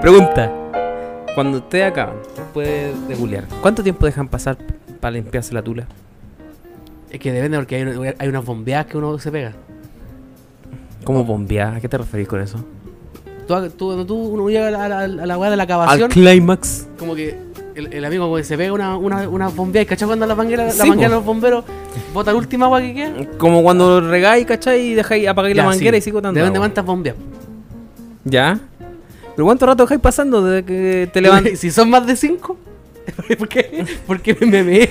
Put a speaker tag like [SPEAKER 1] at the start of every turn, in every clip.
[SPEAKER 1] Pregunta. Cuando ustedes acaban, después de googlear, ¿cuánto tiempo dejan pasar para limpiarse la tula?
[SPEAKER 2] Es que depende porque hay, un- hay unas bombeadas que uno se pega.
[SPEAKER 1] ¿Cómo bombear? ¿A qué te referís con eso?
[SPEAKER 2] Tú, tú- cuando tú uno llega a la, a la- a la weá de la
[SPEAKER 1] Al
[SPEAKER 2] excavación,
[SPEAKER 1] clímax.
[SPEAKER 2] como que el, el amigo como que se pega una, una, una bombeada. ¿Cachai cuando la manguera,
[SPEAKER 1] Sí,
[SPEAKER 2] la
[SPEAKER 1] po.
[SPEAKER 2] manguera de los bomberos bota la última agua que queda?
[SPEAKER 1] Como cuando regáis, ¿cachai? Y dejáis apagáis la
[SPEAKER 2] Ya,
[SPEAKER 1] manguera
[SPEAKER 2] sí.
[SPEAKER 1] y sigo tan
[SPEAKER 2] Depende de cuántas bombeas.
[SPEAKER 1] ¿Ya? ¿Pero cuánto rato dejáis pasando desde que te levantas?
[SPEAKER 2] Si son más de cinco, ¿por qué? Porque me meé.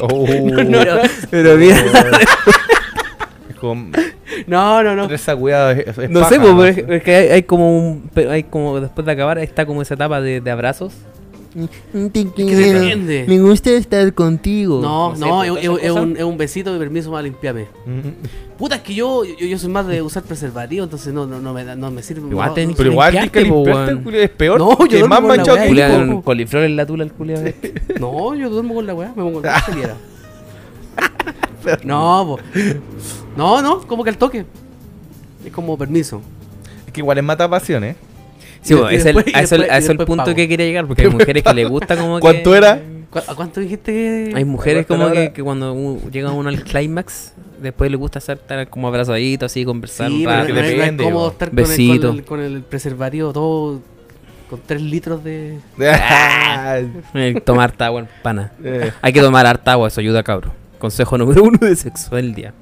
[SPEAKER 3] Oh,
[SPEAKER 1] pero, pero mira,
[SPEAKER 3] Es como
[SPEAKER 2] No, no, no.
[SPEAKER 3] tres sacudadas, es- es
[SPEAKER 1] no
[SPEAKER 3] paja,
[SPEAKER 1] sé, pues, pero es,
[SPEAKER 3] sé.
[SPEAKER 1] es que hay, hay como un, pe- hay como después de acabar está como esa etapa de, de abrazos.
[SPEAKER 4] Te
[SPEAKER 2] quiero. Me
[SPEAKER 4] gusta estar contigo.
[SPEAKER 2] No,
[SPEAKER 1] No sé,
[SPEAKER 2] no,
[SPEAKER 1] pues,
[SPEAKER 2] es,
[SPEAKER 1] todas esas
[SPEAKER 2] es- es
[SPEAKER 1] cosas.
[SPEAKER 2] un, es un besito de permiso para limpiarme.
[SPEAKER 3] Mm.
[SPEAKER 2] Puta, es que yo, yo, yo soy más de usar preservativo, entonces no, no, no, me, da- no me sirve.
[SPEAKER 1] Igual
[SPEAKER 2] no,
[SPEAKER 1] tenés
[SPEAKER 3] Pero igual tienes que
[SPEAKER 1] Limpiarte, po,
[SPEAKER 3] limpiarte,
[SPEAKER 1] weón.
[SPEAKER 3] culiao, es peor.
[SPEAKER 2] No, yo
[SPEAKER 3] que
[SPEAKER 2] duermo
[SPEAKER 3] más
[SPEAKER 2] con la
[SPEAKER 3] manchado
[SPEAKER 2] weá
[SPEAKER 3] que
[SPEAKER 2] ahí,
[SPEAKER 3] el
[SPEAKER 2] po.
[SPEAKER 3] hipo.
[SPEAKER 1] Julián, coliflor en la tula, el culiado.
[SPEAKER 2] No, yo duermo con la weá, me pongo el que quiera. No, po. no, no, como que al toque. Es como permiso.
[SPEAKER 3] Es que igual es mata pasión, ¿eh?
[SPEAKER 1] Sí,
[SPEAKER 2] Y
[SPEAKER 1] pues,
[SPEAKER 2] después-
[SPEAKER 1] es el,
[SPEAKER 2] y
[SPEAKER 1] a eso-
[SPEAKER 2] después-
[SPEAKER 1] a
[SPEAKER 2] y
[SPEAKER 1] eso es el
[SPEAKER 2] después
[SPEAKER 1] punto
[SPEAKER 2] pago.
[SPEAKER 1] que quería llegar, porque hay mujeres que les gusta como que-
[SPEAKER 3] ¿Cuánto era?
[SPEAKER 2] ¿Cu- ¿A cuánto dijiste que.?
[SPEAKER 1] Hay mujeres como
[SPEAKER 3] ¿Cuánto era?
[SPEAKER 1] que, que cuando u- llega uno al clímax, después les gusta estar tan como abrazadito, así, conversar
[SPEAKER 2] Sí,
[SPEAKER 1] un
[SPEAKER 2] pero
[SPEAKER 1] rato.
[SPEAKER 2] no,
[SPEAKER 3] que
[SPEAKER 2] no es- no es
[SPEAKER 3] depende,
[SPEAKER 2] cómodo
[SPEAKER 3] po.
[SPEAKER 2] estar con el,
[SPEAKER 1] Besito.
[SPEAKER 2] con, el, con el preservativo todo. Con 3 litros de.
[SPEAKER 1] Eh, Tomar harta agua, pana.
[SPEAKER 3] Eh,
[SPEAKER 1] Hay que tomar harta agua, eso ayuda, cabro. Consejo número uno de sexo del día.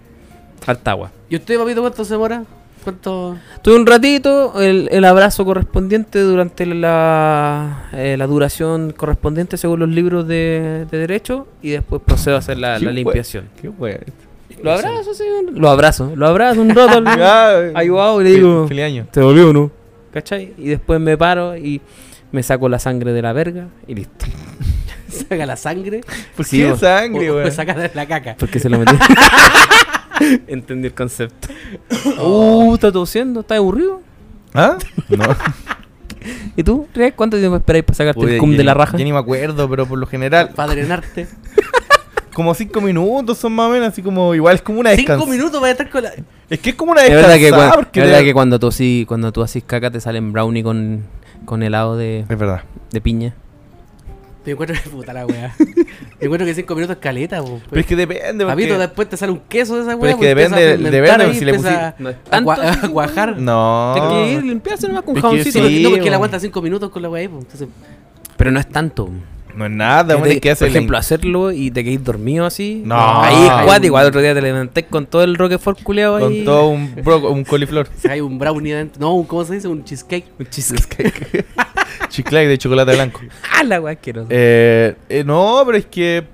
[SPEAKER 1] Harta agua.
[SPEAKER 2] ¿Y usted, papito, cuánto se demora? ¿Cuánto.?
[SPEAKER 1] Tuve un ratito, el, el abrazo correspondiente durante la, eh, la duración correspondiente según los libros de, de derecho y después procedo a hacer la,
[SPEAKER 3] Sí,
[SPEAKER 1] la
[SPEAKER 3] pues.
[SPEAKER 1] limpiación.
[SPEAKER 3] Qué bueno.
[SPEAKER 1] Lo abrazo, sí. Lo abrazo, lo abrazo un rato. al- ayudado y le digo,
[SPEAKER 3] Feliz año.
[SPEAKER 1] ¿Te dolió o no? ¿Cachai? Y después me paro y me saco la sangre de la verga y listo.
[SPEAKER 2] ¿Saca la sangre?
[SPEAKER 3] ¿Por
[SPEAKER 1] Sí,
[SPEAKER 3] qué
[SPEAKER 1] vos.
[SPEAKER 3] Pues sangre,
[SPEAKER 2] o- o
[SPEAKER 3] weón?
[SPEAKER 2] saca de la caca.
[SPEAKER 1] Porque se lo metí. Entendí el concepto.
[SPEAKER 3] Oh.
[SPEAKER 1] Uh, está tosiendo, está aburrido.
[SPEAKER 3] ¿Ah? No.
[SPEAKER 1] ¿Y tú, Rick, cuánto tiempo esperáis para sacarte
[SPEAKER 3] Pude,
[SPEAKER 1] el cum
[SPEAKER 3] ya
[SPEAKER 1] de
[SPEAKER 3] ni-
[SPEAKER 1] la raja?
[SPEAKER 3] Ya ni me acuerdo, pero por lo general,
[SPEAKER 2] Para drenarte.
[SPEAKER 3] como cinco minutos son más o menos, así como, igual es como una
[SPEAKER 2] Cinco
[SPEAKER 3] descansa.
[SPEAKER 2] minutos para estar con la.
[SPEAKER 3] Es que es como una
[SPEAKER 1] Es
[SPEAKER 3] descansa.
[SPEAKER 1] verdad que, cuan-
[SPEAKER 3] porque
[SPEAKER 1] es
[SPEAKER 3] te-
[SPEAKER 1] verdad que cuando, tú así, cuando tú haces caca te salen brownie con, con helado de,
[SPEAKER 3] Es verdad.
[SPEAKER 1] de piña.
[SPEAKER 2] Me encuentro puta la weá. Me encuentro que cinco minutos es caleta, po.
[SPEAKER 3] Pero es que depende. porque-
[SPEAKER 2] Papito, después te sale un queso de esa
[SPEAKER 3] Pero
[SPEAKER 2] weá.
[SPEAKER 3] es que
[SPEAKER 2] pues, empieza
[SPEAKER 3] depende-
[SPEAKER 2] a fermentar
[SPEAKER 3] depende,
[SPEAKER 2] ahí,
[SPEAKER 3] si le
[SPEAKER 2] empieza
[SPEAKER 1] pusi- no es
[SPEAKER 2] a
[SPEAKER 1] tanto
[SPEAKER 2] gua- a
[SPEAKER 1] así, po.
[SPEAKER 2] guajar.
[SPEAKER 3] No.
[SPEAKER 1] Tienes que ir, limpiarse nomás con
[SPEAKER 3] Es que
[SPEAKER 1] jaboncito.
[SPEAKER 3] sí.
[SPEAKER 2] no, porque él
[SPEAKER 3] weón.
[SPEAKER 2] aguanta cinco minutos con la weá ahí, po. Entonces,
[SPEAKER 1] Pero no es tanto.
[SPEAKER 3] No es nada,
[SPEAKER 1] Te-
[SPEAKER 3] weón. que hace
[SPEAKER 1] por
[SPEAKER 3] la-
[SPEAKER 1] ejemplo, hacerlo y te quedáis dormido así.
[SPEAKER 3] No.
[SPEAKER 1] Ahí es cuático. Al otro día te levanté con todo el Roquefort culeado ahí.
[SPEAKER 3] Con todo un, bro- un coliflor.
[SPEAKER 2] si hay un brownie adentro. No, un- ¿cómo se dice? Un cheesecake.
[SPEAKER 1] Un cheesecake.
[SPEAKER 3] Chiclac de chocolate blanco.
[SPEAKER 1] ¡Ah, la weá asquerosa!
[SPEAKER 3] Eh, eh, no, pero es que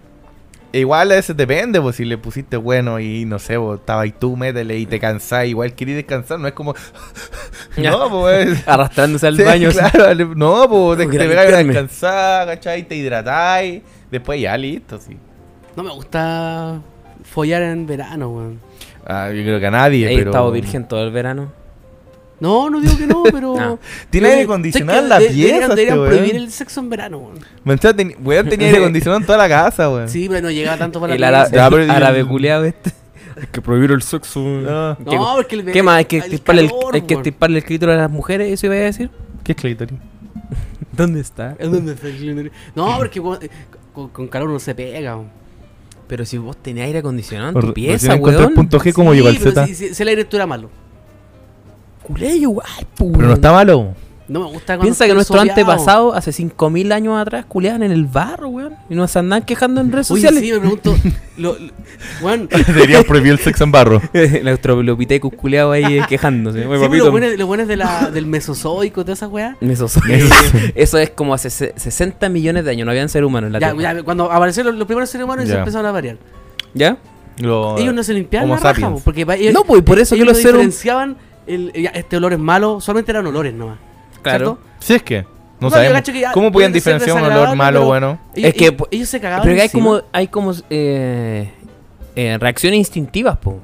[SPEAKER 3] igual a veces depende, pues si le pusiste bueno y no sé, vos estaba y tú, métele y te cansás, igual querís descansar, no es como... no, pues...
[SPEAKER 1] Arrastrándose al
[SPEAKER 3] sí,
[SPEAKER 1] baño. así.
[SPEAKER 3] claro, le- no, pues te,
[SPEAKER 1] Tengo que
[SPEAKER 3] te
[SPEAKER 1] ir a
[SPEAKER 3] pegáis una
[SPEAKER 1] limpiarme.
[SPEAKER 3] descansada, ¿cachai? Te hidratáis, después ya listo, sí.
[SPEAKER 2] No me gusta follar en verano, weón.
[SPEAKER 3] Ah, yo creo que a nadie,
[SPEAKER 1] He
[SPEAKER 3] pero...
[SPEAKER 1] estado virgen todo el verano.
[SPEAKER 2] No, no digo que no, pero.
[SPEAKER 1] No.
[SPEAKER 3] Ah. Tiene
[SPEAKER 2] Yo-
[SPEAKER 3] aire acondicionado
[SPEAKER 2] sé que
[SPEAKER 3] en la
[SPEAKER 2] de-
[SPEAKER 3] pieza,
[SPEAKER 2] Eh, Deberían,
[SPEAKER 3] este
[SPEAKER 2] deberían
[SPEAKER 3] weón.
[SPEAKER 2] prohibir el sexo en verano, weón.
[SPEAKER 3] Manchado teni- weón, tenía aire acondicionado en toda la casa, weón.
[SPEAKER 2] Sí, pero no llegaba tanto para
[SPEAKER 1] El,
[SPEAKER 2] la
[SPEAKER 1] ara-
[SPEAKER 2] pieza.
[SPEAKER 3] Ya,
[SPEAKER 1] el
[SPEAKER 3] pero Ah. y-
[SPEAKER 1] árabe culeado este. Hay que prohibir el sexo.
[SPEAKER 3] No.
[SPEAKER 1] ¿Qué,
[SPEAKER 2] No, porque el
[SPEAKER 1] qué más? Hay que
[SPEAKER 2] el
[SPEAKER 1] estiparle el,
[SPEAKER 2] calor,
[SPEAKER 1] hay que
[SPEAKER 2] weón.
[SPEAKER 1] estiparle el clítoris a las mujeres, eso iba a decir.
[SPEAKER 3] ¿Qué es clítoris?
[SPEAKER 1] ¿Dónde está?
[SPEAKER 2] ¿En dónde está el clítoris? No, porque weón, eh, con, con calor no se pega. weón.
[SPEAKER 1] Pero si vos tenés aire acondicionado en
[SPEAKER 3] Por
[SPEAKER 1] tu pieza,
[SPEAKER 3] el
[SPEAKER 1] weón.
[SPEAKER 3] punto G como
[SPEAKER 2] Sí,
[SPEAKER 3] llegó el
[SPEAKER 2] pero
[SPEAKER 3] Z.
[SPEAKER 2] Si, si- si el aire estuviera malo.
[SPEAKER 1] Culé igual, pu,
[SPEAKER 3] Pero no está malo.
[SPEAKER 2] No me gusta cuando
[SPEAKER 1] Piensa que
[SPEAKER 2] estoy
[SPEAKER 1] nuestros
[SPEAKER 2] soleado.
[SPEAKER 1] antepasados, hace 5.000 años atrás, culeaban en el barro, weón. Y nos andan quejando en redes
[SPEAKER 2] Oye,
[SPEAKER 1] sociales.
[SPEAKER 2] sí, me pregunto. lo- lo- weón,
[SPEAKER 3] Deberían prohibir el sexo en barro.
[SPEAKER 1] El australopithecus culeado ahí eh, quejándose. Oye,
[SPEAKER 2] sí, pero
[SPEAKER 1] papito,
[SPEAKER 2] los buenos, los buenos de la, del mesozoico, toda esa weá.
[SPEAKER 1] Eso, eso es como hace se- 60 millones de años, no habían ser humano en la
[SPEAKER 2] Ya,
[SPEAKER 1] Tierra.
[SPEAKER 2] ya, cuando aparecieron los, los primeros seres humanos y se
[SPEAKER 3] Ya.
[SPEAKER 2] empezaron a variar.
[SPEAKER 1] ¿Ya?
[SPEAKER 3] Lo-
[SPEAKER 2] Ellos no se limpiaban
[SPEAKER 3] Homo
[SPEAKER 2] la raja,
[SPEAKER 3] sapiens.
[SPEAKER 2] po, porque pa- ellos-
[SPEAKER 1] No, pues, y por eso que
[SPEAKER 2] ellos no
[SPEAKER 1] los seres-
[SPEAKER 2] diferenciaban el, ya, este olor es malo, solamente eran olores nomás.
[SPEAKER 1] Claro.
[SPEAKER 2] ¿cierto?
[SPEAKER 3] Si es que. No,
[SPEAKER 2] yo
[SPEAKER 3] sabemos.
[SPEAKER 2] cacho que ya
[SPEAKER 3] ¿Cómo
[SPEAKER 2] pueden
[SPEAKER 3] podían
[SPEAKER 2] ser
[SPEAKER 3] diferenciar un olor
[SPEAKER 2] desagradables,
[SPEAKER 3] malo o
[SPEAKER 2] pero
[SPEAKER 3] bueno?
[SPEAKER 2] Ellos,
[SPEAKER 1] Es que,
[SPEAKER 2] ellos-
[SPEAKER 1] po-
[SPEAKER 2] ellos se cagaban.
[SPEAKER 1] Pero que hay
[SPEAKER 2] encima.
[SPEAKER 1] como, hay como eh, eh, reacciones instintivas, po.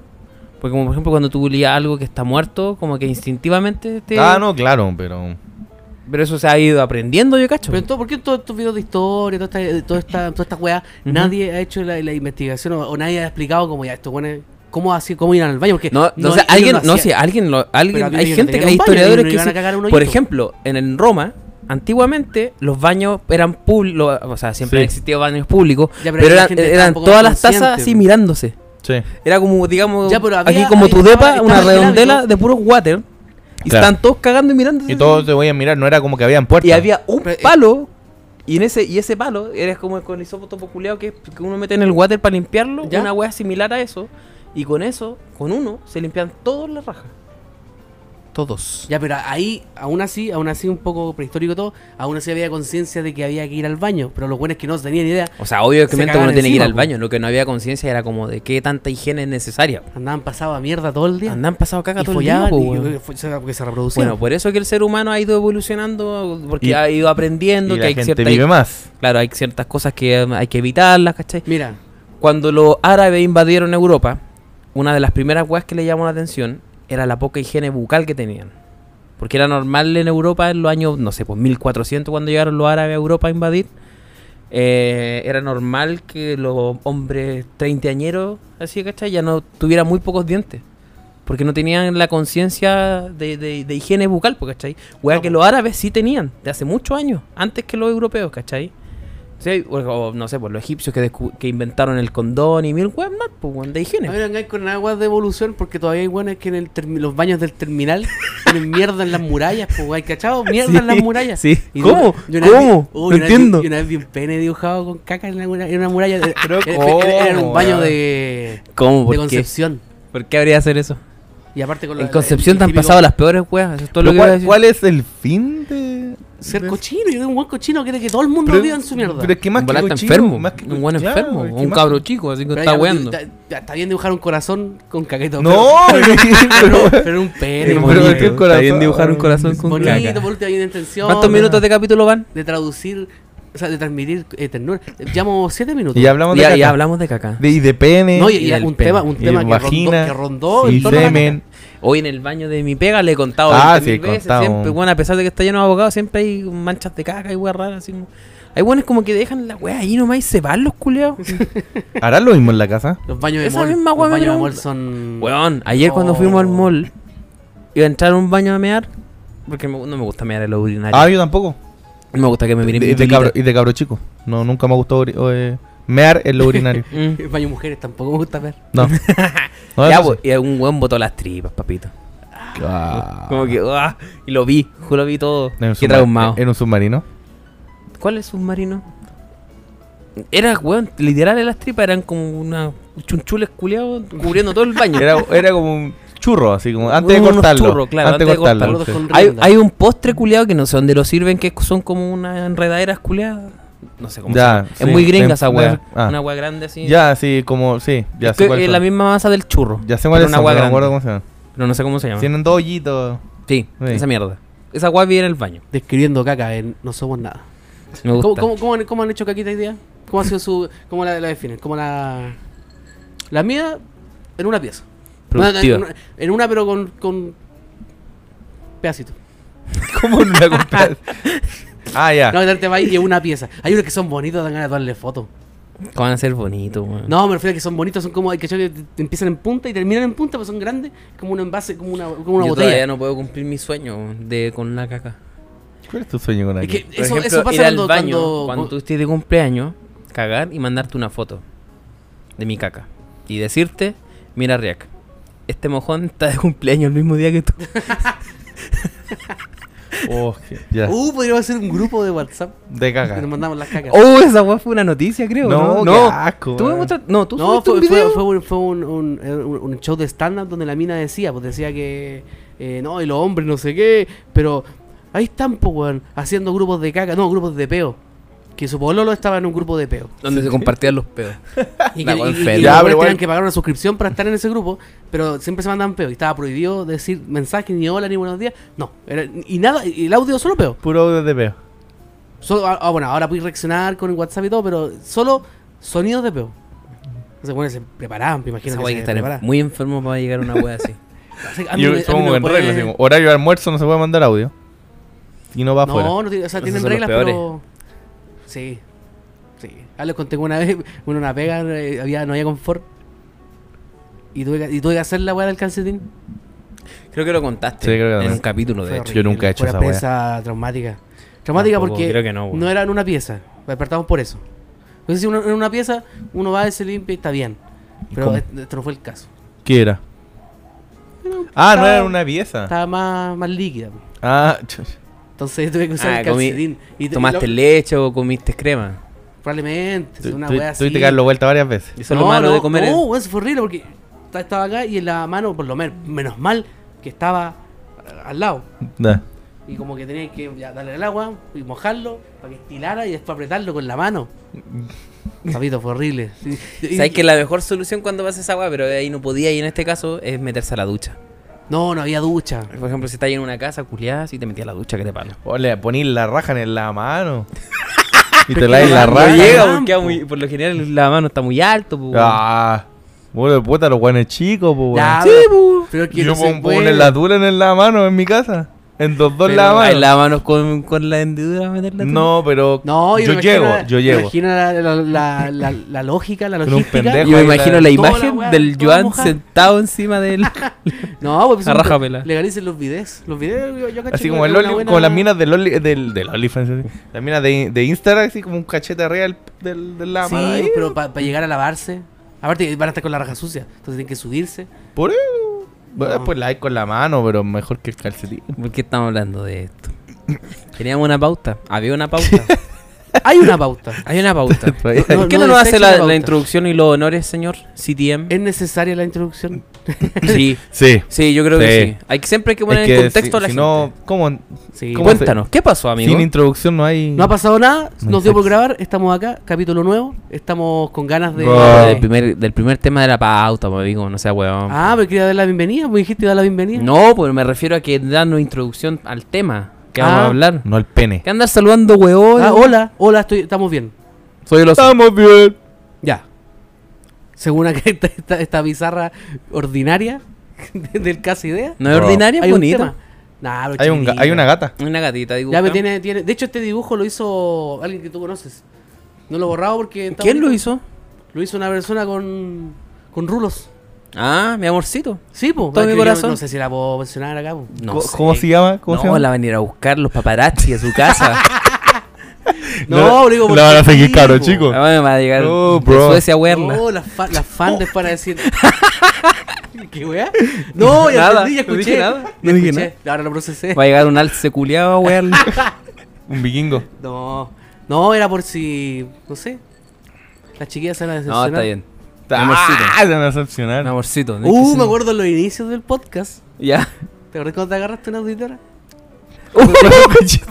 [SPEAKER 1] Porque como por ejemplo cuando tú olías algo que está muerto, como que instintivamente te...
[SPEAKER 3] Ah, no, claro, pero.
[SPEAKER 1] Pero eso se ha ido aprendiendo, yo cacho.
[SPEAKER 2] Pero entonces, ¿por qué en todos estos videos de historia, toda esta, eh, toda esta, toda esta weá,
[SPEAKER 1] Ujú.
[SPEAKER 2] nadie ha hecho la, la investigación o, o nadie ha explicado como ya esto, bueno, cómo así, cómo iban al baño? Porque
[SPEAKER 1] No, o sea,
[SPEAKER 2] ellos
[SPEAKER 1] alguien,
[SPEAKER 2] lo
[SPEAKER 1] no
[SPEAKER 2] hacían.
[SPEAKER 1] sé, alguien, lo, alguien,
[SPEAKER 2] había
[SPEAKER 1] hay
[SPEAKER 2] niños que
[SPEAKER 1] gente,
[SPEAKER 2] tenían
[SPEAKER 1] hay
[SPEAKER 2] un baño,
[SPEAKER 1] historiadores
[SPEAKER 2] no
[SPEAKER 1] que
[SPEAKER 2] iban a
[SPEAKER 1] sí-
[SPEAKER 2] cagar un
[SPEAKER 1] por
[SPEAKER 2] hoyito.
[SPEAKER 1] ejemplo, en, en Roma, antiguamente los baños eran públicos, o sea, siempre
[SPEAKER 3] Sí.
[SPEAKER 1] han existido baños públicos,
[SPEAKER 2] Ya,
[SPEAKER 1] pero,
[SPEAKER 2] pero ahí la
[SPEAKER 1] eran,
[SPEAKER 2] gente está
[SPEAKER 1] eran
[SPEAKER 2] un poco
[SPEAKER 1] todas las tazas
[SPEAKER 2] consciente,
[SPEAKER 1] así
[SPEAKER 2] po.
[SPEAKER 1] mirándose.
[SPEAKER 3] Sí.
[SPEAKER 1] Era como, digamos,
[SPEAKER 2] Ya, pero había-
[SPEAKER 1] aquí como tu
[SPEAKER 2] había-
[SPEAKER 1] depa,
[SPEAKER 2] estaba-
[SPEAKER 1] una
[SPEAKER 2] estaba el
[SPEAKER 1] redondela
[SPEAKER 2] gráfico.
[SPEAKER 1] de puros water. Y
[SPEAKER 3] Claro.
[SPEAKER 1] estaban todos cagando y mirándose.
[SPEAKER 3] Y
[SPEAKER 2] Mm.
[SPEAKER 3] todos te voy a mirar, no era como que habían puertas.
[SPEAKER 1] Y había un
[SPEAKER 2] Pero, eh,
[SPEAKER 1] palo. Y, en ese, y ese palo era como con el isópoto populeado que, que uno mete en el water para limpiarlo.
[SPEAKER 2] ¿Ya?
[SPEAKER 1] Una wea similar a eso. Y con eso, con uno, se limpian todas las rajas. Todos.
[SPEAKER 2] Ya, pero ahí, aún así, aún así un poco prehistórico todo, aún así había conciencia de que había que ir al baño, pero los buenos que no tenían idea,
[SPEAKER 1] O sea, obvio que
[SPEAKER 2] Se
[SPEAKER 1] uno
[SPEAKER 2] cagaban
[SPEAKER 1] tiene que ir
[SPEAKER 2] encima,
[SPEAKER 1] al
[SPEAKER 2] po.
[SPEAKER 1] baño. Lo que no había conciencia era como de qué tanta higiene es necesaria.
[SPEAKER 2] andaban pasado a mierda todo el día.
[SPEAKER 1] Andan pasado caca
[SPEAKER 2] y
[SPEAKER 1] todo el día,
[SPEAKER 2] follaban
[SPEAKER 1] po,
[SPEAKER 2] y-
[SPEAKER 1] weón.
[SPEAKER 2] y fue- se- porque se reproducían.
[SPEAKER 1] Bueno, por eso que el ser humano ha ido evolucionando, porque
[SPEAKER 3] Y-
[SPEAKER 1] ha ido
[SPEAKER 3] Y
[SPEAKER 1] aprendiendo que
[SPEAKER 3] la
[SPEAKER 1] hay
[SPEAKER 3] gente
[SPEAKER 1] ciertas,
[SPEAKER 3] vive más.
[SPEAKER 1] claro, hay ciertas cosas que um, hay que evitarlas, ¿cachai?
[SPEAKER 2] Mira,
[SPEAKER 1] Cuando los árabes invadieron Europa, una de las primeras weas que le llamó la atención era la poca higiene bucal que tenían. Porque era normal en Europa en los años, no sé, pues 1400 cuando llegaron los árabes a Europa a invadir. eh, era normal que los hombres treintañeros, así, ¿cachai? Ya no tuvieran muy pocos dientes. Porque no tenían la conciencia de, de- de higiene bucal, pues, ¿cachai? Wea
[SPEAKER 2] No,
[SPEAKER 1] que
[SPEAKER 2] pues.
[SPEAKER 1] los árabes sí tenían, de hace muchos años, antes que los europeos, ¿cachai? Sí, o, o, no sé, pues los egipcios que, descu- que inventaron el condón y mil weas más, pues, weón, de
[SPEAKER 2] a ver,
[SPEAKER 1] higiene.
[SPEAKER 2] vengáis con aguas de evolución porque todavía hay buenas que en el termi- los baños del terminal tienen mierda en las murallas, pues, hay cachado, mierda en las murallas.
[SPEAKER 1] Sí.
[SPEAKER 2] Y de
[SPEAKER 1] ¿Cómo?
[SPEAKER 2] una- de una vez vi-
[SPEAKER 1] ¿Cómo?
[SPEAKER 2] oh,
[SPEAKER 1] no
[SPEAKER 2] y una vez vi-
[SPEAKER 1] entiendo.
[SPEAKER 2] y una vez vi un pene dibujado con caca en, la mura- en una muralla. Era-
[SPEAKER 3] Pero
[SPEAKER 2] era, era- era
[SPEAKER 3] ¿cómo,
[SPEAKER 2] un baño
[SPEAKER 3] weón?
[SPEAKER 2] de,
[SPEAKER 1] ¿Cómo?
[SPEAKER 2] de
[SPEAKER 1] ¿Por qué?
[SPEAKER 2] Concepción.
[SPEAKER 1] ¿Por qué habría de hacer eso?
[SPEAKER 2] Y aparte con la-
[SPEAKER 1] En
[SPEAKER 2] la-
[SPEAKER 1] Concepción
[SPEAKER 2] el
[SPEAKER 1] te han
[SPEAKER 2] típico
[SPEAKER 1] pasado las peores weas. Eso es todo lo
[SPEAKER 3] Pero
[SPEAKER 1] que iba a
[SPEAKER 3] ¿cuál,
[SPEAKER 1] decir.
[SPEAKER 3] cuál es el fin de...?
[SPEAKER 2] Ser
[SPEAKER 3] de-
[SPEAKER 2] cochino, y un buen cochino quiere que todo el mundo
[SPEAKER 3] Pero-
[SPEAKER 2] viva en su mierda.
[SPEAKER 3] Pero es que más
[SPEAKER 1] un
[SPEAKER 3] que
[SPEAKER 1] volante
[SPEAKER 3] cochino,
[SPEAKER 1] enfermo.
[SPEAKER 3] más que-
[SPEAKER 1] un buen
[SPEAKER 3] claro,
[SPEAKER 1] enfermo.
[SPEAKER 3] es que
[SPEAKER 1] un
[SPEAKER 3] más-
[SPEAKER 1] cabro chico, así que
[SPEAKER 2] Pero
[SPEAKER 1] está
[SPEAKER 2] ya,
[SPEAKER 1] weando.
[SPEAKER 2] ya- ya Está bien dibujar un corazón con caqueto.
[SPEAKER 3] No, pero...
[SPEAKER 2] Pero era un pene,
[SPEAKER 3] Pero-
[SPEAKER 2] bonito.
[SPEAKER 3] pero- que el
[SPEAKER 1] Está bien
[SPEAKER 3] corazón-
[SPEAKER 1] dibujar un corazón con
[SPEAKER 2] Bonito,
[SPEAKER 1] caca.
[SPEAKER 2] por último, hay una intención.
[SPEAKER 1] ¿Cuántos minutos de capítulo van?
[SPEAKER 2] De traducir, o sea, de transmitir eh, ternura. Llamo siete minutos.
[SPEAKER 3] Y ya hablamos de
[SPEAKER 1] Ya,
[SPEAKER 3] caca.
[SPEAKER 1] ya hablamos de caca.
[SPEAKER 3] De, y de pene.
[SPEAKER 2] No, y, y
[SPEAKER 1] y del
[SPEAKER 2] un
[SPEAKER 1] pene.
[SPEAKER 2] tema, un
[SPEAKER 3] y
[SPEAKER 2] tema que rondó,
[SPEAKER 3] vagina,
[SPEAKER 2] que rondó
[SPEAKER 3] y
[SPEAKER 2] en torno a la
[SPEAKER 3] semen.
[SPEAKER 1] Hoy en el baño de mi pega le he contado
[SPEAKER 3] Ah,
[SPEAKER 1] 20.000
[SPEAKER 3] sí, he
[SPEAKER 1] veces,
[SPEAKER 3] contado.
[SPEAKER 1] siempre, bueno, a pesar de que está lleno de abogados, siempre hay manchas de caca y weas raras. Así. como- Hay buenos como que dejan la wea ahí nomás y se van los culeados.
[SPEAKER 3] ¿Harán lo mismo en la casa?
[SPEAKER 2] Los baños de
[SPEAKER 1] Esa
[SPEAKER 2] mall.
[SPEAKER 1] misma
[SPEAKER 2] Los
[SPEAKER 1] weá me
[SPEAKER 2] baños de
[SPEAKER 1] pregunta.
[SPEAKER 2] mall son.
[SPEAKER 1] Weón, ayer cuando
[SPEAKER 2] No.
[SPEAKER 1] fuimos al mall, iba a entrar a un baño a mear, porque me- no me gusta mear en los urinarios.
[SPEAKER 3] Ah, yo tampoco.
[SPEAKER 1] No me gusta que me
[SPEAKER 3] Y
[SPEAKER 1] miren
[SPEAKER 3] de,
[SPEAKER 1] mi
[SPEAKER 3] de
[SPEAKER 1] pelita.
[SPEAKER 3] cabro, y de cabro chico. No, nunca me ha gustado ori- o, eh, mear en lo urinario.
[SPEAKER 1] Mm.
[SPEAKER 2] El baño de mujeres tampoco me gusta ver.
[SPEAKER 3] No. No,
[SPEAKER 1] Ya,
[SPEAKER 3] eso
[SPEAKER 1] pues, y un weón botó las tripas, papito.
[SPEAKER 3] sí. Ah.
[SPEAKER 1] Como que, ¡ah! y lo vi, yo lo vi todo.
[SPEAKER 3] En un
[SPEAKER 1] Qué
[SPEAKER 3] submar-
[SPEAKER 1] traumado.
[SPEAKER 3] En un submarino.
[SPEAKER 1] ¿Cuál es submarino? Era, weón, literal en las tripas eran como una chunchules culeados cubriendo todo el baño.
[SPEAKER 3] Era, era como un churro, así como antes de
[SPEAKER 1] Unos
[SPEAKER 3] cortarlo.
[SPEAKER 1] churros, claro,
[SPEAKER 3] antes, de cortarlo.
[SPEAKER 2] Gordos
[SPEAKER 3] sí.
[SPEAKER 2] con
[SPEAKER 1] hay,
[SPEAKER 2] rienda.
[SPEAKER 1] hay un postre culeado que no sé dónde lo sirven, que son como unas enredaderas culeadas. No sé cómo se
[SPEAKER 3] Ya,
[SPEAKER 1] llama.
[SPEAKER 3] sí,
[SPEAKER 1] Es muy gringa
[SPEAKER 3] en-
[SPEAKER 1] esa weá.
[SPEAKER 3] ah.
[SPEAKER 1] Una weá grande así.
[SPEAKER 3] Ya, sí, como, sí, ya
[SPEAKER 1] Es
[SPEAKER 3] sé
[SPEAKER 1] que
[SPEAKER 3] cuál
[SPEAKER 1] es
[SPEAKER 3] son.
[SPEAKER 1] la misma masa del churro.
[SPEAKER 3] Ya sé cuál
[SPEAKER 1] pero
[SPEAKER 3] es,
[SPEAKER 1] una
[SPEAKER 3] pero
[SPEAKER 1] weá
[SPEAKER 3] no me
[SPEAKER 1] grande. Ah.
[SPEAKER 3] acuerdo cómo se llama.
[SPEAKER 1] Pero no sé cómo se llama.
[SPEAKER 3] Tienen dos hoyitos.
[SPEAKER 1] Sí,
[SPEAKER 3] Sí.
[SPEAKER 1] esa mierda. Esa weá vive en el baño.
[SPEAKER 2] Describiendo caca, en No Somos Nada.
[SPEAKER 1] Me gusta.
[SPEAKER 2] ¿Cómo, cómo, cómo han, cómo han hecho caquita hoy día? ¿Cómo ha sido su. ¿Cómo la, la definen? ¿Cómo la. La mía, en una pieza.
[SPEAKER 1] Productiva.
[SPEAKER 2] No, no, en, una- en una, pero con. con pedacito.
[SPEAKER 3] ¿Cómo no la compraste? ah, ya.
[SPEAKER 2] No, te va y es una pieza. Hay unos que son bonitos, dan ganas de darle fotos.
[SPEAKER 1] Que Van a ser bonitos, weón.
[SPEAKER 2] No, me refiero a que son bonitos, son como hay que yo que te- empiezan en punta y terminan en punta, pero son grandes, como un envase, como una, como una
[SPEAKER 1] Yo
[SPEAKER 2] botella.
[SPEAKER 1] todavía no puedo cumplir mi sueño de con la caca.
[SPEAKER 3] ¿Cuál es tu sueño con
[SPEAKER 2] Es
[SPEAKER 3] alguien?
[SPEAKER 2] que
[SPEAKER 1] Por
[SPEAKER 2] eso,
[SPEAKER 1] ejemplo,
[SPEAKER 2] eso pasa
[SPEAKER 1] ir al
[SPEAKER 2] cuando,
[SPEAKER 1] baño
[SPEAKER 2] cuando,
[SPEAKER 1] cuando tú estés de cumpleaños, cagar y mandarte una foto de mi caca y decirte, mira Riak, este mojón está de cumpleaños el mismo día que tú.
[SPEAKER 3] Oh, ya.
[SPEAKER 2] Uh, podríamos hacer un grupo de WhatsApp
[SPEAKER 3] de
[SPEAKER 2] que
[SPEAKER 3] caca.
[SPEAKER 2] nos mandamos las cacas.
[SPEAKER 1] Oh, esa weá fue una noticia, creo.
[SPEAKER 3] No,
[SPEAKER 1] No,
[SPEAKER 3] qué
[SPEAKER 1] no.
[SPEAKER 3] asco,
[SPEAKER 1] Tú me
[SPEAKER 3] weón.
[SPEAKER 1] mostraste- no, tú
[SPEAKER 2] No,
[SPEAKER 1] subiste
[SPEAKER 2] fue,
[SPEAKER 1] un video.
[SPEAKER 2] fue, fue un, fue un, un- eh, un- un show de stand-up donde la mina decía, pues decía que eh, no, y los hombres no sé qué, pero ahí están, pues, weón, haciendo grupos de caca, no, grupos de peo. Que su pololo estaba en un grupo de peo.
[SPEAKER 1] donde se compartían los pedos.
[SPEAKER 2] Y
[SPEAKER 1] La
[SPEAKER 2] que,
[SPEAKER 1] weá
[SPEAKER 2] y- y- y
[SPEAKER 1] enferma.
[SPEAKER 2] los
[SPEAKER 3] Ya,
[SPEAKER 2] hombres
[SPEAKER 3] pero
[SPEAKER 2] tenían
[SPEAKER 3] igual-
[SPEAKER 2] que pagar una suscripción para estar en ese grupo, pero siempre se mandan peo. Y estaba prohibido decir mensajes, ni hola, ni buenos días. No, era- y nada, y el audio solo peo.
[SPEAKER 3] Puro audio de peo.
[SPEAKER 2] Solo, ah, ah, bueno, ahora puedes reaccionar con el WhatsApp y todo, pero solo sonidos de peo. Entonces, bueno, se preparaban, me imagino.
[SPEAKER 1] Esa
[SPEAKER 2] que
[SPEAKER 1] weá hay
[SPEAKER 2] se
[SPEAKER 1] que estar
[SPEAKER 2] preparaban.
[SPEAKER 1] muy enfermo para llegar a una weá así.
[SPEAKER 2] Así que a mí
[SPEAKER 3] Yo
[SPEAKER 2] me- a mí
[SPEAKER 3] supongo
[SPEAKER 2] no
[SPEAKER 3] que
[SPEAKER 2] me
[SPEAKER 3] en
[SPEAKER 2] puede-
[SPEAKER 3] regla, así como, horario de almuerzo no se puede mandar audio. Y no va afuera.
[SPEAKER 2] No, no tiene- o sea,
[SPEAKER 1] Esos
[SPEAKER 2] tienen
[SPEAKER 1] son los
[SPEAKER 2] reglas, pero. Sí. Sí. Ah, les conté que una vez, bueno, una pega, eh, había, no había confort. Y tuve, que, y tuve que hacer la weá del calcetín.
[SPEAKER 1] Creo que lo contaste
[SPEAKER 3] Sí, creo que lo
[SPEAKER 1] en un
[SPEAKER 3] contaste.
[SPEAKER 1] capítulo, de
[SPEAKER 2] Fue
[SPEAKER 1] hecho.
[SPEAKER 2] horrible,
[SPEAKER 3] nunca he hecho
[SPEAKER 2] fue una
[SPEAKER 3] esa weá.
[SPEAKER 2] experiencia traumática. Traumática
[SPEAKER 1] Tampoco,
[SPEAKER 2] porque
[SPEAKER 1] creo que no, weón.
[SPEAKER 2] no era en una pieza. Despertamos por eso. Entonces, si uno, en una pieza, uno va, se limpia y está bien. Pero
[SPEAKER 3] cómo?
[SPEAKER 2] este, este no fue el caso.
[SPEAKER 3] ¿Qué era? Ah, no
[SPEAKER 2] estaba-
[SPEAKER 3] era una pieza.
[SPEAKER 2] Estaba más, más líquida. pues.
[SPEAKER 3] Ah, chuch.
[SPEAKER 2] Entonces tuve que usar
[SPEAKER 1] Ah,
[SPEAKER 2] el
[SPEAKER 1] comí-
[SPEAKER 2] calcetín. Y te-
[SPEAKER 1] ¿Tomaste
[SPEAKER 2] lo-
[SPEAKER 1] leche o comiste crema?
[SPEAKER 2] Probablemente.
[SPEAKER 3] Tu-
[SPEAKER 2] una
[SPEAKER 3] tu-
[SPEAKER 2] wea así.
[SPEAKER 3] Tuviste que darlo vuelta varias veces.
[SPEAKER 1] Eso es lo malo de comer. ¿eh?
[SPEAKER 2] No,
[SPEAKER 1] es-
[SPEAKER 2] weón, eso fue horrible porque ta- estaba acá y en la mano, por lo menos, menos mal que estaba a- al lado.
[SPEAKER 3] Nah.
[SPEAKER 2] Y como que tenías que ya, darle el agua y mojarlo para que estilara y después apretarlo con la mano. Papito, fue horrible. Sí, y-
[SPEAKER 1] Sabes que la mejor solución cuando vas a esa agua, pero ahí no podía y en este caso es meterse a la ducha.
[SPEAKER 2] No, no había ducha.
[SPEAKER 1] Por ejemplo, si estás ahí en una casa culiada, si te metías a la ducha, que te palo.
[SPEAKER 3] Ole, ponís la raja en la mano. y te
[SPEAKER 2] que
[SPEAKER 3] laís la
[SPEAKER 2] no
[SPEAKER 1] No
[SPEAKER 3] raja.
[SPEAKER 1] llega,
[SPEAKER 2] campo.
[SPEAKER 1] porque queda muy- por lo general la mano está muy alto. po, weón.
[SPEAKER 3] Ah. Bueno, puta, los guanes chicos, pues,
[SPEAKER 2] Ya,
[SPEAKER 3] weón.
[SPEAKER 2] pero, pero que
[SPEAKER 3] Yo
[SPEAKER 2] no se
[SPEAKER 3] pongo
[SPEAKER 2] puede.
[SPEAKER 3] en la dura en la mano en mi casa. En dos dos
[SPEAKER 1] Pero
[SPEAKER 3] la
[SPEAKER 1] hay
[SPEAKER 3] mano.
[SPEAKER 1] lavamanos con, con la hendidura meterla tú.
[SPEAKER 3] No, pero
[SPEAKER 2] No,
[SPEAKER 3] yo
[SPEAKER 2] me
[SPEAKER 3] llego,
[SPEAKER 2] imagino-
[SPEAKER 3] yo
[SPEAKER 2] me
[SPEAKER 3] llego.
[SPEAKER 2] Imagina la, la- la- la- la lógica, la
[SPEAKER 3] Con un
[SPEAKER 2] logística.
[SPEAKER 3] pendejo.
[SPEAKER 1] Yo me
[SPEAKER 3] ahí la-
[SPEAKER 1] imagino la
[SPEAKER 2] toda la
[SPEAKER 1] imagen
[SPEAKER 2] weá,
[SPEAKER 1] del
[SPEAKER 2] toda
[SPEAKER 1] Joan
[SPEAKER 2] mojada.
[SPEAKER 1] sentado encima de él.
[SPEAKER 2] No, pues
[SPEAKER 1] A raja pela.
[SPEAKER 2] legalicen los videos. Los videos yo, yo cacho
[SPEAKER 3] Así
[SPEAKER 2] que
[SPEAKER 3] como
[SPEAKER 2] es
[SPEAKER 3] el
[SPEAKER 2] una
[SPEAKER 3] Oli-
[SPEAKER 2] buena-
[SPEAKER 3] como las minas del Oli, del, del OnlyFans, así. las minas de, de Instagram, así como un cachete real del, del la
[SPEAKER 2] Sí,
[SPEAKER 3] mano ahí.
[SPEAKER 2] pero para llegar a lavarse. Aparte van a estar con la raja sucia, entonces tienen que subirse.
[SPEAKER 3] Por eso. Bueno,
[SPEAKER 2] No.
[SPEAKER 3] pues la hay con la mano, pero mejor que el calcetín.
[SPEAKER 1] ¿Por qué estamos hablando de esto? Teníamos una pauta. Había una pauta.
[SPEAKER 2] Hay una pauta.
[SPEAKER 1] Hay una pauta.
[SPEAKER 3] Pues
[SPEAKER 2] No,
[SPEAKER 1] ¿Por qué no,
[SPEAKER 2] no
[SPEAKER 1] nos
[SPEAKER 2] desecho
[SPEAKER 1] hace
[SPEAKER 2] la
[SPEAKER 1] la, la
[SPEAKER 2] pauta.
[SPEAKER 1] introducción y los honores, señor CTM?
[SPEAKER 2] ¿Es necesaria la introducción?
[SPEAKER 1] Sí,
[SPEAKER 3] Sí.
[SPEAKER 1] sí, yo creo que
[SPEAKER 3] Sí.
[SPEAKER 1] sí. Hay que siempre hay que poner
[SPEAKER 3] Es
[SPEAKER 1] en
[SPEAKER 3] que
[SPEAKER 1] contexto
[SPEAKER 3] si,
[SPEAKER 1] a la
[SPEAKER 3] si
[SPEAKER 1] gente.
[SPEAKER 3] no, ¿cómo?
[SPEAKER 2] Sí.
[SPEAKER 3] ¿Cómo se-
[SPEAKER 1] Cuéntanos, ¿qué pasó, amigo?
[SPEAKER 3] Sin introducción no hay...
[SPEAKER 2] No ha pasado nada,
[SPEAKER 3] No
[SPEAKER 2] nos dio por
[SPEAKER 3] hay sexo.
[SPEAKER 2] grabar, estamos acá, capítulo nuevo, estamos con ganas de...
[SPEAKER 3] Ah.
[SPEAKER 1] Del primer, del primer tema de la pauta, me digo, no sea weón.
[SPEAKER 2] Ah, pero quería dar la bienvenida, me dijiste dar la bienvenida.
[SPEAKER 1] No, pues me refiero a que danos introducción al tema que vamos
[SPEAKER 2] Ah.
[SPEAKER 1] a hablar.
[SPEAKER 3] No al pene.
[SPEAKER 1] Que andar saludando weón.
[SPEAKER 2] Ah, hola, hola, estoy, estamos bien.
[SPEAKER 1] Soy el oso.
[SPEAKER 3] Estamos bien.
[SPEAKER 2] Ya. Según acá esta, esta, esta bizarra ordinaria del caso idea.
[SPEAKER 1] No es
[SPEAKER 3] Bro.
[SPEAKER 1] ordinaria, es
[SPEAKER 2] hay un
[SPEAKER 1] bonita.
[SPEAKER 2] tema. Nah, pero
[SPEAKER 3] Hay, un, ga-
[SPEAKER 2] chiquitita.
[SPEAKER 3] hay una gata.
[SPEAKER 1] Una gatita, digo.
[SPEAKER 2] Ya me
[SPEAKER 1] ah.
[SPEAKER 2] tiene, tiene. De hecho, este dibujo lo hizo alguien que tú conoces. No lo he borrado porque. está
[SPEAKER 1] ¿Quién lo
[SPEAKER 2] bonito.
[SPEAKER 1] hizo?
[SPEAKER 2] Lo hizo una persona con. con rulos.
[SPEAKER 1] Ah, mi amorcito.
[SPEAKER 2] Sí, po.
[SPEAKER 1] Todo
[SPEAKER 2] Es
[SPEAKER 1] mi
[SPEAKER 2] que
[SPEAKER 1] corazón.
[SPEAKER 2] no sé si la puedo mencionar acá, po.
[SPEAKER 1] No
[SPEAKER 3] Co-
[SPEAKER 1] sé.
[SPEAKER 3] ¿Cómo se llama? ¿Cómo
[SPEAKER 1] no,
[SPEAKER 3] se llama?
[SPEAKER 1] la van a ir a buscar los paparazzi a su casa.
[SPEAKER 2] No,
[SPEAKER 3] la-
[SPEAKER 2] lo digo
[SPEAKER 3] la van a
[SPEAKER 2] porque
[SPEAKER 3] seguir
[SPEAKER 2] sí,
[SPEAKER 3] caro,
[SPEAKER 2] po.
[SPEAKER 3] chicos.
[SPEAKER 1] Ahora me va a llegar
[SPEAKER 3] No,
[SPEAKER 1] de
[SPEAKER 3] Oh, bro. Oh.
[SPEAKER 1] Suecia a huerla.
[SPEAKER 2] No, las fa- las fans les van a decir. ¿Qué weá? No, ya
[SPEAKER 1] Nada,
[SPEAKER 2] entendí, ya
[SPEAKER 1] no dije
[SPEAKER 2] escuché.
[SPEAKER 1] nada,
[SPEAKER 2] Ya
[SPEAKER 1] no dije
[SPEAKER 2] escuché. Ahora lo procesé.
[SPEAKER 1] Va a llegar un alce culiado a huerla.
[SPEAKER 3] Un vikingo.
[SPEAKER 2] No. No, era por si. no sé. Las chiquillas se van
[SPEAKER 1] no,
[SPEAKER 2] a decepcionar.
[SPEAKER 1] está bien. Mi amorcito.
[SPEAKER 3] Ah, se van a
[SPEAKER 1] Mi
[SPEAKER 3] decepcionar.
[SPEAKER 1] amorcito. ¿no?
[SPEAKER 2] Uh, me acuerdo en los inicios del podcast.
[SPEAKER 1] Ya.
[SPEAKER 2] ¿Te acuerdas cuando te agarraste una auditora?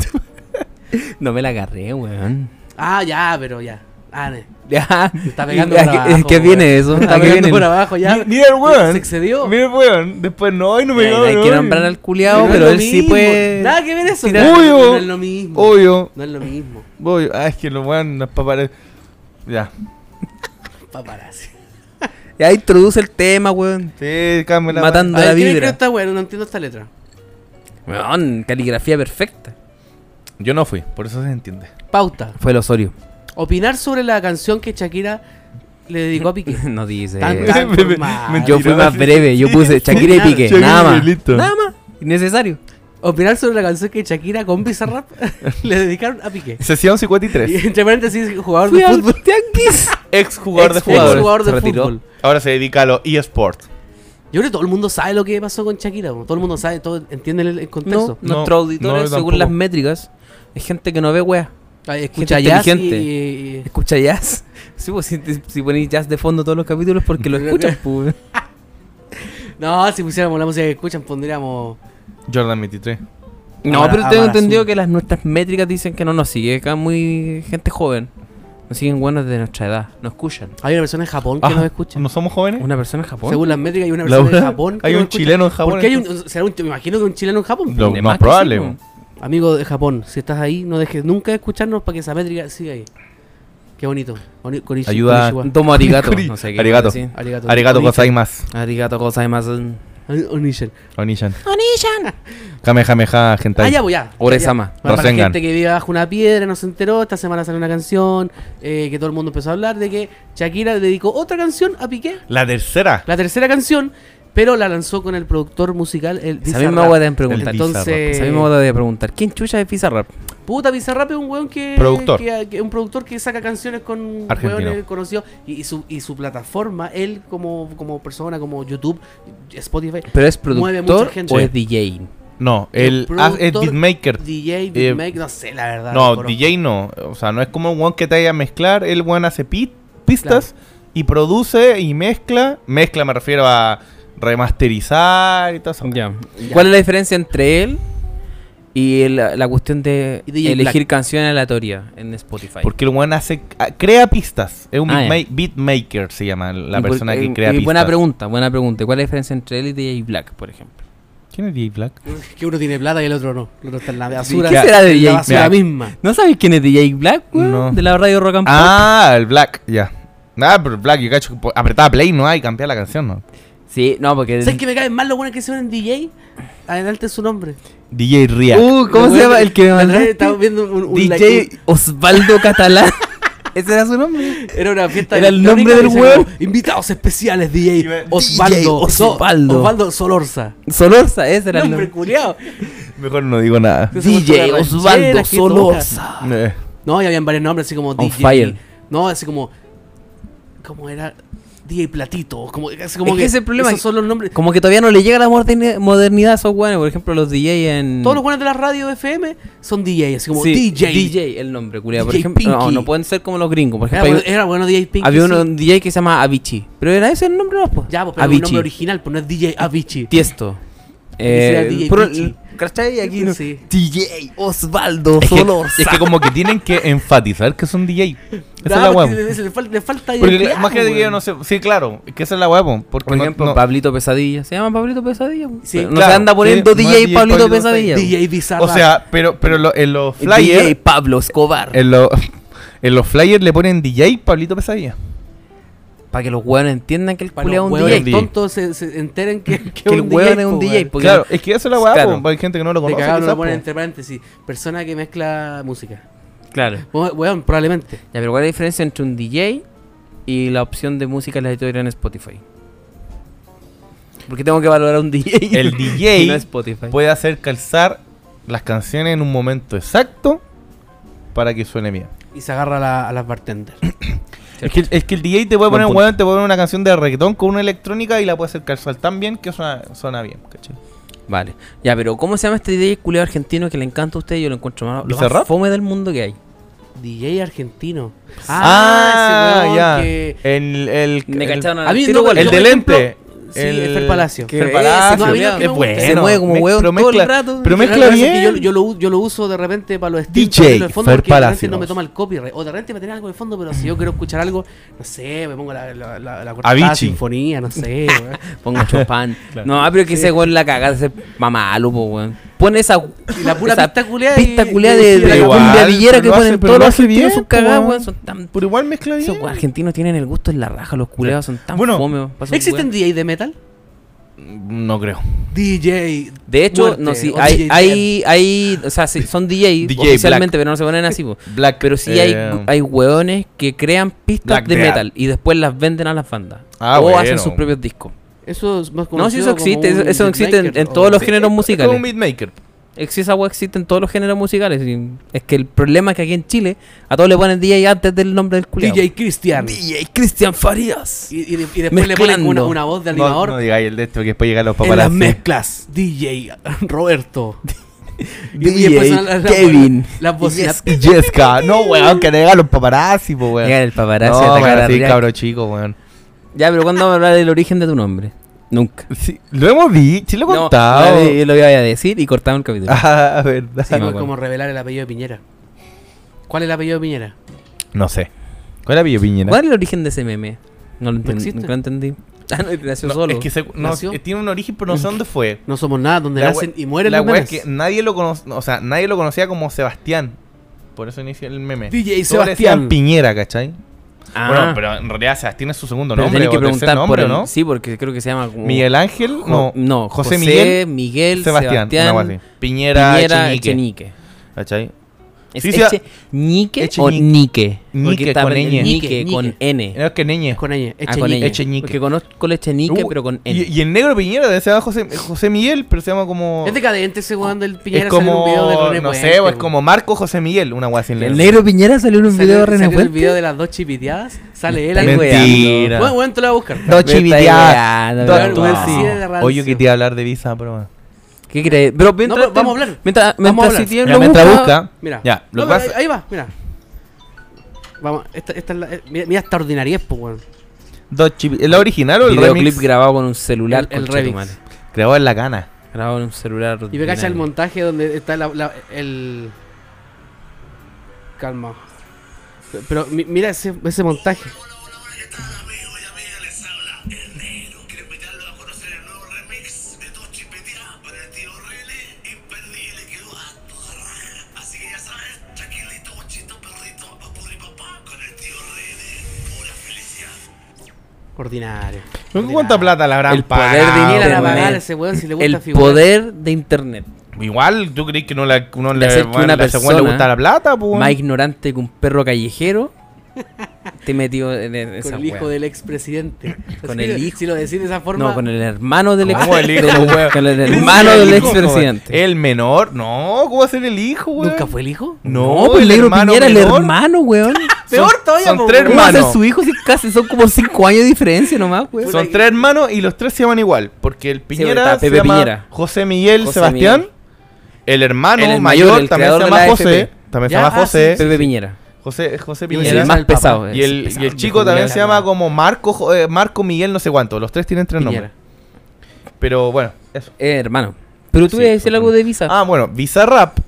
[SPEAKER 1] no me la agarré, weón.
[SPEAKER 2] Ah, ya, pero ya. Ah, ne.
[SPEAKER 1] Ya.
[SPEAKER 2] está pegando
[SPEAKER 1] ¿A
[SPEAKER 2] por
[SPEAKER 1] qué-
[SPEAKER 2] abajo,
[SPEAKER 1] ¿Qué
[SPEAKER 2] weón.
[SPEAKER 1] viene eso? ¿A
[SPEAKER 2] Está
[SPEAKER 1] qué
[SPEAKER 2] pegando
[SPEAKER 1] viene?
[SPEAKER 2] por abajo ya.
[SPEAKER 3] Mi- Mira el weón.
[SPEAKER 2] Se excedió.
[SPEAKER 3] Mira el weón. Después no, y no me
[SPEAKER 1] Ya, no hay que nombrar al culiado,
[SPEAKER 2] No
[SPEAKER 1] pero
[SPEAKER 2] es lo
[SPEAKER 1] él sí
[SPEAKER 2] mismo.
[SPEAKER 1] puede.
[SPEAKER 2] Nada que ver eso.
[SPEAKER 3] tirar-
[SPEAKER 2] No,
[SPEAKER 3] Obvio.
[SPEAKER 2] No es lo mismo.
[SPEAKER 3] Obvio.
[SPEAKER 2] No es lo mismo.
[SPEAKER 3] Voy, ah, es que los weón, las papares. Ya.
[SPEAKER 2] Paparazzi.
[SPEAKER 1] Ya introduce el tema, weón.
[SPEAKER 3] Sí, cámbiala.
[SPEAKER 1] Matando.
[SPEAKER 2] A
[SPEAKER 1] la
[SPEAKER 2] ver, ¿quién
[SPEAKER 1] vibra.
[SPEAKER 2] escribió esta weá? No entiendo esta letra.
[SPEAKER 1] Weón, caligrafía perfecta.
[SPEAKER 3] Yo no fui, por eso se entiende.
[SPEAKER 2] Pauta.
[SPEAKER 1] Fue el Osorio.
[SPEAKER 2] Opinar sobre la canción que Shakira le dedicó a Piqué.
[SPEAKER 1] no dice.
[SPEAKER 2] Tan-
[SPEAKER 3] Me- me- me-
[SPEAKER 2] mal.
[SPEAKER 3] me
[SPEAKER 1] Yo
[SPEAKER 3] tiró
[SPEAKER 1] fui más
[SPEAKER 3] así.
[SPEAKER 1] breve. Yo puse Shakira y
[SPEAKER 2] claro.
[SPEAKER 1] Piqué.
[SPEAKER 3] Shakira
[SPEAKER 1] Nada
[SPEAKER 3] y
[SPEAKER 1] más.
[SPEAKER 3] listo.
[SPEAKER 1] Nada más. Innecesario.
[SPEAKER 2] Opinar sobre la canción que Shakira con Bizarrap le dedicaron a Piqué.
[SPEAKER 3] Sesión 53.
[SPEAKER 2] Y entre paréntesis, jugador
[SPEAKER 1] Fui
[SPEAKER 2] de
[SPEAKER 1] al
[SPEAKER 2] fútbol.
[SPEAKER 1] tianguis.
[SPEAKER 3] Ex jugador de
[SPEAKER 2] Ex- ex
[SPEAKER 3] jugadores.
[SPEAKER 2] jugador de
[SPEAKER 1] Se retiró.
[SPEAKER 2] fútbol.
[SPEAKER 3] Ahora se dedica a los eSports.
[SPEAKER 2] Yo creo que todo el mundo sabe lo que pasó con Shakira. po. Todo el mundo sabe, todo entiende el, el contexto.
[SPEAKER 1] No,
[SPEAKER 3] No,
[SPEAKER 1] nuestros
[SPEAKER 3] no,
[SPEAKER 1] auditores,
[SPEAKER 3] yo
[SPEAKER 1] según las
[SPEAKER 3] tampoco.
[SPEAKER 1] métricas, es gente que no ve weá.
[SPEAKER 2] Ay, escucha
[SPEAKER 1] Gente
[SPEAKER 2] jazz y-
[SPEAKER 1] inteligente.
[SPEAKER 2] y- y-
[SPEAKER 1] ¿Escucha jazz? Sí, pues si, si ponéis jazz de fondo todos los capítulos porque lo escuchas, pues.
[SPEAKER 2] No, si pusiéramos la música que escuchan, pondríamos.
[SPEAKER 3] Jordan 23.
[SPEAKER 1] No,
[SPEAKER 2] Ahora-
[SPEAKER 1] pero tengo
[SPEAKER 2] ahora
[SPEAKER 1] entendido
[SPEAKER 2] azul.
[SPEAKER 1] que las nuestras métricas dicen que no nos sigue acá muy gente joven. Nos siguen buenos de nuestra edad, nos escuchan.
[SPEAKER 2] Hay una persona en Japón que
[SPEAKER 3] Ah,
[SPEAKER 2] nos escucha.
[SPEAKER 3] ¿No somos jóvenes?
[SPEAKER 1] Una persona en Japón.
[SPEAKER 2] Según las métricas, hay una
[SPEAKER 3] La
[SPEAKER 2] persona en
[SPEAKER 3] verdad,
[SPEAKER 2] Japón. que
[SPEAKER 3] hay
[SPEAKER 2] nos
[SPEAKER 3] un
[SPEAKER 2] escucha.
[SPEAKER 3] chileno en Japón.
[SPEAKER 2] ¿Por qué hay un, será un- Me imagino que un chileno en Japón.
[SPEAKER 3] Lo
[SPEAKER 1] De
[SPEAKER 3] más
[SPEAKER 1] más que
[SPEAKER 3] probable,
[SPEAKER 1] sí, pues.
[SPEAKER 3] weón.
[SPEAKER 1] po.
[SPEAKER 2] Amigo de Japón, si estás ahí, no dejes nunca de escucharnos para que esa métrica siga ahí. Qué bonito. Oni- konichi-
[SPEAKER 3] Ayuda.
[SPEAKER 2] konnichiwa.
[SPEAKER 1] Tomo arigato.
[SPEAKER 3] Curi-
[SPEAKER 1] No sé qué
[SPEAKER 3] pues. arigato.
[SPEAKER 1] decir.
[SPEAKER 2] Arigato.
[SPEAKER 3] Arigato
[SPEAKER 2] Onishan.
[SPEAKER 3] gozaimasu.
[SPEAKER 1] Arigato, cosas más. mm,
[SPEAKER 2] Oni- Onishan.
[SPEAKER 3] Onishan. Kamehameha,
[SPEAKER 2] Ah,
[SPEAKER 3] hentai.
[SPEAKER 2] ya, pues ya.
[SPEAKER 1] Oresama.
[SPEAKER 2] Ya, ya. Para, para la
[SPEAKER 3] Rasengan.
[SPEAKER 2] gente que vive bajo una piedra, no se enteró, esta semana salió una canción eh, que todo el mundo empezó a hablar de que Shakira le dedicó otra canción a Piqué.
[SPEAKER 3] La tercera.
[SPEAKER 2] La tercera canción, pero la lanzó con el productor musical, el
[SPEAKER 1] Esa
[SPEAKER 2] Bizarrap.
[SPEAKER 1] misma hueá deben preguntar.
[SPEAKER 3] El Bizarrap.
[SPEAKER 2] Entonces,
[SPEAKER 1] Esa misma hueá deben preguntar. ¿Quién chucha es Pizarrap?
[SPEAKER 2] Puta, Bizarrap es un weón que.
[SPEAKER 3] Productor.
[SPEAKER 2] que- que- un productor que saca canciones con
[SPEAKER 3] Argentino.
[SPEAKER 2] weones conocidos. Y, y su, y su plataforma, él como, como persona, como YouTube, Spotify,
[SPEAKER 1] ¿Pero es
[SPEAKER 2] Mueve
[SPEAKER 1] productor
[SPEAKER 2] mucha gente.
[SPEAKER 1] o
[SPEAKER 3] Sí.
[SPEAKER 1] es DJ?
[SPEAKER 3] No, el
[SPEAKER 2] Yo,
[SPEAKER 3] ah, es
[SPEAKER 2] productor,
[SPEAKER 3] beatmaker.
[SPEAKER 2] DJ,
[SPEAKER 3] Eh,
[SPEAKER 2] Big Mac, no sé, la verdad.
[SPEAKER 3] No,
[SPEAKER 2] conozco.
[SPEAKER 3] DJ no. O sea, no es como un one que te vaya a mezclar. El one hace pi- pistas y produce y mezcla. Mezcla me refiero a remasterizar y todo eso.
[SPEAKER 1] ¿Cuál es la diferencia entre él y el- la cuestión de
[SPEAKER 2] Y DJ
[SPEAKER 1] elegir canciones aleatorias en Spotify?
[SPEAKER 3] Porque el one hace, ah, crea pistas. Es un
[SPEAKER 1] Ah,
[SPEAKER 3] beatma- beatmaker, se llama la
[SPEAKER 1] Y por-
[SPEAKER 3] persona
[SPEAKER 1] eh,
[SPEAKER 3] que crea
[SPEAKER 1] y
[SPEAKER 3] pistas.
[SPEAKER 1] Buena pregunta, buena pregunta. ¿Cuál es la diferencia entre él y DJ Black, por ejemplo?
[SPEAKER 3] ¿Quién es DJ Black?
[SPEAKER 2] Que uno tiene plata y el otro no. El otro está en la basura.
[SPEAKER 1] ¿Qué será de
[SPEAKER 2] en
[SPEAKER 1] DJ
[SPEAKER 2] la basura
[SPEAKER 3] Black?
[SPEAKER 2] misma.
[SPEAKER 1] ¿No sabes quién es DJ Black, weón?
[SPEAKER 3] No.
[SPEAKER 1] De la radio Rock and Pop.
[SPEAKER 3] Ah, el Black, ya. Ah, pero Black, yo cacho, que po- apretaba play, ¿no? hay cambiar la canción, ¿no?
[SPEAKER 1] Sí, no, porque...
[SPEAKER 2] ¿Sabes que me caen mal los buenos que se ven DJ? Adelante su nombre.
[SPEAKER 3] DJ React.
[SPEAKER 1] Uh, ¿cómo se llama? El que me
[SPEAKER 2] La otra vez
[SPEAKER 1] mandaste?
[SPEAKER 2] Estaba viendo un, un-
[SPEAKER 1] DJ Osvaldo Catalán. ¿Ese era su nombre?
[SPEAKER 2] Era una fiesta.
[SPEAKER 1] Era el nombre
[SPEAKER 2] electrónica
[SPEAKER 1] del
[SPEAKER 2] y decía
[SPEAKER 1] huevo.
[SPEAKER 2] como, Invitados especiales, DJ.
[SPEAKER 3] DJ
[SPEAKER 2] Osvaldo. So-
[SPEAKER 1] Osvaldo.
[SPEAKER 2] Osvaldo Solorza.
[SPEAKER 1] Solorza, ese era el
[SPEAKER 2] Nombre
[SPEAKER 1] nombre.
[SPEAKER 2] culiao.
[SPEAKER 3] Mejor no digo nada.
[SPEAKER 1] DJ Osvaldo
[SPEAKER 2] Solorza.
[SPEAKER 1] Solorza.
[SPEAKER 3] Eh,
[SPEAKER 2] No, y habían varios nombres así como DJ.
[SPEAKER 1] fire.
[SPEAKER 2] No, así como. ¿Cómo era? DJ Platito. Como, así como
[SPEAKER 1] Es que ese es el problema,
[SPEAKER 2] Esos son los nombres.
[SPEAKER 1] Como que todavía no le llega la moderni- modernidad a esos weones. Por ejemplo, los DJ en...
[SPEAKER 2] Todos los buenos de la radio FM son DJ, así como
[SPEAKER 1] Sí,
[SPEAKER 2] DJ.
[SPEAKER 1] DJ el nombre, culiao. Por
[SPEAKER 2] DJ
[SPEAKER 1] ejemplo, no,
[SPEAKER 2] Pinky.
[SPEAKER 1] no pueden ser como los gringos. Por
[SPEAKER 2] Era,
[SPEAKER 1] ejemplo,
[SPEAKER 2] bueno,
[SPEAKER 1] hay-
[SPEAKER 2] era bueno DJ Pinky.
[SPEAKER 1] había uno-
[SPEAKER 2] sí.
[SPEAKER 1] un DJ que se llama Avicii. Pero era ese el nombre, ¿no? po?
[SPEAKER 2] Ya, pues, pero era un nombre original, pues no es DJ Avicii.
[SPEAKER 1] Tiesto. Eh,
[SPEAKER 2] Ese era DJ
[SPEAKER 1] puro-
[SPEAKER 2] Avicii.
[SPEAKER 1] ¿Cachai? Aquí no-
[SPEAKER 2] Sí.
[SPEAKER 1] DJ Osvaldo
[SPEAKER 3] Es que,
[SPEAKER 1] Solorza.
[SPEAKER 3] es que como que tienen que enfatizar que son DJ. Esa
[SPEAKER 2] Ya,
[SPEAKER 3] es la
[SPEAKER 2] pues,
[SPEAKER 3] huevo.
[SPEAKER 2] tiene- le, fal- le falta
[SPEAKER 3] Porque
[SPEAKER 2] identidad,
[SPEAKER 3] imagínate que
[SPEAKER 2] weón.
[SPEAKER 3] yo no sé. Sí, claro, es que esa es la huevo. Porque
[SPEAKER 1] Por
[SPEAKER 3] no-
[SPEAKER 1] ejemplo,
[SPEAKER 3] no-
[SPEAKER 1] Pablito Pesadilla. Se llama Pablito Pesadilla. po.
[SPEAKER 2] Sí,
[SPEAKER 1] Pero no
[SPEAKER 3] claro.
[SPEAKER 1] se anda poniendo
[SPEAKER 3] Sí, no
[SPEAKER 1] DJ,
[SPEAKER 3] es DJ
[SPEAKER 1] Pablito,
[SPEAKER 3] Pablito
[SPEAKER 1] Pesadilla. po.
[SPEAKER 2] DJ Bizarra.
[SPEAKER 3] o sea, pero, pero lo- en los
[SPEAKER 1] El DJ
[SPEAKER 3] flyers.
[SPEAKER 1] Pablo Escobar.
[SPEAKER 3] En, los- en los flyers le ponen DJ Pablito Pesadilla.
[SPEAKER 1] Para que los hueones entiendan que el
[SPEAKER 2] para
[SPEAKER 1] culiao
[SPEAKER 2] los
[SPEAKER 1] es un
[SPEAKER 2] hueones
[SPEAKER 1] DJ.
[SPEAKER 3] DJ.
[SPEAKER 2] tontos se, se enteren que, que,
[SPEAKER 1] Que el hueón es
[SPEAKER 2] po,
[SPEAKER 1] un
[SPEAKER 2] weón.
[SPEAKER 1] DJ. Porque
[SPEAKER 3] claro, es que esa es la huevo.
[SPEAKER 1] Claro.
[SPEAKER 3] Hay gente que no lo
[SPEAKER 2] De
[SPEAKER 3] conoce.
[SPEAKER 2] cagado no
[SPEAKER 3] quizás,
[SPEAKER 2] lo ponen
[SPEAKER 3] po.
[SPEAKER 2] entre paréntesis. Persona que mezcla música.
[SPEAKER 1] claro.
[SPEAKER 2] Weón, weón, probablemente.
[SPEAKER 1] Ya, pero ¿cuál es la diferencia entre un DJ y la opción de música aleatoria en Spotify? Porque tengo que valorar un DJ.
[SPEAKER 3] El
[SPEAKER 1] y no Pues,
[SPEAKER 3] DJ
[SPEAKER 1] Spotify.
[SPEAKER 3] puede hacer calzar las canciones en un momento exacto para que suene bien.
[SPEAKER 2] Y se agarra a la- a las bartenders.
[SPEAKER 3] Es que, es que el DJ te puede
[SPEAKER 1] Buen
[SPEAKER 3] poner,
[SPEAKER 1] punto.
[SPEAKER 3] weón, te puede poner una canción de reggaetón con una electrónica y la puede hacer calzar tan bien que suena, suena bien, ¿cachai?
[SPEAKER 1] Vale. Ya, pero ¿cómo se llama este DJ culiao argentino que le encanta a usted? Yo lo encuentro más, lo
[SPEAKER 3] ¿Bizarrap?
[SPEAKER 1] más fome del mundo que hay.
[SPEAKER 2] DJ argentino.
[SPEAKER 3] Ah,
[SPEAKER 2] ese weón
[SPEAKER 3] ya.
[SPEAKER 2] que-
[SPEAKER 3] El, el,
[SPEAKER 1] Me
[SPEAKER 3] el-
[SPEAKER 1] cacharon
[SPEAKER 2] a mí
[SPEAKER 1] tiro
[SPEAKER 2] no,
[SPEAKER 1] gol.
[SPEAKER 3] el
[SPEAKER 2] yo,
[SPEAKER 3] de
[SPEAKER 2] por ejemplo,
[SPEAKER 3] lente.
[SPEAKER 2] sí, es Fer Palacio.
[SPEAKER 1] Que
[SPEAKER 3] Fer
[SPEAKER 1] ese,
[SPEAKER 2] Ah,
[SPEAKER 3] Palacio,
[SPEAKER 1] no, a mí lo que
[SPEAKER 3] es
[SPEAKER 1] me gusta,
[SPEAKER 3] bueno.
[SPEAKER 1] se mueve como
[SPEAKER 3] mez-
[SPEAKER 1] hueón
[SPEAKER 3] pero
[SPEAKER 1] todo el
[SPEAKER 3] mezcla-
[SPEAKER 1] rato.
[SPEAKER 3] Pero
[SPEAKER 2] Lo que
[SPEAKER 3] mezcla
[SPEAKER 2] pasa es que
[SPEAKER 3] bien.
[SPEAKER 2] yo, yo lo, u- yo lo uso de repente para los
[SPEAKER 3] DJ
[SPEAKER 2] estilos de fondo
[SPEAKER 3] Fer
[SPEAKER 2] porque de repente
[SPEAKER 3] Palacios.
[SPEAKER 2] no me toma el copyright. O de repente me tiene algo de fondo, pero si yo quiero escuchar algo, no sé, me pongo la, la, la, la cortada
[SPEAKER 3] Avicii.
[SPEAKER 2] sinfonía, no sé. weón.
[SPEAKER 1] Pongo Chopin. No, pero que ese weón la cagada, ese mamalo, po, weón. Pone esa.
[SPEAKER 2] Y la pura
[SPEAKER 1] esa
[SPEAKER 2] pista culiá y-
[SPEAKER 1] pista culiá
[SPEAKER 2] y-
[SPEAKER 1] de,
[SPEAKER 2] y la
[SPEAKER 1] de
[SPEAKER 2] cagada.
[SPEAKER 1] cumbia
[SPEAKER 3] Igual,
[SPEAKER 1] villera
[SPEAKER 3] pero
[SPEAKER 1] que
[SPEAKER 3] lo
[SPEAKER 1] ponen
[SPEAKER 3] hace- pero
[SPEAKER 1] todos
[SPEAKER 3] lo
[SPEAKER 1] los
[SPEAKER 3] hace
[SPEAKER 1] argentinos.
[SPEAKER 3] bien,
[SPEAKER 1] Sus
[SPEAKER 3] po,
[SPEAKER 1] cagadas,
[SPEAKER 3] weón.
[SPEAKER 1] weón, son tan.
[SPEAKER 3] Pero igual mezcla bien.
[SPEAKER 1] Esos weón argentinos tienen el gusto en la raja, los culeados son tan
[SPEAKER 3] Bueno,
[SPEAKER 1] fome. weón, pa' esos
[SPEAKER 2] ¿Existen
[SPEAKER 1] weón.
[SPEAKER 2] DJ de metal?
[SPEAKER 3] No creo.
[SPEAKER 2] DJ.
[SPEAKER 1] De hecho,
[SPEAKER 2] muerte,
[SPEAKER 1] no, sí,
[SPEAKER 2] o
[SPEAKER 1] hay,
[SPEAKER 2] DJ
[SPEAKER 1] hay, hay, o sea, sí, son DJ,
[SPEAKER 3] DJ
[SPEAKER 1] oficialmente,
[SPEAKER 3] Black.
[SPEAKER 1] pero no se ponen así, po.
[SPEAKER 3] Black.
[SPEAKER 1] Pero sí
[SPEAKER 3] eh,
[SPEAKER 1] hay, hay hueones que crean pistas
[SPEAKER 3] Black
[SPEAKER 1] de
[SPEAKER 3] Death.
[SPEAKER 1] metal y después las venden a las bandas.
[SPEAKER 3] Ah,
[SPEAKER 1] o
[SPEAKER 3] bueno.
[SPEAKER 1] hacen sus propios discos.
[SPEAKER 2] Eso es más
[SPEAKER 1] No, si eso
[SPEAKER 2] conocido como
[SPEAKER 1] existe, eso-
[SPEAKER 2] un
[SPEAKER 1] eso existe en-
[SPEAKER 2] beatmaker,
[SPEAKER 1] en
[SPEAKER 2] o-
[SPEAKER 1] todos los
[SPEAKER 3] sí,
[SPEAKER 1] géneros
[SPEAKER 3] es-
[SPEAKER 1] musicales.
[SPEAKER 3] Es como un beatmaker.
[SPEAKER 1] Ex- Esa hueá existe en todos los géneros musicales. y Es que el problema es que aquí en Chile a todos le ponen DJ antes del nombre del culiao.
[SPEAKER 2] DJ Cristian.
[SPEAKER 1] DJ Cristian Farías.
[SPEAKER 2] Y, y- y después le ponen
[SPEAKER 1] Mezclando.
[SPEAKER 2] una, una voz de
[SPEAKER 3] No,
[SPEAKER 2] animador.
[SPEAKER 3] no digáis el de esto que después llegan los
[SPEAKER 2] en las
[SPEAKER 3] paparazzi.
[SPEAKER 2] mezclas, DJ Roberto. Y- y
[SPEAKER 1] DJ
[SPEAKER 2] después son las- las-
[SPEAKER 1] Kevin.
[SPEAKER 2] Las bocinas.
[SPEAKER 3] Y Jessica. No, weón, que llegan los paparazzi, po, weón.
[SPEAKER 1] Llega el paparazzi a
[SPEAKER 3] No,
[SPEAKER 1] atacar a
[SPEAKER 3] weón, sí,
[SPEAKER 1] Rihanna.
[SPEAKER 3] cabro chico, weón.
[SPEAKER 1] Ya, pero ¿cuándo vamos a hablar del origen de tu nombre? Nunca.
[SPEAKER 3] Sí, lo hemos dicho, sí lo he
[SPEAKER 1] No,
[SPEAKER 3] contado.
[SPEAKER 1] nadie lo iba a decir y cortamos el capítulo.
[SPEAKER 3] Ah, verdad.
[SPEAKER 2] Sí,
[SPEAKER 1] me
[SPEAKER 2] pues,
[SPEAKER 1] acuerdo.
[SPEAKER 2] como revelar el apellido de Piñera. ¿Cuál es el apellido de Piñera?
[SPEAKER 3] No sé. ¿Cuál era Pillo Piñera?
[SPEAKER 1] ¿Cuál es el origen de ese meme? No lo, enten-
[SPEAKER 2] existe.
[SPEAKER 1] nunca lo entendí. Ah, no, nació
[SPEAKER 3] No,
[SPEAKER 1] solo.
[SPEAKER 3] es que se- no,
[SPEAKER 2] ¿Nació?
[SPEAKER 3] eh, tiene un origen, pero no sé dónde fue.
[SPEAKER 2] No somos nada, donde
[SPEAKER 3] La
[SPEAKER 2] nacen
[SPEAKER 3] we-
[SPEAKER 2] y mueren
[SPEAKER 3] La
[SPEAKER 2] los
[SPEAKER 3] wea es
[SPEAKER 2] memes.
[SPEAKER 3] que nadie lo conoce, o sea, nadie lo conocía como Sebastián. Por eso inició el meme.
[SPEAKER 2] DJ
[SPEAKER 3] Todos le decían
[SPEAKER 2] Sebastián.
[SPEAKER 3] Piñera, ¿cachai?
[SPEAKER 1] Ah,
[SPEAKER 3] Bueno, pero en realidad Sebastián es su segundo
[SPEAKER 1] pero
[SPEAKER 3] nombre
[SPEAKER 1] tenés
[SPEAKER 3] o
[SPEAKER 1] que
[SPEAKER 3] tercer
[SPEAKER 1] preguntar por
[SPEAKER 3] nombre,
[SPEAKER 1] el-
[SPEAKER 3] ¿no?
[SPEAKER 1] Sí, porque creo que se llama como...
[SPEAKER 3] Miguel Ángel,
[SPEAKER 1] Jo-
[SPEAKER 3] no,
[SPEAKER 1] no, José,
[SPEAKER 3] José, Miguel,
[SPEAKER 1] Miguel, Sebastián,
[SPEAKER 3] Sebastián, una wea así. Piñera,
[SPEAKER 1] Piñera, Eh.
[SPEAKER 3] Echenique,
[SPEAKER 1] Echenique.
[SPEAKER 3] ¿cachai?
[SPEAKER 1] Es
[SPEAKER 3] Sí, sí,
[SPEAKER 1] eche nique
[SPEAKER 3] Eche
[SPEAKER 1] o
[SPEAKER 3] Ñique.
[SPEAKER 1] nique.
[SPEAKER 3] Ñique
[SPEAKER 1] está
[SPEAKER 3] con
[SPEAKER 1] aprendiendo
[SPEAKER 3] ñ.
[SPEAKER 1] Ñique,
[SPEAKER 2] Ñique,
[SPEAKER 1] con
[SPEAKER 2] Ñique.
[SPEAKER 1] N.
[SPEAKER 3] No, es que niña.
[SPEAKER 2] Es con ella.
[SPEAKER 1] Ah, con
[SPEAKER 2] Echeñique.
[SPEAKER 1] ñ.
[SPEAKER 3] Eche Ñique.
[SPEAKER 1] Porque conozco el eche nique,
[SPEAKER 3] Uh,
[SPEAKER 1] pero con N.
[SPEAKER 3] y, y el negro Piñera se llama José, José Miguel, pero se llama como.
[SPEAKER 2] Es decadente ese weón del Piñera.
[SPEAKER 3] Es
[SPEAKER 2] sale en
[SPEAKER 3] como.
[SPEAKER 2] un video de René
[SPEAKER 3] no
[SPEAKER 2] Puente,
[SPEAKER 3] sé, o es
[SPEAKER 2] weón.
[SPEAKER 3] como Marco José Miguel, una guay sin
[SPEAKER 1] el negro Piñera salió en un
[SPEAKER 2] Sale-
[SPEAKER 1] video de
[SPEAKER 2] sale
[SPEAKER 1] René
[SPEAKER 2] en el
[SPEAKER 1] Puente.
[SPEAKER 2] video de las dos chipiteadas. Sale él ahí.
[SPEAKER 1] También-
[SPEAKER 3] Mentira.
[SPEAKER 2] Bueno, bueno, te lo voy a buscar.
[SPEAKER 1] Me
[SPEAKER 3] Dos
[SPEAKER 1] estáis
[SPEAKER 3] chiviteadas.
[SPEAKER 1] weando,
[SPEAKER 3] Dos-
[SPEAKER 1] weón.
[SPEAKER 3] dos-
[SPEAKER 2] Weón, sí, de rancio.
[SPEAKER 3] Oye, yo quería hablar de visa, pero. bueno.
[SPEAKER 1] ¿Qué crees? Pero mientras.
[SPEAKER 2] pero vamos a hablar.
[SPEAKER 1] Mientras,
[SPEAKER 2] Vamos a
[SPEAKER 1] mientras
[SPEAKER 2] hablar.
[SPEAKER 1] si tienen
[SPEAKER 3] Mira,
[SPEAKER 1] lo
[SPEAKER 3] mientras
[SPEAKER 1] busca-
[SPEAKER 3] busca.
[SPEAKER 2] Mira.
[SPEAKER 3] Ya,
[SPEAKER 2] No,
[SPEAKER 3] lo que
[SPEAKER 2] pero
[SPEAKER 3] pasa-
[SPEAKER 2] Ahí va, mira. Vamos, esta, esta es la. eh, Mira, mira esta ordinariedad, pues, weón.
[SPEAKER 3] Dos chipi- ¿La original o el
[SPEAKER 1] videoclip
[SPEAKER 3] remix?
[SPEAKER 1] grabado con un celular.
[SPEAKER 2] El- el
[SPEAKER 1] concha de tu
[SPEAKER 2] remix.
[SPEAKER 1] madre.
[SPEAKER 3] Grabado en la cana.
[SPEAKER 1] Grabado con un celular.
[SPEAKER 2] Y me cacha el
[SPEAKER 1] ordinario.
[SPEAKER 2] montaje donde está la, la- el. Calma. Pero mi- mira ese, ese montaje. Ordinario.
[SPEAKER 3] ¿Cuánta plata la habrán
[SPEAKER 1] El poder de
[SPEAKER 3] pagado,
[SPEAKER 1] Iniesta la
[SPEAKER 2] Dinero a
[SPEAKER 3] weón?
[SPEAKER 1] manera.
[SPEAKER 2] pagar ese weón si le gusta
[SPEAKER 1] El
[SPEAKER 2] figurar.
[SPEAKER 1] poder de internet.
[SPEAKER 3] Igual, ¿tú crees que no la, uno
[SPEAKER 1] De
[SPEAKER 3] le,
[SPEAKER 1] hacer que
[SPEAKER 3] bueno,
[SPEAKER 1] una
[SPEAKER 3] la- según le
[SPEAKER 1] persona,
[SPEAKER 3] gusta la plata? Pues,
[SPEAKER 1] Más ignorante que un perro callejero. te metió en, en
[SPEAKER 2] Con
[SPEAKER 1] esa
[SPEAKER 2] el hijo
[SPEAKER 1] wea.
[SPEAKER 2] del expresidente.
[SPEAKER 1] Con
[SPEAKER 2] Así
[SPEAKER 1] el
[SPEAKER 2] que,
[SPEAKER 1] hijo.
[SPEAKER 2] Si lo decís de esa forma.
[SPEAKER 1] No, con el hermano del ex-
[SPEAKER 3] ¿Cómo el hijo,
[SPEAKER 1] del-
[SPEAKER 3] weón?
[SPEAKER 1] Con el hermano del
[SPEAKER 3] ¿El hijo?
[SPEAKER 1] expresidente.
[SPEAKER 3] ¿El menor? No, ¿cómo va a ser el hijo, weón?
[SPEAKER 2] ¿Nunca fue el hijo?
[SPEAKER 3] No,
[SPEAKER 1] pues
[SPEAKER 3] el hermano
[SPEAKER 1] el
[SPEAKER 3] menor.
[SPEAKER 1] hermano, weón.
[SPEAKER 2] Peor todavía,
[SPEAKER 3] Son
[SPEAKER 2] po,
[SPEAKER 3] tres
[SPEAKER 1] ¿Cómo va a ser
[SPEAKER 3] hermanos.
[SPEAKER 1] su hijo si casi son como 5 años de diferencia nomás, weón?
[SPEAKER 3] Son tres hermanos y los tres se llaman igual. Porque el Piñera
[SPEAKER 1] está
[SPEAKER 3] se
[SPEAKER 1] Pepe
[SPEAKER 3] llama
[SPEAKER 1] Piñera.
[SPEAKER 3] José Miguel
[SPEAKER 1] José
[SPEAKER 3] Sebastián.
[SPEAKER 1] Miguel.
[SPEAKER 3] El hermano
[SPEAKER 1] Él es
[SPEAKER 3] mayor,
[SPEAKER 1] mayor, el
[SPEAKER 3] también se
[SPEAKER 1] creador de
[SPEAKER 3] llama
[SPEAKER 1] la
[SPEAKER 3] José.
[SPEAKER 1] AFP.
[SPEAKER 3] También se
[SPEAKER 2] Ya,
[SPEAKER 3] llama
[SPEAKER 2] ah,
[SPEAKER 3] José.
[SPEAKER 1] Pepe Piñera.
[SPEAKER 3] José. José
[SPEAKER 2] Y
[SPEAKER 1] El
[SPEAKER 3] Piñera.
[SPEAKER 1] más
[SPEAKER 2] el papá.
[SPEAKER 1] pesado.
[SPEAKER 3] Y el,
[SPEAKER 1] pesado,
[SPEAKER 3] y el chico
[SPEAKER 1] viejo
[SPEAKER 3] también
[SPEAKER 1] culiao.
[SPEAKER 3] se llama como Marco Jo- eh, Marco Miguel no sé cuánto. Los tres tienen tres
[SPEAKER 2] Piñera.
[SPEAKER 3] nombres. Pero bueno, eso.
[SPEAKER 1] Eh, hermano. Pero tú
[SPEAKER 3] Sí,
[SPEAKER 1] ibas a decir
[SPEAKER 3] pues,
[SPEAKER 1] algo de visa.
[SPEAKER 3] Ah, bueno, Bizarrap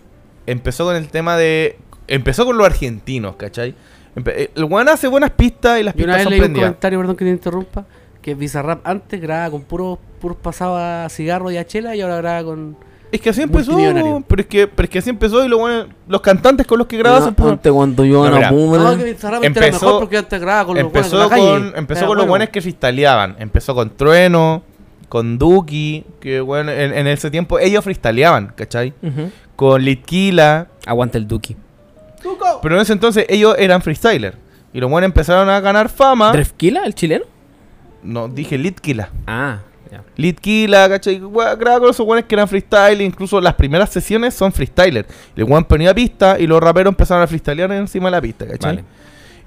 [SPEAKER 3] empezó con el tema de... Empezó con los argentinos, ¿cachai? Empe- eh, El weón hace buenas pistas y las
[SPEAKER 2] Yo una
[SPEAKER 3] pistas
[SPEAKER 2] vez
[SPEAKER 3] son
[SPEAKER 2] leí un
[SPEAKER 3] prendidas.
[SPEAKER 2] comentario, perdón que te interrumpa, que Bizarrap antes grababa con puros puros pasados a cigarro y a chela y ahora graba con...
[SPEAKER 3] Es que así empezó,
[SPEAKER 2] Multimillonario.
[SPEAKER 3] pero es que, pero es que así empezó y los weones- los cantantes con los que grababa
[SPEAKER 1] No,
[SPEAKER 3] son puros-
[SPEAKER 1] ponte cuando yo
[SPEAKER 3] pues. No,
[SPEAKER 1] era
[SPEAKER 3] mira.
[SPEAKER 1] boomer.
[SPEAKER 2] No, que Bizarrap antes era
[SPEAKER 3] Empezó-
[SPEAKER 2] mejor porque antes grababa con los buenos de
[SPEAKER 3] empezó
[SPEAKER 2] la calle.
[SPEAKER 3] con, empezó
[SPEAKER 2] Era
[SPEAKER 3] con los
[SPEAKER 2] bueno.
[SPEAKER 3] buenos que freestaleaban. Empezó con Trueno, con Duki, que bueno, en, en ese tiempo ellos freestaleaban, ¿cachai?
[SPEAKER 1] Ujú.
[SPEAKER 3] Con Litquila,
[SPEAKER 1] Aguanta el Duki.
[SPEAKER 3] pero en ese entonces ellos eran freestyler. Y los buenos empezaron a ganar fama.
[SPEAKER 1] ¿Drefkila, el chileno?
[SPEAKER 3] No, dije Litquila.
[SPEAKER 1] Ah, ya.
[SPEAKER 3] Litquila, ¿cachai? Gua- Graba con esos buenos que eran freestyle. Incluso las primeras sesiones son freestyler. El weón ponía pista y los raperos empezaron a freestylear encima de la pista, ¿cachai?
[SPEAKER 1] Vale.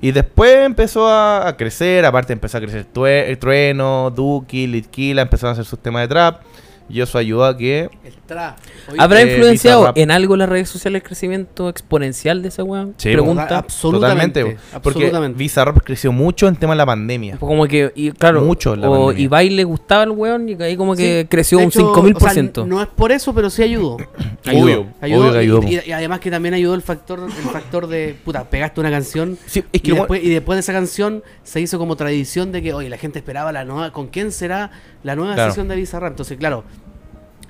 [SPEAKER 3] Y después empezó a, a crecer, aparte empezó a crecer Tue- eh, Trueno, Duki, Litquila, empezaron a hacer sus temas de trap. Y eso ayudó a que...
[SPEAKER 2] El trap. Oye,
[SPEAKER 1] ¿Habrá
[SPEAKER 3] eh,
[SPEAKER 1] influenciado
[SPEAKER 3] Bizarrap.
[SPEAKER 1] en algo las redes sociales el crecimiento exponencial de ese weón?
[SPEAKER 3] Sí,
[SPEAKER 2] total-
[SPEAKER 1] Pregunta.
[SPEAKER 2] absolutamente.
[SPEAKER 3] Totalmente, porque
[SPEAKER 2] absolutamente.
[SPEAKER 3] Bizarrap creció mucho en tema de la
[SPEAKER 2] Ah,
[SPEAKER 3] pandemia.
[SPEAKER 1] Como que, y claro,
[SPEAKER 3] Mucho la
[SPEAKER 1] o
[SPEAKER 3] pandemia.
[SPEAKER 1] Ibai le gustaba el weón y ahí como que
[SPEAKER 2] Sí,
[SPEAKER 1] creció
[SPEAKER 2] de
[SPEAKER 1] un
[SPEAKER 2] hecho, o
[SPEAKER 1] 5000%.
[SPEAKER 2] sea, no es por eso, pero sí ayudó.
[SPEAKER 3] Obvio,
[SPEAKER 2] Ayudó,
[SPEAKER 3] obvio que
[SPEAKER 2] y-
[SPEAKER 3] ayudó.
[SPEAKER 2] Y, y además que también ayudó el factor el factor de puta, pegaste una canción
[SPEAKER 3] Sí, es que
[SPEAKER 2] y,
[SPEAKER 3] lo-
[SPEAKER 2] después, y después de esa canción se hizo como tradición de que, oye, la gente esperaba la nueva, ¿con quién será la nueva
[SPEAKER 3] Claro.
[SPEAKER 2] sesión de Bizarrap? Entonces, claro,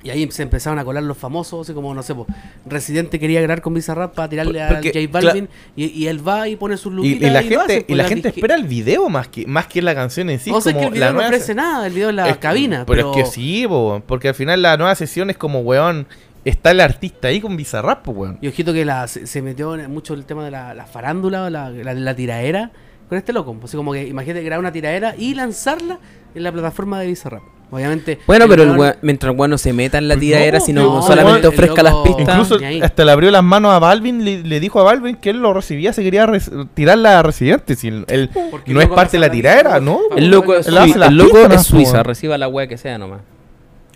[SPEAKER 2] y ahí se empezaron a colar los famosos, así como, no sé, po, Residente quería grabar con Bizarrap para tirarle a
[SPEAKER 3] Porque,
[SPEAKER 2] J Balvin y, y él va y pone sus
[SPEAKER 3] y,
[SPEAKER 2] luquitas
[SPEAKER 3] y la
[SPEAKER 2] lo
[SPEAKER 3] gente,
[SPEAKER 2] hace, pues,
[SPEAKER 3] y la
[SPEAKER 2] las
[SPEAKER 3] gente
[SPEAKER 2] disque-
[SPEAKER 3] espera el video más que, más que la canción en sí.
[SPEAKER 2] O sea, es que
[SPEAKER 3] como
[SPEAKER 2] el video
[SPEAKER 3] la
[SPEAKER 2] no
[SPEAKER 3] nueva
[SPEAKER 2] ofrece nada, el video de la
[SPEAKER 3] Es-
[SPEAKER 2] cabina.
[SPEAKER 3] Pero, es que sí, po, porque al final la nueva sesión es como, weón, está el artista ahí con Bizarrap, po, weón.
[SPEAKER 2] Y ojito que la, se, se metió en- mucho el tema de la, la farándula, o la, la, la tiraera, con este loco. Así como que imagínate crear una tiraera y lanzarla en la plataforma de Bizarrap. Obviamente.
[SPEAKER 1] bueno, pero el
[SPEAKER 2] weón-
[SPEAKER 1] weón- mientras el weón no se meta en la
[SPEAKER 3] No,
[SPEAKER 1] tiradera, sino
[SPEAKER 2] no,
[SPEAKER 1] solamente
[SPEAKER 2] el
[SPEAKER 1] ofrezca las
[SPEAKER 2] loco-
[SPEAKER 1] pistas.
[SPEAKER 3] Incluso
[SPEAKER 2] ni ahí.
[SPEAKER 3] hasta le abrió las manos a Balvin, le, le dijo a Balvin que él lo recibía, se quería res- tirar la residente. Si él, él
[SPEAKER 2] Porque
[SPEAKER 3] no es
[SPEAKER 2] luego
[SPEAKER 3] parte de la
[SPEAKER 2] pasa la
[SPEAKER 3] tiradera,
[SPEAKER 2] misma-
[SPEAKER 3] ¿no?
[SPEAKER 1] el loco es,
[SPEAKER 3] Él hace
[SPEAKER 1] sui-
[SPEAKER 3] las
[SPEAKER 1] el loco
[SPEAKER 3] pistas,
[SPEAKER 1] es
[SPEAKER 3] ¿no?
[SPEAKER 1] suiza, reciba la weá que sea nomás.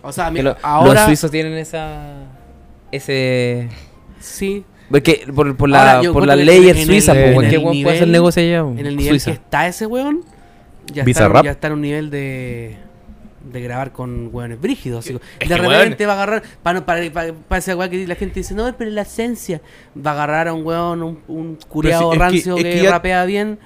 [SPEAKER 2] O sea,
[SPEAKER 1] Que
[SPEAKER 2] mira,
[SPEAKER 1] lo- Los
[SPEAKER 2] ahora.
[SPEAKER 1] suizos tienen esa. Ese.
[SPEAKER 2] Sí.
[SPEAKER 1] Porque por, por
[SPEAKER 2] Ahora,
[SPEAKER 1] la,
[SPEAKER 2] yo
[SPEAKER 1] por las
[SPEAKER 2] encuentro que en
[SPEAKER 1] leyes
[SPEAKER 2] el-
[SPEAKER 1] suizas,
[SPEAKER 3] en
[SPEAKER 1] pues,
[SPEAKER 3] el
[SPEAKER 1] cualquier weón puede
[SPEAKER 2] nivel-
[SPEAKER 1] hacer negocio allá.
[SPEAKER 2] En el nivel
[SPEAKER 1] Suiza.
[SPEAKER 2] que está ese weón, ya está, en-
[SPEAKER 3] Bizarrap.
[SPEAKER 2] ya está en un nivel de. De grabar con weones brígidos. así como-
[SPEAKER 3] Eh, Es
[SPEAKER 2] de
[SPEAKER 3] que,
[SPEAKER 2] repente va a agarrar. Para, para, para, para esa weá que la gente dice, no, pero es la esencia. Va a agarrar a un weón, un, un
[SPEAKER 3] Pero
[SPEAKER 2] curiado
[SPEAKER 3] si- es que-
[SPEAKER 2] rancio
[SPEAKER 3] es
[SPEAKER 2] que,
[SPEAKER 3] que ya-
[SPEAKER 2] rapea bien.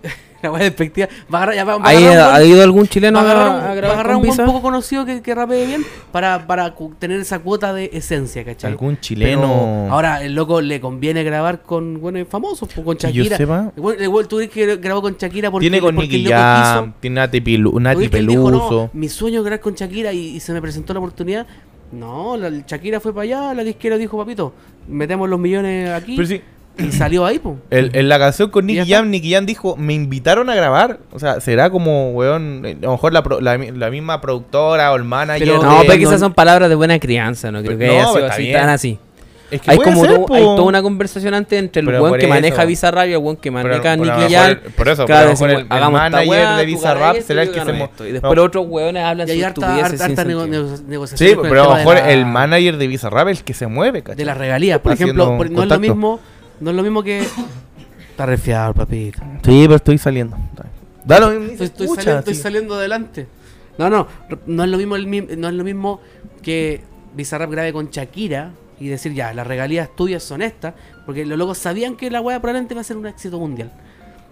[SPEAKER 2] la weá despectiva. Va a agarrar, ya va, va a
[SPEAKER 1] ¿Ahí
[SPEAKER 2] agarrar a
[SPEAKER 1] ¿Ha,
[SPEAKER 2] un
[SPEAKER 1] ha
[SPEAKER 2] weón-
[SPEAKER 1] ido algún chileno
[SPEAKER 2] va a agarrar a un-
[SPEAKER 1] a,
[SPEAKER 2] va a agarrar a
[SPEAKER 1] grabar
[SPEAKER 2] un
[SPEAKER 1] con
[SPEAKER 2] weón
[SPEAKER 1] visa?
[SPEAKER 2] poco conocido que, que rapee bien para, para cu- tener esa cuota de esencia, ¿cachai?
[SPEAKER 3] Algún
[SPEAKER 2] Pero
[SPEAKER 3] chileno.
[SPEAKER 2] ahora el loco le conviene grabar con bueno, famosos, po, con
[SPEAKER 3] Que yo
[SPEAKER 2] Shakira.
[SPEAKER 3] sepa.
[SPEAKER 2] El güey- el güey, tú dices que grabó con Shakira porque,
[SPEAKER 3] tiene con
[SPEAKER 2] porque
[SPEAKER 3] Nicky
[SPEAKER 2] el loco
[SPEAKER 3] Jam,
[SPEAKER 2] quiso.
[SPEAKER 3] tiene Nati, Pilu-
[SPEAKER 2] Tú
[SPEAKER 3] Nati
[SPEAKER 2] dices que él dijo,
[SPEAKER 3] Peluso.
[SPEAKER 2] "No, mi sueño es grabar con Shakira y, y se me presentó la oportunidad. No, la, el Shakira fue para allá, la disquera dijo, papito, metemos los millones aquí.
[SPEAKER 3] Pero sí,
[SPEAKER 2] y salió ahí, pues. po.
[SPEAKER 3] El- en la canción con
[SPEAKER 2] ¿Y
[SPEAKER 3] Nicky
[SPEAKER 2] ya
[SPEAKER 3] Jam, Nicky Jam dijo, me invitaron a grabar. O sea, será como, weón, eh, a lo mejor la, pro- la mi- la misma productora o el manager.
[SPEAKER 2] Pero-
[SPEAKER 3] de-
[SPEAKER 1] No, pero
[SPEAKER 2] no-
[SPEAKER 1] quizás son palabras de buena crianza, no creo que
[SPEAKER 3] No,
[SPEAKER 1] haya sido
[SPEAKER 3] está
[SPEAKER 1] así,
[SPEAKER 3] bien.
[SPEAKER 1] tan así.
[SPEAKER 3] Es que
[SPEAKER 1] Hay
[SPEAKER 3] puede
[SPEAKER 1] como
[SPEAKER 3] ser,
[SPEAKER 1] do-
[SPEAKER 3] po.
[SPEAKER 1] hay toda una conversación antes entre el
[SPEAKER 3] Pero
[SPEAKER 1] weón
[SPEAKER 3] por
[SPEAKER 1] que maneja
[SPEAKER 3] eso.
[SPEAKER 1] Bizarrap y el weón que
[SPEAKER 3] Pero a lo-
[SPEAKER 1] maneja
[SPEAKER 3] por a lo
[SPEAKER 1] Nicky
[SPEAKER 3] mejor
[SPEAKER 1] Jam.
[SPEAKER 3] el- Por eso,
[SPEAKER 1] Claro,
[SPEAKER 3] claro, por
[SPEAKER 1] decimos,
[SPEAKER 3] el, el
[SPEAKER 1] hagamos esta
[SPEAKER 3] manager
[SPEAKER 1] weá,
[SPEAKER 3] de
[SPEAKER 1] tú ganas
[SPEAKER 3] Bizarrap
[SPEAKER 1] esto,
[SPEAKER 3] será el
[SPEAKER 1] yo
[SPEAKER 3] que se
[SPEAKER 1] gano
[SPEAKER 3] mo-
[SPEAKER 1] esto. Y
[SPEAKER 3] No,
[SPEAKER 1] después otros weones hablan
[SPEAKER 2] Y hay
[SPEAKER 1] sus
[SPEAKER 2] harta,
[SPEAKER 1] estupideces
[SPEAKER 2] harta,
[SPEAKER 1] sin
[SPEAKER 2] harta nego-
[SPEAKER 1] sentido.
[SPEAKER 2] nego- negociación
[SPEAKER 3] Sí,
[SPEAKER 2] con el
[SPEAKER 3] pero a lo
[SPEAKER 2] tema de
[SPEAKER 3] mejor
[SPEAKER 2] la-
[SPEAKER 3] el manager de Bizarrap es el que se mueve,
[SPEAKER 2] de
[SPEAKER 3] ¿cachai?
[SPEAKER 2] las regalías. Por
[SPEAKER 3] Haciendo
[SPEAKER 2] ejemplo, por- no es lo
[SPEAKER 3] contacto.
[SPEAKER 2] mismo, no es lo mismo que está resfriado, el papito.
[SPEAKER 3] Sí, pero estoy saliendo. Da lo mismo,
[SPEAKER 2] Estoy, estoy
[SPEAKER 3] escucha,
[SPEAKER 2] saliendo, estoy
[SPEAKER 3] sí.
[SPEAKER 2] saliendo adelante. No, no, no es lo mismo el mim- no es lo mismo que Bizarrap grave con Shakira y decir ya, las regalías tuyas son estas, porque los locos sabían que la weá probablemente va a ser un éxito mundial.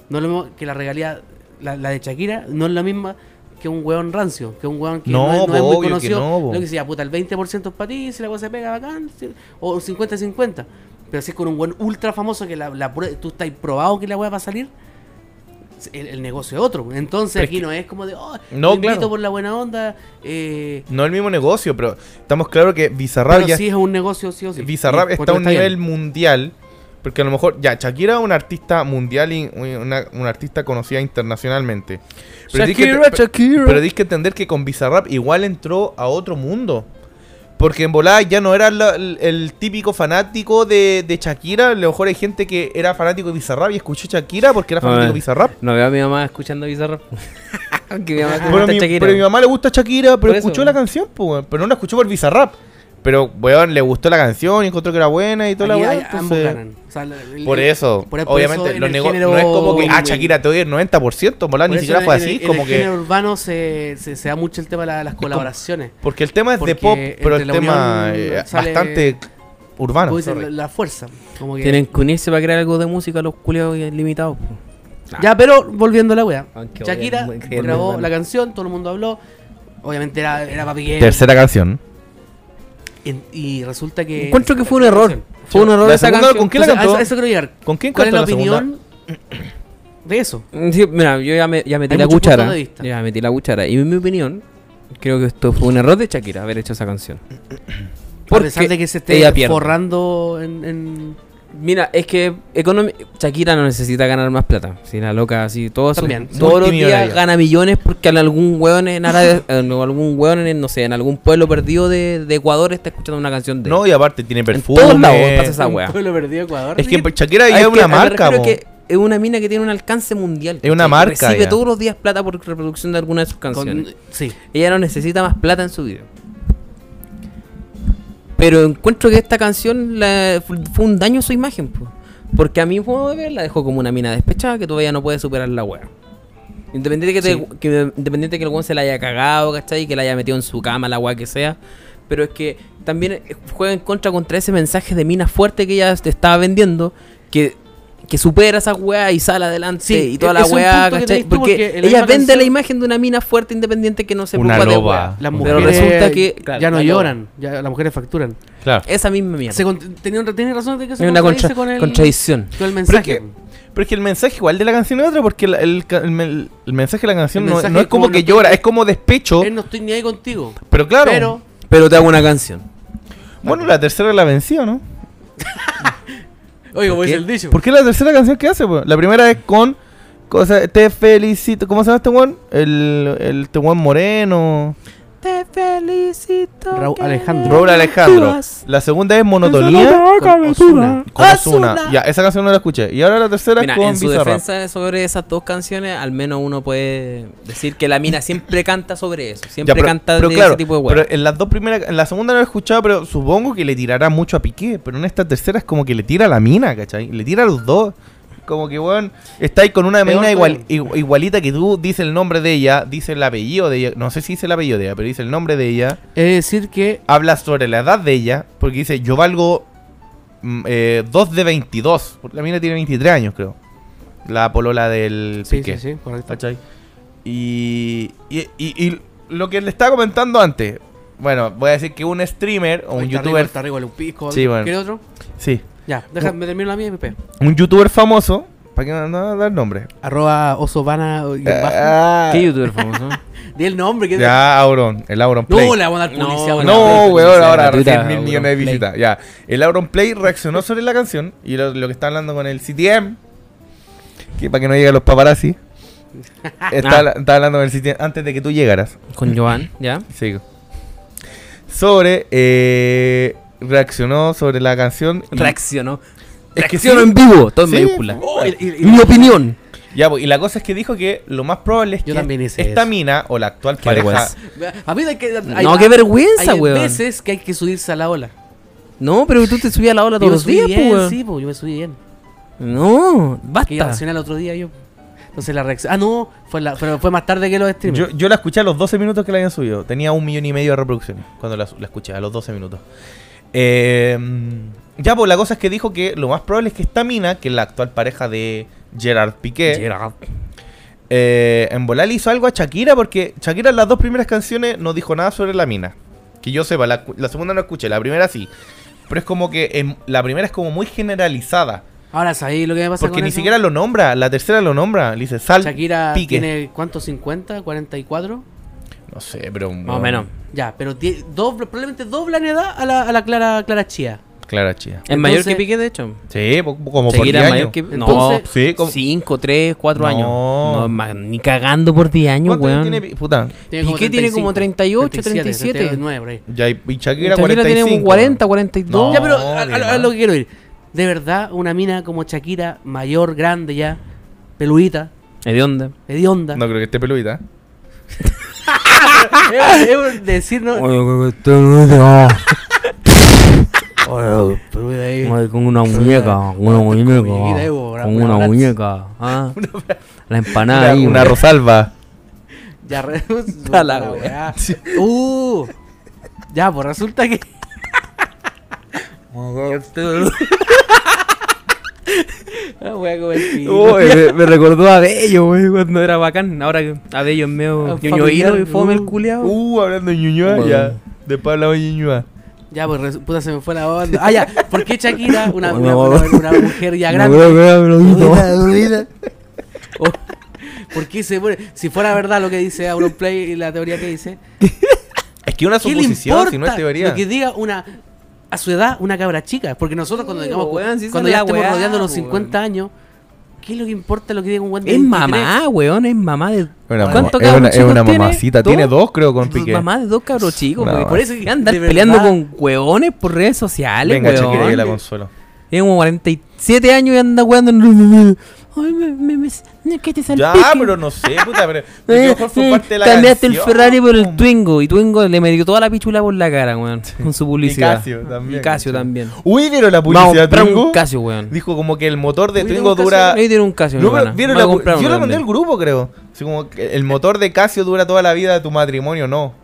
[SPEAKER 2] No es lo mismo que la regalía la, la de Shakira no es la misma que un weón rancio, que un weón que
[SPEAKER 3] No,
[SPEAKER 2] no, es, no es
[SPEAKER 3] po, obvio
[SPEAKER 2] muy
[SPEAKER 3] que
[SPEAKER 2] conocido.
[SPEAKER 3] no, po.
[SPEAKER 2] lo que decía, puta, el 20% es para ti, si la weá se pega bacán, si- o 50-50. Pero si es con un weón ultra famoso que la, la prue- tú estás probado que la weá va a salir, el, el negocio es otro. Entonces
[SPEAKER 3] Pero es
[SPEAKER 2] aquí no es como de, oh,
[SPEAKER 3] No,
[SPEAKER 2] lo invito
[SPEAKER 3] claro.
[SPEAKER 2] por la buena onda. Eh,
[SPEAKER 3] No es el mismo negocio, pero estamos claros que Bizarrap
[SPEAKER 2] pero
[SPEAKER 3] ya
[SPEAKER 2] sí es un negocio, sí o sí.
[SPEAKER 3] Bizarrap
[SPEAKER 2] Y
[SPEAKER 1] pues
[SPEAKER 3] está a
[SPEAKER 2] cuando
[SPEAKER 3] un nivel
[SPEAKER 2] bien.
[SPEAKER 3] mundial. Porque a lo mejor, ya, Shakira es una artista mundial y una, una artista conocida internacionalmente. Pero tienes que te-
[SPEAKER 1] Shakira,
[SPEAKER 3] pe-
[SPEAKER 1] Shakira.
[SPEAKER 3] Pero tienes que entender que con Bizarrap igual entró a otro mundo. Porque en volada ya no era la- el, el típico fanático de, de Shakira. A lo mejor hay gente que era fanático de Bizarrap y escuchó Shakira porque era
[SPEAKER 1] A ver.
[SPEAKER 3] fanático de Bizarrap.
[SPEAKER 1] No veo a mi mamá escuchando Bizarrap. que mi mamá
[SPEAKER 3] Pero,
[SPEAKER 1] escucha
[SPEAKER 3] mi,
[SPEAKER 1] Ah, Shakira.
[SPEAKER 3] pero mi mamá le gusta Shakira,
[SPEAKER 1] Por
[SPEAKER 3] pero
[SPEAKER 1] eso,
[SPEAKER 3] escuchó
[SPEAKER 1] weón.
[SPEAKER 3] la canción, pues, weón. pero no la escuchó por Bizarrap. Pero, weón, le gustó la canción y encontró que era buena y toda la
[SPEAKER 2] Aquí
[SPEAKER 3] weá.
[SPEAKER 2] hay- ambos
[SPEAKER 3] entonces-
[SPEAKER 2] ganan. O sea, la- el-
[SPEAKER 3] Por eso,
[SPEAKER 2] por- por
[SPEAKER 3] obviamente,
[SPEAKER 2] eso en
[SPEAKER 3] los
[SPEAKER 2] el
[SPEAKER 3] nego-
[SPEAKER 2] género-
[SPEAKER 3] no es como que, ah, Shakira te doy el 90%,
[SPEAKER 2] por
[SPEAKER 3] mola, ni
[SPEAKER 2] eso
[SPEAKER 3] siquiera
[SPEAKER 2] en
[SPEAKER 3] fue
[SPEAKER 2] el-
[SPEAKER 3] así,
[SPEAKER 2] en
[SPEAKER 3] como
[SPEAKER 2] el
[SPEAKER 3] que...
[SPEAKER 2] género urbano se, se, se da mucho el tema de la- las colaboraciones.
[SPEAKER 3] Porque el tema es
[SPEAKER 2] porque
[SPEAKER 3] de pop, pero el
[SPEAKER 2] entre la
[SPEAKER 3] tema
[SPEAKER 2] unión
[SPEAKER 3] eh,
[SPEAKER 2] sale-
[SPEAKER 3] bastante urbano.
[SPEAKER 2] Como dicen,
[SPEAKER 3] sorry.
[SPEAKER 2] la, la fuerza. Como que-
[SPEAKER 1] Tienen que unirse para crear algo de música los culiados limitados. po.
[SPEAKER 2] Ya, pero volviendo a la wea.
[SPEAKER 1] Aunque
[SPEAKER 2] Shakira
[SPEAKER 1] voy a- voy a-
[SPEAKER 2] grabó la canción, todo el mundo habló. Obviamente era, era Papi Gay.
[SPEAKER 3] Tercera canción.
[SPEAKER 2] En- y resulta que.
[SPEAKER 1] Encuentro que fue un error. Fue un error
[SPEAKER 3] La
[SPEAKER 1] esa
[SPEAKER 3] segunda,
[SPEAKER 1] canción.
[SPEAKER 3] ¿con qué
[SPEAKER 2] Entonces,
[SPEAKER 3] la
[SPEAKER 2] a eso,
[SPEAKER 3] cantó?
[SPEAKER 2] a eso quiero llegar.
[SPEAKER 3] ¿Con quién
[SPEAKER 2] ¿Cuál es
[SPEAKER 3] cantó
[SPEAKER 2] la
[SPEAKER 3] la segunda?
[SPEAKER 2] opinión de eso?
[SPEAKER 1] Sí, mira, yo ya, me- ya metí
[SPEAKER 2] Hay
[SPEAKER 1] la
[SPEAKER 2] muchos puntos
[SPEAKER 1] cuchara.
[SPEAKER 2] de vista.
[SPEAKER 1] Ya metí la cuchara. Y en mi opinión, creo que esto fue un error de Shakira haber hecho esa canción.
[SPEAKER 2] Por a pesar de que se
[SPEAKER 1] ella
[SPEAKER 2] esté
[SPEAKER 1] pierde.
[SPEAKER 2] forrando en. en-
[SPEAKER 1] Mira, es que economi- Shakira no necesita ganar más plata. Si la loca, así todos,
[SPEAKER 2] También.
[SPEAKER 1] todos los días
[SPEAKER 3] Multimillonaria.
[SPEAKER 1] gana millones porque en algún hueón en Arabia, en algún hueón en, no sé, en algún pueblo perdido de, de Ecuador está escuchando una canción de.
[SPEAKER 3] No, y aparte tiene perfume.
[SPEAKER 1] todos lados pasa esa wea.
[SPEAKER 2] Pueblo perdido Ecuador.
[SPEAKER 3] Es que
[SPEAKER 2] Dije,
[SPEAKER 3] Shakira
[SPEAKER 1] Ah,
[SPEAKER 3] ya es
[SPEAKER 1] que-
[SPEAKER 3] una
[SPEAKER 1] ah, me
[SPEAKER 3] marca,
[SPEAKER 1] refiero
[SPEAKER 3] po.
[SPEAKER 1] que es una mina que tiene un alcance mundial.
[SPEAKER 3] Es una
[SPEAKER 1] ¿cachai?
[SPEAKER 3] marca
[SPEAKER 1] Recibe
[SPEAKER 3] ya.
[SPEAKER 1] todos los días plata por reproducción de alguna de sus canciones.
[SPEAKER 2] con- sí.
[SPEAKER 1] Ella no necesita más plata en su vida. Pero encuentro que esta canción la- fu- fue un daño a su imagen, po. porque a mi modo de ver la dejó como una mina despechada que todavía no puede superar la wea. Independiente que, te-
[SPEAKER 2] Sí.
[SPEAKER 1] que- independiente que el weón se la haya cagado, ¿cachai? Que la haya metido en su cama, la wea que sea. Pero es que también eh, juega en contra contra ese mensaje de mina fuerte que ella te estaba vendiendo, que, que supera esa wea y sale adelante
[SPEAKER 2] Sí,
[SPEAKER 1] y toda
[SPEAKER 2] e-
[SPEAKER 1] la
[SPEAKER 2] es un
[SPEAKER 1] wea,
[SPEAKER 2] punto que
[SPEAKER 1] ¿cachai?
[SPEAKER 2] tenés tú,
[SPEAKER 1] Porque,
[SPEAKER 2] porque en
[SPEAKER 1] ella
[SPEAKER 2] la misma
[SPEAKER 1] vende la
[SPEAKER 2] canción-
[SPEAKER 1] imagen de una mina fuerte independiente que no se
[SPEAKER 3] Una
[SPEAKER 1] preocupa de
[SPEAKER 3] loba.
[SPEAKER 1] wea.
[SPEAKER 2] Las
[SPEAKER 1] Pero
[SPEAKER 2] mujeres
[SPEAKER 1] resulta que- claro,
[SPEAKER 2] ya no
[SPEAKER 1] la
[SPEAKER 2] lloran, ya las mujeres facturan.
[SPEAKER 3] Claro.
[SPEAKER 1] Esa misma mierda.
[SPEAKER 2] Se con- tenía, un- tenía razón de que
[SPEAKER 1] Hay
[SPEAKER 2] se
[SPEAKER 1] una
[SPEAKER 2] contradice
[SPEAKER 1] contra-
[SPEAKER 2] con el,
[SPEAKER 1] contradicción.
[SPEAKER 2] con el
[SPEAKER 3] Pero es,
[SPEAKER 2] mensaje.
[SPEAKER 3] que, pero es que el mensaje igual de la canción es otro, porque el, el ca- el men- el mensaje de la canción
[SPEAKER 2] El
[SPEAKER 3] no,
[SPEAKER 2] mensaje
[SPEAKER 3] no es
[SPEAKER 2] como
[SPEAKER 3] como,
[SPEAKER 2] no
[SPEAKER 3] que
[SPEAKER 2] estoy-
[SPEAKER 3] llora, es como despecho.
[SPEAKER 2] Él no estoy ni ahí contigo.
[SPEAKER 3] Pero claro,
[SPEAKER 2] Pero
[SPEAKER 1] Pero te hago una canción.
[SPEAKER 3] bueno, la tercera la venció, ¿no?
[SPEAKER 2] Oye, como
[SPEAKER 1] qué?
[SPEAKER 2] dice el dicho.
[SPEAKER 3] ¿Por qué la tercera canción que hace? po? La primera es con. Cosa, te felicito. ¿Cómo se llama este weón? El, el este weón moreno.
[SPEAKER 1] Te felicito.
[SPEAKER 2] Raúl que Alejandro.
[SPEAKER 3] Raúl Alejandro. La segunda es monotonía.
[SPEAKER 2] Con Ozuna.
[SPEAKER 3] Con Ozuna. Ya, esa canción no la escuché. Y ahora la tercera
[SPEAKER 1] Mira,
[SPEAKER 3] es con
[SPEAKER 1] en su
[SPEAKER 3] Bizarrap.
[SPEAKER 1] defensa sobre esas dos canciones, al menos uno puede decir que la mina siempre canta sobre eso.
[SPEAKER 3] Ya,
[SPEAKER 1] Siempre
[SPEAKER 3] pero-
[SPEAKER 1] canta
[SPEAKER 3] pero
[SPEAKER 1] de
[SPEAKER 3] claro,
[SPEAKER 1] ese tipo de hueá.
[SPEAKER 3] Pero en las dos primeras, en la segunda no la he escuchado, pero supongo que le tirará mucho a Piqué. Pero en esta tercera es como que le tira a la mina, ¿cachai? Le tira a los dos. Como que, weón, está ahí con una
[SPEAKER 2] Peor
[SPEAKER 3] mina igual,
[SPEAKER 2] todavía.
[SPEAKER 3] igu- igualita que tú, dice el nombre de ella, dice el apellido de ella, no sé si dice el apellido de ella, pero dice el nombre de ella,
[SPEAKER 2] Es decir que
[SPEAKER 3] habla sobre la edad de ella, porque dice, yo valgo mm, eh, 2 de 22, porque la mina tiene 23 años, creo. La polola del
[SPEAKER 2] Sí,
[SPEAKER 3] Piqué.
[SPEAKER 2] sí, sí, correcto.
[SPEAKER 3] ¿Cachai? Y, y, y- y lo que le estaba comentando antes, bueno, voy a decir que un streamer
[SPEAKER 2] Ahí
[SPEAKER 3] o un
[SPEAKER 2] está
[SPEAKER 3] youtuber,
[SPEAKER 2] Arriba, está arriba el pisco.
[SPEAKER 3] Sí, bueno.
[SPEAKER 2] ¿Quiere otro?
[SPEAKER 3] sí,
[SPEAKER 2] Ya, déjame terminar la mía y me pego.
[SPEAKER 3] un youtuber famoso ¿Para qué no, no dar nombre?
[SPEAKER 2] Arroba Osobana. y bajo.
[SPEAKER 3] Ah,
[SPEAKER 1] ¿Qué youtuber famoso?
[SPEAKER 2] Di el nombre. Que
[SPEAKER 3] ya, Auron, el Auron Play.
[SPEAKER 2] no, le vamos a dar
[SPEAKER 1] No,
[SPEAKER 2] publicidad.
[SPEAKER 1] Bueno,
[SPEAKER 3] No,
[SPEAKER 1] pero
[SPEAKER 3] weón,
[SPEAKER 1] publicidad
[SPEAKER 3] ahora
[SPEAKER 1] gratuita,
[SPEAKER 3] recién mil
[SPEAKER 1] Auron
[SPEAKER 3] millones de
[SPEAKER 1] Play.
[SPEAKER 3] visitas. Ya. El Auron Play reaccionó sobre la canción y lo, lo que está hablando con el CTM. Que para que no lleguen los paparazzi. Está,
[SPEAKER 2] Ah.
[SPEAKER 3] está hablando con el CTM antes de que tú llegaras.
[SPEAKER 1] Con Joan, ¿ya?
[SPEAKER 3] Sigo. Sobre. eh, reaccionó sobre la canción. y-
[SPEAKER 1] Reaccionó.
[SPEAKER 3] Es que
[SPEAKER 1] Reaccionó
[SPEAKER 3] sí.
[SPEAKER 1] en vivo, todo en
[SPEAKER 3] Sí.
[SPEAKER 1] mayúscula.
[SPEAKER 2] Oh, y- y- y-
[SPEAKER 1] Mi opinión.
[SPEAKER 3] Ya, pues, y la cosa es que dijo que lo más probable es
[SPEAKER 2] Yo
[SPEAKER 3] que
[SPEAKER 2] también hice
[SPEAKER 3] esta
[SPEAKER 2] eso.
[SPEAKER 3] mina o la actual
[SPEAKER 1] Qué
[SPEAKER 3] pareja.
[SPEAKER 1] vergüenza.
[SPEAKER 2] A mí hay que. hay-
[SPEAKER 1] no, qué vergüenza,
[SPEAKER 2] hay
[SPEAKER 1] weón.
[SPEAKER 2] veces que hay que subirse a la ola.
[SPEAKER 1] No, pero tú te subías a la ola todos
[SPEAKER 2] Yo me
[SPEAKER 1] los
[SPEAKER 2] subí
[SPEAKER 1] días,
[SPEAKER 2] bien,
[SPEAKER 1] po, weón.
[SPEAKER 2] Sí, po, yo me subí bien.
[SPEAKER 1] No,
[SPEAKER 2] Que iba a
[SPEAKER 1] basta.
[SPEAKER 2] reaccionar el otro día yo. Entonces la reacción. Ah, no, fue, la, pero fue más tarde que los streamers.
[SPEAKER 3] Yo, yo la escuché a los 12 minutos que la habían subido. Tenía un millón y medio de reproducciones cuando la, la escuché, a los 12 minutos. Eh, ya, pues la cosa es que dijo que lo más probable es que esta mina, que es la actual pareja de Gerard Piqué,
[SPEAKER 1] Gerard.
[SPEAKER 3] eh, en volar le hizo algo a Shakira porque Shakira en las dos primeras canciones no dijo nada sobre la mina. Que yo sepa, la, la segunda no escuché, la primera sí. Pero es como que em, la primera es como muy generalizada.
[SPEAKER 1] Pues
[SPEAKER 2] Ahora, ¿sabéis lo que me pasa
[SPEAKER 3] Porque
[SPEAKER 2] con
[SPEAKER 3] ni
[SPEAKER 2] eso?
[SPEAKER 3] siquiera lo nombra, la tercera lo nombra. Le dice, sal,
[SPEAKER 2] Shakira
[SPEAKER 3] pique.
[SPEAKER 2] tiene, ¿cuánto? ¿50? ¿44?
[SPEAKER 3] No sé, pero...
[SPEAKER 1] Más o menos.
[SPEAKER 2] Ya, pero tie- dobla- probablemente dobla en edad a la, a la Clara, Clara Chía.
[SPEAKER 3] Clara chía.
[SPEAKER 1] Es mayor
[SPEAKER 2] Entonces-
[SPEAKER 1] que Piqué, de hecho.
[SPEAKER 3] Sí, po- como por
[SPEAKER 1] Shakira
[SPEAKER 3] 10
[SPEAKER 1] es mayor
[SPEAKER 3] años.
[SPEAKER 1] que No,
[SPEAKER 2] Entonces-
[SPEAKER 3] Sí, como...
[SPEAKER 1] 5, 3, 4
[SPEAKER 3] No.
[SPEAKER 1] años. No, ma- ni cagando por 10 años,
[SPEAKER 3] ¿Cuánto años tiene?
[SPEAKER 1] weón.
[SPEAKER 3] Pi- Puta.
[SPEAKER 1] Piqué tiene como 38, 37.
[SPEAKER 2] 39, por ahí.
[SPEAKER 3] Ya, y y Shakira,
[SPEAKER 1] Shakira Este tiene
[SPEAKER 3] 45.
[SPEAKER 1] como 40, 42.
[SPEAKER 3] No,
[SPEAKER 2] ya, pero a, a-
[SPEAKER 3] bien,
[SPEAKER 2] a lo que quiero ir. De verdad, una mina como Shakira, mayor, grande ya, peluita,
[SPEAKER 1] Hedionda.
[SPEAKER 2] hedionda.
[SPEAKER 3] No creo que esté peludita.
[SPEAKER 2] Es- ah, es decir, no.
[SPEAKER 1] este
[SPEAKER 2] Peluita ahí.
[SPEAKER 1] Ay, Con una muñeca, con una
[SPEAKER 2] muñequita, eh,
[SPEAKER 1] muñeca.
[SPEAKER 2] bo,
[SPEAKER 1] Con
[SPEAKER 2] una
[SPEAKER 1] una
[SPEAKER 2] bratz.
[SPEAKER 1] muñeca. ah. La empanada
[SPEAKER 3] Una-
[SPEAKER 1] ahí.
[SPEAKER 3] una
[SPEAKER 1] weón.
[SPEAKER 3] Rosalba.
[SPEAKER 2] Ya, re-
[SPEAKER 1] Da la
[SPEAKER 2] puta
[SPEAKER 1] wea.
[SPEAKER 2] weá. Uh, ya, pues resulta que.
[SPEAKER 1] Oh,
[SPEAKER 2] Ah, voy a comer pico.
[SPEAKER 1] Uy, me, me recordó a Bello, güey, cuando era bacán. Ahora que a Bello es medio
[SPEAKER 2] Ah,
[SPEAKER 1] ñoñoído
[SPEAKER 2] familiar,
[SPEAKER 1] y fome el
[SPEAKER 2] uh.
[SPEAKER 1] culeado.
[SPEAKER 3] Uh, hablando de Ñuñoa,
[SPEAKER 1] Bueno.
[SPEAKER 3] ya. Después hablaba de Ñuñoa.
[SPEAKER 2] Ya, pues resu- puta, se me fue la onda. Ah, ya, ¿por qué Shakira, una,
[SPEAKER 1] No,
[SPEAKER 2] una,
[SPEAKER 1] no,
[SPEAKER 2] una-
[SPEAKER 1] no.
[SPEAKER 2] una mujer ya grande,
[SPEAKER 1] grande.
[SPEAKER 2] por qué se pone? Si fuera verdad lo que dice Auronplay y la teoría que dice,
[SPEAKER 3] Es que una
[SPEAKER 2] ¿qué le
[SPEAKER 3] suposición,
[SPEAKER 2] importa
[SPEAKER 3] si no es teoría.
[SPEAKER 2] lo que diga una, a su edad, una cabra chica? Porque nosotros cuando
[SPEAKER 1] Sí,
[SPEAKER 2] digamos,
[SPEAKER 1] weón, si esa
[SPEAKER 2] cuando
[SPEAKER 1] es
[SPEAKER 2] ya
[SPEAKER 1] la
[SPEAKER 2] estemos
[SPEAKER 1] weá,
[SPEAKER 2] rodeando los
[SPEAKER 1] weón.
[SPEAKER 2] 50 años, ¿qué es lo que importa lo que diga un buen de
[SPEAKER 1] Es
[SPEAKER 2] 23?
[SPEAKER 1] mamá, weón, es mamá de.
[SPEAKER 3] Una
[SPEAKER 1] ¿Cuánto
[SPEAKER 3] mamá- es una, es
[SPEAKER 1] cabros
[SPEAKER 3] una
[SPEAKER 1] chicos
[SPEAKER 3] mamacita. Tiene dos, creo, con
[SPEAKER 1] Dos
[SPEAKER 3] Piqué.
[SPEAKER 1] Mamá de dos cabros chicos,
[SPEAKER 3] Una
[SPEAKER 1] güey.
[SPEAKER 3] mamá.
[SPEAKER 1] Por eso que andan
[SPEAKER 2] De
[SPEAKER 1] peleando
[SPEAKER 2] verdad.
[SPEAKER 1] con hueones por redes sociales,
[SPEAKER 3] Venga,
[SPEAKER 1] weón.
[SPEAKER 3] Shakira, yo la consuelo.
[SPEAKER 1] Tiene como 47 años y anda jugando en. Ay, me, me, me, que te
[SPEAKER 3] Ya,
[SPEAKER 1] salpique.
[SPEAKER 3] pero no sé, puta. Pero, pero
[SPEAKER 1] Eh,
[SPEAKER 3] mejor fue
[SPEAKER 1] eh,
[SPEAKER 3] parte de la
[SPEAKER 1] Cambiaste el
[SPEAKER 3] canción,
[SPEAKER 1] Ferrari por
[SPEAKER 3] po.
[SPEAKER 1] el Twingo y Twingo le metió toda la pichula por la cara, weón. Con su publicidad.
[SPEAKER 3] Casio también,
[SPEAKER 1] Y Casio
[SPEAKER 3] ¿cachai?
[SPEAKER 1] también.
[SPEAKER 3] Uy, ¿vieron la
[SPEAKER 1] Vamos a
[SPEAKER 3] publicidad de
[SPEAKER 1] comprar un
[SPEAKER 3] Twingo?
[SPEAKER 1] Casio, weón.
[SPEAKER 3] Dijo como que el motor de
[SPEAKER 1] Uy, tiene
[SPEAKER 3] Twingo
[SPEAKER 1] un Casio,
[SPEAKER 3] dura...
[SPEAKER 1] Ahí tiene un Casio,
[SPEAKER 3] No,
[SPEAKER 1] mi
[SPEAKER 3] pero
[SPEAKER 1] hermana.
[SPEAKER 3] ¿vieron
[SPEAKER 1] Voy a
[SPEAKER 3] la-
[SPEAKER 1] comprar
[SPEAKER 3] yo
[SPEAKER 1] uno
[SPEAKER 3] la mandé al
[SPEAKER 1] también.
[SPEAKER 3] grupo, creo. Así como que el motor de Casio dura toda la vida de tu matrimonio, no.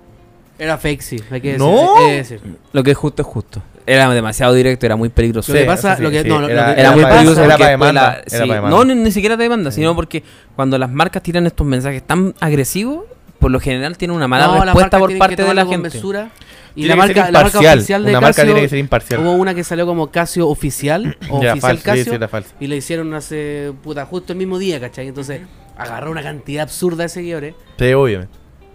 [SPEAKER 2] Era fake, sí, hay que decir.
[SPEAKER 3] No.
[SPEAKER 2] hay que decir.
[SPEAKER 1] Lo que es justo es justo. Era demasiado directo, era muy peligroso.
[SPEAKER 2] Lo que
[SPEAKER 3] Sí,
[SPEAKER 2] pasa-
[SPEAKER 3] eso sí,
[SPEAKER 2] lo que-
[SPEAKER 3] sí,
[SPEAKER 2] no, lo-
[SPEAKER 3] era-
[SPEAKER 2] lo
[SPEAKER 1] Ah,
[SPEAKER 2] que-
[SPEAKER 1] Era
[SPEAKER 2] lo
[SPEAKER 1] muy
[SPEAKER 2] que pasa-
[SPEAKER 1] peligroso
[SPEAKER 3] Era
[SPEAKER 1] porque
[SPEAKER 3] para
[SPEAKER 1] después
[SPEAKER 3] demanda.
[SPEAKER 1] la-
[SPEAKER 3] era
[SPEAKER 1] sí,
[SPEAKER 3] pa' demanda.
[SPEAKER 1] no, ni, ni siquiera te demanda, sino porque cuando las marcas tiran estos mensajes tan agresivos, por lo general tienen una mala
[SPEAKER 2] No, las
[SPEAKER 1] respuesta
[SPEAKER 2] marcas
[SPEAKER 1] por
[SPEAKER 2] tienen que
[SPEAKER 1] parte de la
[SPEAKER 2] tomarlo con
[SPEAKER 1] gente.
[SPEAKER 2] mesura. Y
[SPEAKER 3] Tiene
[SPEAKER 2] la
[SPEAKER 3] que
[SPEAKER 2] marca,
[SPEAKER 3] ser
[SPEAKER 2] la marca
[SPEAKER 3] imparcial,
[SPEAKER 2] oficial de
[SPEAKER 3] una marca
[SPEAKER 2] Casio.
[SPEAKER 3] tiene que ser imparcial.
[SPEAKER 2] Hubo una que salió como Casio oficial. o
[SPEAKER 3] Ya,
[SPEAKER 2] oficial
[SPEAKER 3] falso, sí,
[SPEAKER 2] Casio.
[SPEAKER 3] sí, era falso.
[SPEAKER 2] Y lo hicieron hace. puta, justo el mismo día, ¿cachai? Entonces agarró una cantidad absurda de seguidores.
[SPEAKER 3] Sí, obviamente.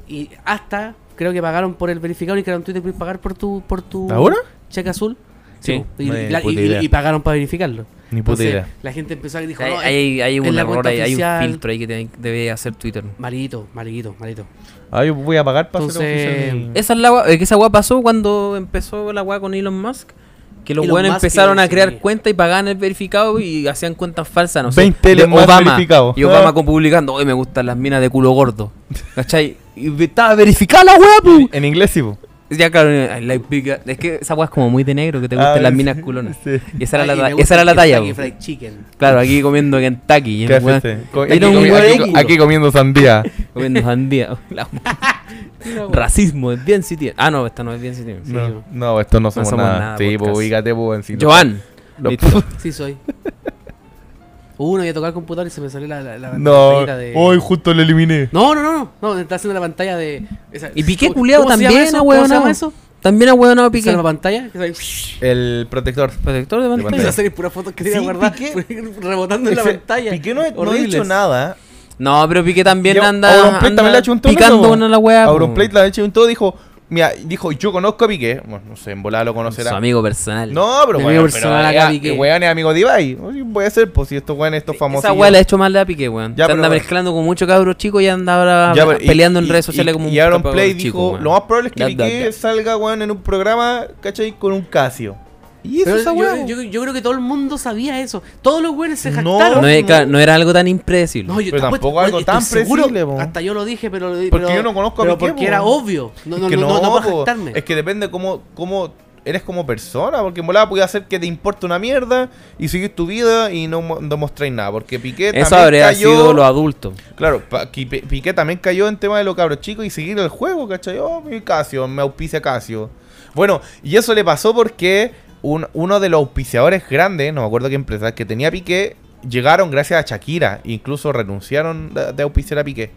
[SPEAKER 2] Y hasta creo que pagaron por el verificado. Y que en Twitter puedes pagar por tu. Por tu
[SPEAKER 3] ¿Ahora?
[SPEAKER 2] Cheque azul.
[SPEAKER 1] Sí.
[SPEAKER 2] Y, y
[SPEAKER 3] Ni
[SPEAKER 2] la- y-
[SPEAKER 3] puta
[SPEAKER 2] y-
[SPEAKER 3] idea.
[SPEAKER 2] y pagaron para verificarlo.
[SPEAKER 3] Ni puta
[SPEAKER 2] Entonces,
[SPEAKER 3] idea.
[SPEAKER 2] La gente empezó a dijo,
[SPEAKER 1] Hay,
[SPEAKER 2] no,
[SPEAKER 1] hay- hay
[SPEAKER 2] es
[SPEAKER 1] un
[SPEAKER 2] la
[SPEAKER 1] error
[SPEAKER 2] cuenta
[SPEAKER 1] ahí, hay un
[SPEAKER 2] oficial.
[SPEAKER 1] filtro ahí que tiene- debe hacer Twitter.
[SPEAKER 2] Malito, malito, malito.
[SPEAKER 3] Ah, yo voy a pagar para hacer
[SPEAKER 2] Entonces,
[SPEAKER 3] oficial.
[SPEAKER 1] Esa es la gua- eh, que esa weá pasó cuando empezó la weá con Elon Musk. Que los
[SPEAKER 2] Elon
[SPEAKER 1] weones
[SPEAKER 2] Musk,
[SPEAKER 1] empezaron a
[SPEAKER 2] sí.
[SPEAKER 1] crear cuentas y pagaban el verificado y hacían cuentas falsas, no sé.
[SPEAKER 3] 20
[SPEAKER 1] de
[SPEAKER 3] Elon Musk
[SPEAKER 1] Obama.
[SPEAKER 3] verificado.
[SPEAKER 1] Y Obama
[SPEAKER 3] Ah.
[SPEAKER 1] como publicando, hoy me gustan las minas de culo gordo. ¿Cachai? Y ve- estaba verificada la weá, pu.
[SPEAKER 3] En inglés, sí, po.
[SPEAKER 1] Ya, claro, I like big a- Es que esa weá es como muy de negro, que te
[SPEAKER 3] Ah,
[SPEAKER 1] gustan las
[SPEAKER 3] sí,
[SPEAKER 1] minas culonas.
[SPEAKER 3] sí.
[SPEAKER 1] Y esa era
[SPEAKER 2] Ay,
[SPEAKER 1] la,
[SPEAKER 2] me
[SPEAKER 1] ta-
[SPEAKER 2] gusta
[SPEAKER 1] esa era la
[SPEAKER 2] el
[SPEAKER 1] talla,
[SPEAKER 2] Kentucky
[SPEAKER 1] pu.
[SPEAKER 2] Fried Chicken.
[SPEAKER 1] Claro, aquí comiendo Kentucky. y el
[SPEAKER 3] KFC.
[SPEAKER 1] weón
[SPEAKER 3] Co- Aquí,
[SPEAKER 1] Era un
[SPEAKER 3] comi-
[SPEAKER 1] hueón
[SPEAKER 3] aquí-
[SPEAKER 1] X.
[SPEAKER 3] aquí comiendo sandía.
[SPEAKER 1] Comiendo sandía. La- Racismo, es bien sitio. Ah, no, esta no es bien sitio.
[SPEAKER 3] No, no, esto no somos,
[SPEAKER 1] somos
[SPEAKER 3] nada.
[SPEAKER 1] nada,
[SPEAKER 3] Sí, pues
[SPEAKER 1] podcast.
[SPEAKER 3] ubícate, pues. si no-
[SPEAKER 1] Joan.
[SPEAKER 3] Lo-
[SPEAKER 1] Listo.
[SPEAKER 2] Sí, soy. Uno iba a tocar el computador y se me salió la, la, la
[SPEAKER 3] No,
[SPEAKER 2] pantallita de.
[SPEAKER 3] hoy justo lo eliminé.
[SPEAKER 2] No, no, no, no. No, está haciendo la pantalla de. esa-
[SPEAKER 1] Y Piqué
[SPEAKER 2] ¿Cómo-
[SPEAKER 1] culiao
[SPEAKER 2] cómo se llama
[SPEAKER 1] también,
[SPEAKER 2] eso?
[SPEAKER 1] ah, weón,
[SPEAKER 2] ¿Cómo se llama
[SPEAKER 1] ah.
[SPEAKER 2] eso?
[SPEAKER 1] También a huevón a Piqué.
[SPEAKER 2] ¿Salva pantalla? que sale-
[SPEAKER 3] El protector.
[SPEAKER 1] Protector de
[SPEAKER 2] Esa
[SPEAKER 1] pantalla.
[SPEAKER 2] serie es pura foto que tenía
[SPEAKER 3] Sí,
[SPEAKER 2] guardada
[SPEAKER 3] Piqué-
[SPEAKER 2] rebotando en la
[SPEAKER 3] Ese-
[SPEAKER 2] pantalla.
[SPEAKER 3] Piqué no, no ha
[SPEAKER 2] Horribles.
[SPEAKER 3] dicho nada.
[SPEAKER 1] No, pero Piqué también
[SPEAKER 3] Y a-
[SPEAKER 1] anda,
[SPEAKER 3] a Auronplay
[SPEAKER 1] anda
[SPEAKER 3] también le ha hecho un todo,
[SPEAKER 1] picando
[SPEAKER 3] ¿no?
[SPEAKER 1] una la hueá.
[SPEAKER 3] Auronplay la ha hecho un todo. Dijo, mira, dijo, yo conozco a Piqué. Bueno, no sé, en volada lo
[SPEAKER 1] Su
[SPEAKER 3] conocerá.
[SPEAKER 1] amigo personal.
[SPEAKER 3] No, pero
[SPEAKER 2] Mi
[SPEAKER 3] bueno,
[SPEAKER 2] amigo
[SPEAKER 3] pero
[SPEAKER 2] personal acá,
[SPEAKER 3] eh,
[SPEAKER 2] Piqué.
[SPEAKER 3] el weón es amigo de Ibai. Oye, Voy a hacer, pues si estos weones, estos famosos.
[SPEAKER 1] Esa hueá le ha hecho mal a Piqué, weón.
[SPEAKER 3] Ya,
[SPEAKER 1] Se anda
[SPEAKER 3] pero-
[SPEAKER 1] mezclando con muchos cabros chicos y anda ahora
[SPEAKER 3] Ya, pero- y-
[SPEAKER 1] peleando en
[SPEAKER 3] y-
[SPEAKER 1] redes sociales
[SPEAKER 3] y-
[SPEAKER 1] como
[SPEAKER 3] Y Aaron
[SPEAKER 1] cabro
[SPEAKER 3] Play
[SPEAKER 1] chico,
[SPEAKER 3] dijo:
[SPEAKER 1] weón.
[SPEAKER 3] Lo más probable es que
[SPEAKER 1] Ya, ya,
[SPEAKER 3] Piqué
[SPEAKER 1] ya.
[SPEAKER 3] salga, weón, en un programa, ¿cachai? Con un Casio. Y eso
[SPEAKER 2] Pero
[SPEAKER 3] es esa
[SPEAKER 2] yo,
[SPEAKER 3] weá.
[SPEAKER 2] yo, yo creo que todo el mundo sabía eso. Todos los güeyes se
[SPEAKER 3] No.
[SPEAKER 2] jactaron.
[SPEAKER 1] No, es- claro, no era algo tan impredecible.
[SPEAKER 2] No, yo
[SPEAKER 3] Pero
[SPEAKER 2] te apuesto-
[SPEAKER 3] tampoco algo
[SPEAKER 2] estoy
[SPEAKER 3] tan
[SPEAKER 2] seguro-
[SPEAKER 3] predecible, po.
[SPEAKER 2] Hasta yo lo dije, pero. lo di-
[SPEAKER 3] Porque
[SPEAKER 2] pero-
[SPEAKER 3] yo no conozco a
[SPEAKER 2] pero
[SPEAKER 3] Piqué,
[SPEAKER 2] Porque
[SPEAKER 3] po.
[SPEAKER 2] era obvio. No, no,
[SPEAKER 3] Es que
[SPEAKER 2] no, no, no para
[SPEAKER 3] po.
[SPEAKER 2] jactarme.
[SPEAKER 3] Es que depende cómo, cómo eres como persona, porque en volada podía hacer que te importe una mierda y seguir tu vida y no, mo- no mostráis nada, porque Piqué
[SPEAKER 1] Eso
[SPEAKER 3] también
[SPEAKER 1] habría
[SPEAKER 3] cayó-
[SPEAKER 1] sido lo adulto.
[SPEAKER 3] Claro, pa- que Pi- Piqué también cayó en tema de los cabros chicos y seguir el juego, ¿cachai? Oh, mi Casio, me auspicia Casio. Bueno, y eso le pasó porque un- uno de los auspiciadores grandes, no me acuerdo qué empresa, que tenía Piqué, llegaron gracias a Shakira. Incluso renunciaron de, de auspiciar a Piqué.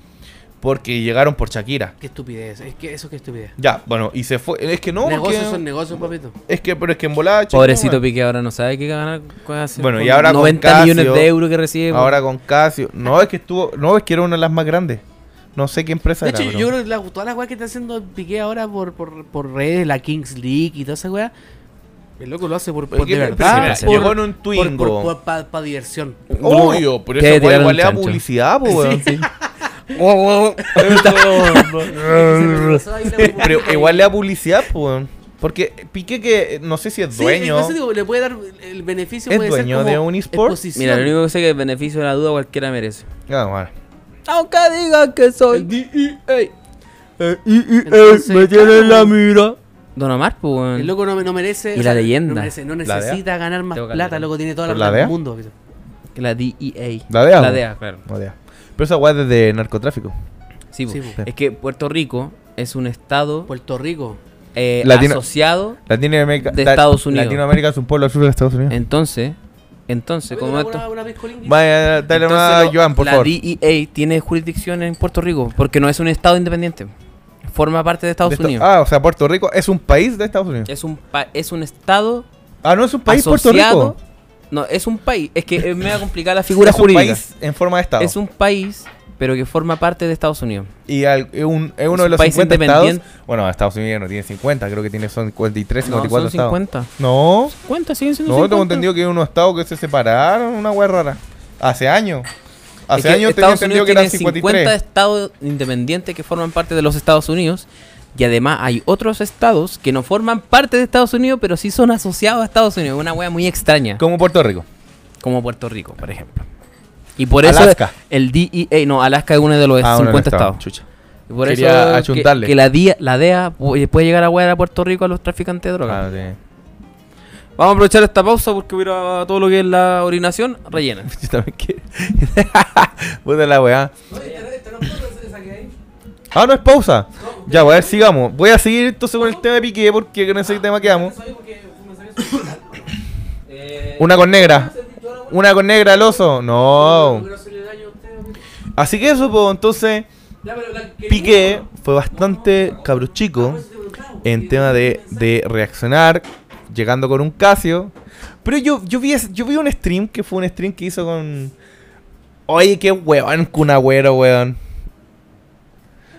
[SPEAKER 3] Porque llegaron por Shakira.
[SPEAKER 2] Qué estupidez. Es que eso qué estupidez.
[SPEAKER 3] Ya, bueno, y se fue. Es que no,
[SPEAKER 2] negocios
[SPEAKER 3] porque-
[SPEAKER 2] son negocios, papito.
[SPEAKER 3] es que, pero es que en volada. chequea,
[SPEAKER 1] Pobrecito
[SPEAKER 3] weón.
[SPEAKER 1] Piqué ahora no sabe qué ganar. qué hacer
[SPEAKER 3] pues, Bueno, y
[SPEAKER 1] con
[SPEAKER 3] ahora con
[SPEAKER 1] 90 millones
[SPEAKER 3] Casio,
[SPEAKER 1] de euros que recibe. pues. weón.
[SPEAKER 3] Ahora con Casio. No, es que estuvo. No, es que era una de las más grandes. No sé qué empresa
[SPEAKER 2] De
[SPEAKER 3] era.
[SPEAKER 2] hecho,
[SPEAKER 3] pero-
[SPEAKER 2] yo creo que la, todas las weas que está haciendo Piqué ahora por, por, por redes, la Kings League y toda esa wea, el loco lo hace por, por
[SPEAKER 3] Porque
[SPEAKER 2] de
[SPEAKER 3] me-
[SPEAKER 2] verdad.
[SPEAKER 1] impresionante.
[SPEAKER 2] por-
[SPEAKER 3] Llegó en un
[SPEAKER 2] por-
[SPEAKER 3] Twingo.
[SPEAKER 2] por- por- pa- pa diversión.
[SPEAKER 3] Obvio, pero
[SPEAKER 1] Quiere
[SPEAKER 3] esa weá
[SPEAKER 1] tirar
[SPEAKER 3] igual
[SPEAKER 1] un
[SPEAKER 3] le da
[SPEAKER 1] chancho.
[SPEAKER 3] publicidad, po, weón. Pero igual le da publicidad, po, weón. Porque Piqué que eh, no sé si es
[SPEAKER 2] Sí,
[SPEAKER 3] dueño.
[SPEAKER 2] entonces digo, le puede dar el beneficio.
[SPEAKER 3] ¿Es
[SPEAKER 2] puede
[SPEAKER 3] dueño
[SPEAKER 2] ser como
[SPEAKER 3] de un eSport?
[SPEAKER 2] exposición.
[SPEAKER 1] Mira, lo único que sé es que el beneficio de la duda cualquiera merece.
[SPEAKER 3] Ah, bueno.
[SPEAKER 1] Aunque digan que soy
[SPEAKER 2] Entonces, me tiene en la
[SPEAKER 1] mira. Don Omar, pues, weón.
[SPEAKER 2] El loco no, no merece.
[SPEAKER 1] Y la leyenda.
[SPEAKER 2] No, merece, no
[SPEAKER 3] ¿La DEA?
[SPEAKER 2] necesita ganar más
[SPEAKER 1] Tengo que
[SPEAKER 2] plata,
[SPEAKER 1] hablar.
[SPEAKER 2] loco. Tiene toda la
[SPEAKER 3] ¿Por la
[SPEAKER 2] plata
[SPEAKER 3] DEA?
[SPEAKER 2] del mundo.
[SPEAKER 1] La DEA.
[SPEAKER 3] La pues. DEA,
[SPEAKER 1] La
[SPEAKER 3] po.
[SPEAKER 1] DEA, claro.
[SPEAKER 3] No, ya. Pero esa weá es de narcotráfico.
[SPEAKER 1] Sí, po.
[SPEAKER 2] Sí,
[SPEAKER 3] pues.
[SPEAKER 2] po.
[SPEAKER 1] Es que Puerto Rico es un estado
[SPEAKER 2] Puerto Rico.
[SPEAKER 1] eh,
[SPEAKER 3] Latino-
[SPEAKER 1] asociado.
[SPEAKER 3] Latinoamérica,
[SPEAKER 1] De
[SPEAKER 3] la-
[SPEAKER 1] Estados Unidos.
[SPEAKER 3] Latinoamérica es un pueblo al sur de Estados Unidos.
[SPEAKER 1] Entonces, entonces, como
[SPEAKER 2] Una-
[SPEAKER 1] esto.
[SPEAKER 2] una piscolín.
[SPEAKER 3] Vaya, dale
[SPEAKER 1] Entonces,
[SPEAKER 3] más a
[SPEAKER 1] lo-
[SPEAKER 3] Joan, por
[SPEAKER 1] la
[SPEAKER 3] favor.
[SPEAKER 1] DEA tiene jurisdicción en Puerto Rico porque no es un estado independiente. Forma parte de Estados
[SPEAKER 3] De esto-
[SPEAKER 1] Unidos.
[SPEAKER 3] Ah, o sea, Puerto Rico es un país de Estados Unidos.
[SPEAKER 1] Es un pa- es un estado
[SPEAKER 3] Ah, no es un país Puerto
[SPEAKER 1] asociado.
[SPEAKER 3] Rico.
[SPEAKER 1] No, es un país. Es que eh, es medio complicada la figura
[SPEAKER 3] es un
[SPEAKER 1] jurídica.
[SPEAKER 3] país en forma de estado.
[SPEAKER 1] Es un país, pero que forma parte de Estados Unidos.
[SPEAKER 3] y al- es un- es uno
[SPEAKER 1] es
[SPEAKER 3] de
[SPEAKER 1] un
[SPEAKER 3] los
[SPEAKER 1] país
[SPEAKER 3] 50 estados.
[SPEAKER 1] independiente.
[SPEAKER 3] Bueno, Estados Unidos no tiene 50, creo que tiene son 53,
[SPEAKER 1] No,
[SPEAKER 3] 54
[SPEAKER 1] son
[SPEAKER 3] estados.
[SPEAKER 1] 50.
[SPEAKER 3] No,
[SPEAKER 1] 50, siguen siendo
[SPEAKER 3] no,
[SPEAKER 1] 50.
[SPEAKER 3] tengo entendido que hay unos estados que se separaron, una weá rara. Hace años.
[SPEAKER 1] Es
[SPEAKER 3] Hace
[SPEAKER 1] que
[SPEAKER 3] años tenía
[SPEAKER 1] Estados
[SPEAKER 3] entendido
[SPEAKER 1] Unidos
[SPEAKER 3] que eran
[SPEAKER 1] tiene
[SPEAKER 3] 53.
[SPEAKER 1] 50 estados independientes que forman parte de los Estados Unidos. Y además hay otros estados que no forman parte de Estados Unidos, pero sí son asociados a Estados Unidos. Una wea muy extraña.
[SPEAKER 3] Como Puerto Rico.
[SPEAKER 1] Como Puerto Rico, por ejemplo. Y por
[SPEAKER 3] Alaska.
[SPEAKER 1] eso el DEA, no, Alaska es uno de los
[SPEAKER 3] Ah, uno de los
[SPEAKER 1] 50 estados.
[SPEAKER 3] Chucha.
[SPEAKER 1] Y por
[SPEAKER 3] Quería
[SPEAKER 1] eso que-
[SPEAKER 3] achuntarle.
[SPEAKER 1] que, la, DEA, la DEA pu- puede llegar a huear a Puerto Rico a los traficantes de drogas.
[SPEAKER 3] Ah, sí.
[SPEAKER 1] Vamos a aprovechar esta pausa porque hubiera todo lo que es la orinación rellena.
[SPEAKER 3] Yo también quiero. Puta la weá. este Ah, no es pausa. Ya, Ah, weá, sigamos. Voy a seguir entonces con el tema de Piqué porque con ese tema quedamos. Una con negra. Una con negra al oso. No. Así que eso, pues, entonces. Piqué Eh. fue bastante cabro
[SPEAKER 2] "Ah,
[SPEAKER 3] chico
[SPEAKER 2] pues,
[SPEAKER 3] en tema de, de reaccionar, llegando con un Casio. Pero yo, yo, vi, ese- yo vi un stream que fue un stream que hizo con. Oye, qué huevón, Cunagüero, weón.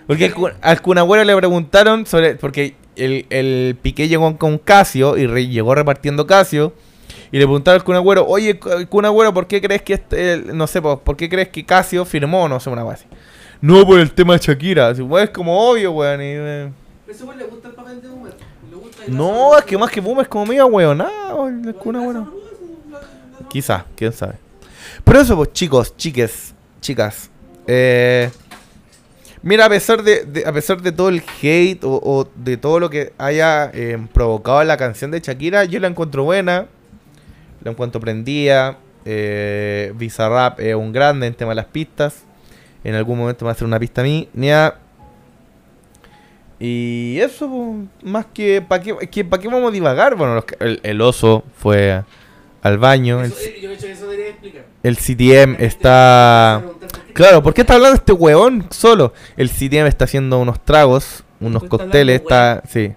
[SPEAKER 3] Porque al, Kun- al Kun Agüero le preguntaron sobre. Porque el, el Piqué llegó con Casio y re- llegó repartiendo Casio. Y le preguntaron al Kun Agüero, oye, Cu- Kun Agüero, ¿por qué crees que este, el- no sé, po, por qué crees que Casio firmó, no sé, una cosa así? No por el tema de Shakira, así, weón, es como obvio, weón. y, eh,
[SPEAKER 2] le gusta el papel de Boomer. Le gusta
[SPEAKER 3] no, es que más que boom es como medio weón, ah, el Kun Agüero. Quizás, quién sabe. Pero eso, pues, chicos, chiques, chicas. Eh, mira, a pesar de, de- a pesar de todo el hate o, o de todo lo que haya eh, provocado la canción de Shakira, yo la encuentro buena. La encuentro prendida. Eh, Bizarrap es un grande en tema de las pistas. En algún momento me va a hacer una pista a mí. ña. Y eso, pues, más que. ¿Para qué, que pa' qué vamos a divagar? Bueno, los que- el, el oso fue al baño. El,
[SPEAKER 2] Yo he hecho eso debería explicar. Este,
[SPEAKER 3] el CTM Mm, está. Claro, ¿por qué está hablando este huevón solo? El CTM está haciendo unos tragos, unos
[SPEAKER 2] Está hablando,
[SPEAKER 3] cócteles, está. Sí.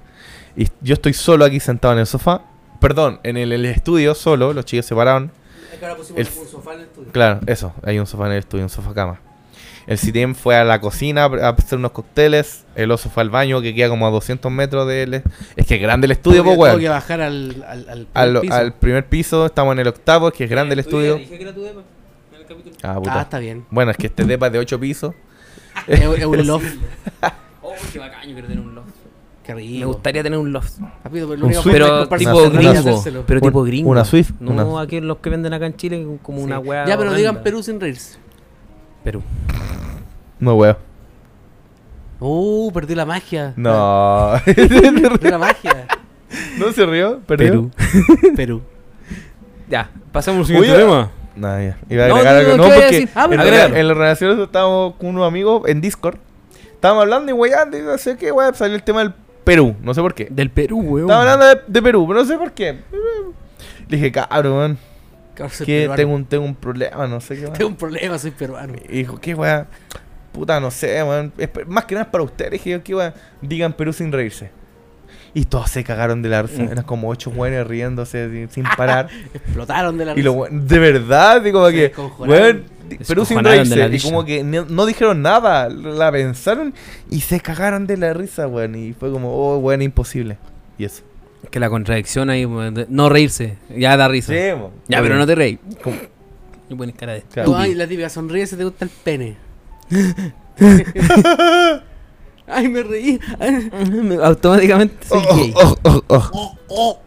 [SPEAKER 3] Y yo estoy solo aquí sentado en el sofá. Perdón, en el, el estudio solo, los chicos se pararon.
[SPEAKER 2] Es que ahora pusimos
[SPEAKER 3] El- un
[SPEAKER 2] sofá en el estudio.
[SPEAKER 3] Claro, eso, hay un sofá en el estudio, un sofá cama. El CTM fue a la cocina a hacer unos cócteles. El oso fue al baño que queda como a 200 metros del. Es que es grande el estudio, po,
[SPEAKER 2] Tengo que
[SPEAKER 3] weón.
[SPEAKER 2] bajar al, al, al
[SPEAKER 3] Al,
[SPEAKER 2] piso.
[SPEAKER 3] al primer piso, estamos en el octavo, es que es grande el estudio. Ah,
[SPEAKER 2] Ah,
[SPEAKER 3] puta.
[SPEAKER 2] está bien.
[SPEAKER 3] Bueno, es que este depa es de 8 pisos.
[SPEAKER 2] Es es un loft.
[SPEAKER 1] Oh, qué bacán, yo quiero tener un loft.
[SPEAKER 2] Qué rico.
[SPEAKER 1] Me gustaría tener un loft.
[SPEAKER 2] Rápido, pero
[SPEAKER 3] Un
[SPEAKER 2] único
[SPEAKER 3] suite.
[SPEAKER 1] Pero
[SPEAKER 2] comprarse
[SPEAKER 1] tipo
[SPEAKER 3] una
[SPEAKER 2] una cerveza y
[SPEAKER 1] gringo.
[SPEAKER 2] hacérselo.
[SPEAKER 1] Pero
[SPEAKER 3] Un-
[SPEAKER 1] tipo gringo.
[SPEAKER 3] una Swift,
[SPEAKER 1] No,
[SPEAKER 3] una-
[SPEAKER 1] aquí los que venden acá en Chile, como una
[SPEAKER 2] Sí.
[SPEAKER 1] weá.
[SPEAKER 2] Ya, pero
[SPEAKER 1] horrenda.
[SPEAKER 2] digan Perú sin reírse.
[SPEAKER 1] Perú.
[SPEAKER 3] No, weón.
[SPEAKER 2] Uh, perdí la magia.
[SPEAKER 3] No.
[SPEAKER 2] Ah, Perdí la magia.
[SPEAKER 3] ¿No se rió? ¿Perdió?
[SPEAKER 2] Perú.
[SPEAKER 1] Ya, pasemos al
[SPEAKER 3] siguiente
[SPEAKER 1] siguiente
[SPEAKER 3] Oye,
[SPEAKER 1] este tema.
[SPEAKER 3] No, ya. Iba a
[SPEAKER 1] No,
[SPEAKER 3] agregar
[SPEAKER 1] no,
[SPEAKER 3] algo.
[SPEAKER 1] no,
[SPEAKER 3] No,
[SPEAKER 1] ¿qué iba a
[SPEAKER 3] porque
[SPEAKER 1] decir? Ah,
[SPEAKER 3] en,
[SPEAKER 1] pero-
[SPEAKER 3] la-
[SPEAKER 1] Agregar.
[SPEAKER 3] en la relación eso estábamos con unos amigos en Discord. Estábamos hablando y weyando y no sé qué, wey, salió el tema del Perú. No sé por qué.
[SPEAKER 1] Del Perú, weón.
[SPEAKER 3] Estábamos hablando de, de Perú, pero no sé por qué. Le dije, cabrón, que tengo un, tengo un problema, no sé qué, weón.
[SPEAKER 2] Tengo un problema, soy peruano.
[SPEAKER 3] Y dijo, qué weá. Puta, no sé, weón. Es pa- Más que nada es para ustedes. Dije yo, qué weá. Digan Perú sin reírse. Y todos se cagaron de la risa.
[SPEAKER 1] Mm.
[SPEAKER 3] Eran como ocho weones riéndose sin, sin parar.
[SPEAKER 2] Explotaron de la
[SPEAKER 3] y lo
[SPEAKER 2] risa.
[SPEAKER 3] we- de verdad, digo, como
[SPEAKER 2] Se
[SPEAKER 3] que.
[SPEAKER 2] desconjolaron.
[SPEAKER 3] weón, di- Perú sin
[SPEAKER 1] Descojonaron de la
[SPEAKER 3] reírse. Y
[SPEAKER 1] risa.
[SPEAKER 3] como que no, no dijeron nada. La pensaron y se cagaron de la risa, weón. Y fue como, oh, weón, imposible. Y eso.
[SPEAKER 1] Que la contradicción ahí, weón, de- no reírse, ya da risa.
[SPEAKER 3] Llevo.
[SPEAKER 1] Ya, pero no te reí.
[SPEAKER 3] ¿Cómo?
[SPEAKER 1] Y pones cara de
[SPEAKER 3] Claro.
[SPEAKER 1] estúpido.
[SPEAKER 2] Ay, la típica sonríe si te gusta el pene. Ay, me reí. Ay.
[SPEAKER 1] Me- Automáticamente soy gay.
[SPEAKER 3] Oh, oh, oh, oh.
[SPEAKER 2] Oh, oh.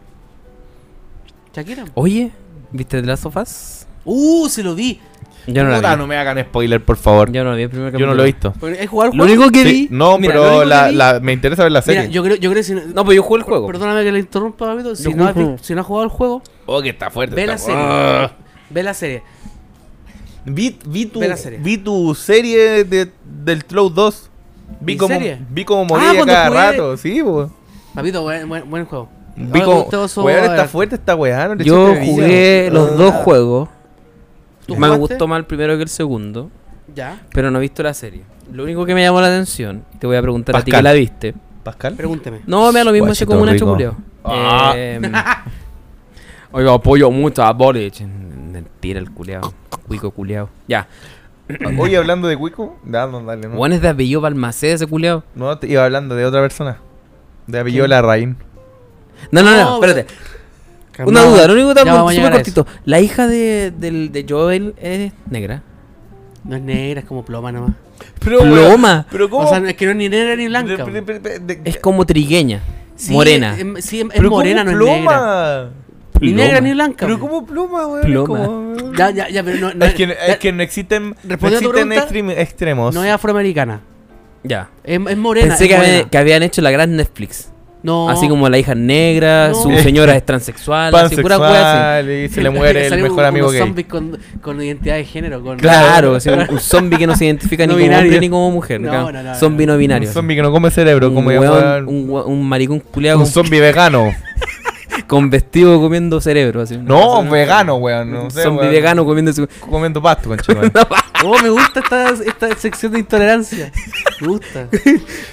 [SPEAKER 2] Shakira.
[SPEAKER 1] Oye, ¿viste de las sofás?
[SPEAKER 2] Uh, se lo vi.
[SPEAKER 1] Yo no la
[SPEAKER 3] Puta,
[SPEAKER 1] vi.
[SPEAKER 3] no me hagan spoiler, por favor.
[SPEAKER 1] Yo no la vi el primer
[SPEAKER 3] Yo no
[SPEAKER 1] capítulo.
[SPEAKER 3] lo he visto.
[SPEAKER 2] Bueno, Es jugar
[SPEAKER 1] Lo
[SPEAKER 2] juego.
[SPEAKER 1] único que
[SPEAKER 3] Sí,
[SPEAKER 1] vi.
[SPEAKER 3] no,
[SPEAKER 1] mira, lo
[SPEAKER 3] pero
[SPEAKER 1] único que
[SPEAKER 3] la,
[SPEAKER 1] vi-
[SPEAKER 3] la- me interesa ver la serie.
[SPEAKER 2] Mira, yo creo, yo creo que si no,
[SPEAKER 1] No, pero yo jugué el juego.
[SPEAKER 2] Perdóname que le interrumpa, papito. Si
[SPEAKER 1] Yo
[SPEAKER 2] no, has
[SPEAKER 1] juego.
[SPEAKER 2] vi- si no has jugado el juego,
[SPEAKER 3] Oh, que está fuerte.
[SPEAKER 2] ve la
[SPEAKER 3] está- Ah.
[SPEAKER 2] serie. Ve la serie.
[SPEAKER 3] Vi, vi, tu,
[SPEAKER 2] Ve la serie.
[SPEAKER 3] vi tu serie de, del Cloud 2. Vi
[SPEAKER 2] ¿Mi
[SPEAKER 3] como,
[SPEAKER 2] serie?
[SPEAKER 3] vi como
[SPEAKER 2] Ah,
[SPEAKER 3] moría
[SPEAKER 2] cuando
[SPEAKER 3] cada
[SPEAKER 2] jugué-
[SPEAKER 3] rato, sí, bo.
[SPEAKER 2] Papito, buen, buen, buen juego.
[SPEAKER 3] Vi
[SPEAKER 2] Ahora
[SPEAKER 3] como,
[SPEAKER 2] tú te vas a-
[SPEAKER 3] weón,
[SPEAKER 2] a ver.
[SPEAKER 3] está fuerte esta weá, no le
[SPEAKER 1] Yo
[SPEAKER 3] echaste
[SPEAKER 1] jugué
[SPEAKER 3] brillo.
[SPEAKER 1] los dos
[SPEAKER 3] Ah.
[SPEAKER 1] juegos.
[SPEAKER 2] ¿Tú
[SPEAKER 1] Me
[SPEAKER 2] jugaste?
[SPEAKER 1] gustó más el primero que el segundo,
[SPEAKER 2] Ya,
[SPEAKER 1] pero no he visto la serie. Lo único que me llamó la atención, te voy a preguntar a ti que
[SPEAKER 3] Pascal.
[SPEAKER 1] la viste.
[SPEAKER 3] Pascal.
[SPEAKER 2] pregúnteme.
[SPEAKER 1] No, me da lo mismo ese
[SPEAKER 3] Guachito
[SPEAKER 1] como un hecho
[SPEAKER 3] rico.
[SPEAKER 1] culiao.
[SPEAKER 3] Ah.
[SPEAKER 1] Em, Oiga, apoyo mucho a Boric. Mentira el culeado. Cuico culeado. Ya.
[SPEAKER 3] Ah, Oye, hablando de Cuico, da, no, dale, no.
[SPEAKER 1] Juan es de apellido Balmaceda ese culeado.
[SPEAKER 3] No, te iba hablando de otra persona. De apellido Larraín.
[SPEAKER 1] No, no,
[SPEAKER 2] No,
[SPEAKER 1] no,
[SPEAKER 2] pero-
[SPEAKER 1] espérate. Una
[SPEAKER 2] Calmado.
[SPEAKER 1] duda, lo único que
[SPEAKER 2] Ya vamos
[SPEAKER 1] te
[SPEAKER 2] a
[SPEAKER 1] súper
[SPEAKER 2] llegar a eso.
[SPEAKER 1] cortito. La hija de, del- de Joel es negra.
[SPEAKER 2] No es negra, es como ploma nomás.
[SPEAKER 3] Pero,
[SPEAKER 1] Ploma.
[SPEAKER 3] Pero cómo.
[SPEAKER 2] O sea, es que no es ni negra ni blanca.
[SPEAKER 3] De-
[SPEAKER 2] weón.
[SPEAKER 3] de- de- de-
[SPEAKER 1] Es como trigueña.
[SPEAKER 2] Sí,
[SPEAKER 1] morena.
[SPEAKER 2] em- sí, em- es,
[SPEAKER 3] pero
[SPEAKER 2] morena, no
[SPEAKER 3] ¿cómo
[SPEAKER 2] es negra.
[SPEAKER 3] pluma?
[SPEAKER 2] Ni
[SPEAKER 1] Ploma.
[SPEAKER 2] negra ni blanca.
[SPEAKER 3] Pero
[SPEAKER 2] weón.
[SPEAKER 3] como pluma, weón. es
[SPEAKER 1] Pluma.
[SPEAKER 3] como-
[SPEAKER 2] Ya, ya, ya, pero no, no
[SPEAKER 3] Es que, es
[SPEAKER 2] ya-
[SPEAKER 3] que no existen, no
[SPEAKER 2] Respondiendo a tu
[SPEAKER 3] existen
[SPEAKER 2] pregunta,
[SPEAKER 3] extrem- extremos.
[SPEAKER 2] no es afroamericana.
[SPEAKER 1] Ya.
[SPEAKER 2] Es, es morena.
[SPEAKER 1] Pensé
[SPEAKER 2] es
[SPEAKER 1] que, habían-
[SPEAKER 2] morena.
[SPEAKER 1] que habían hecho la gran Netflix.
[SPEAKER 2] No.
[SPEAKER 1] Así como la hija negra,
[SPEAKER 2] No.
[SPEAKER 1] su señora es transexual, así, pura wea así.
[SPEAKER 3] pansexual y se le muere el
[SPEAKER 2] Salen
[SPEAKER 3] mejor
[SPEAKER 2] unos
[SPEAKER 3] amigo gay.
[SPEAKER 2] zombies con, con identidad de género. Con...
[SPEAKER 1] Claro, así, un, zombie que no se identifica
[SPEAKER 2] No
[SPEAKER 1] ni como hombre
[SPEAKER 2] binario.
[SPEAKER 1] ni como mujer.
[SPEAKER 2] No,
[SPEAKER 1] claro.
[SPEAKER 2] no, no,
[SPEAKER 1] zombie no, binario.
[SPEAKER 3] Un
[SPEAKER 1] así.
[SPEAKER 3] zombie que no come cerebro,
[SPEAKER 1] un,
[SPEAKER 3] como ya
[SPEAKER 1] weón,
[SPEAKER 3] fueran-
[SPEAKER 1] un, gua- un maricón culeado
[SPEAKER 3] un
[SPEAKER 1] con,
[SPEAKER 3] zombie vegano.
[SPEAKER 1] con vestido comiendo cerebro. Así,
[SPEAKER 3] No,
[SPEAKER 1] Una cosa-
[SPEAKER 3] vegano, weón. No
[SPEAKER 1] un
[SPEAKER 3] sé,
[SPEAKER 1] zombie
[SPEAKER 3] weón.
[SPEAKER 1] vegano comiendo su-
[SPEAKER 3] Comiendo pasto, conchetumare.
[SPEAKER 2] Oh, me gusta esta, esta sección de intolerancia. Me gusta.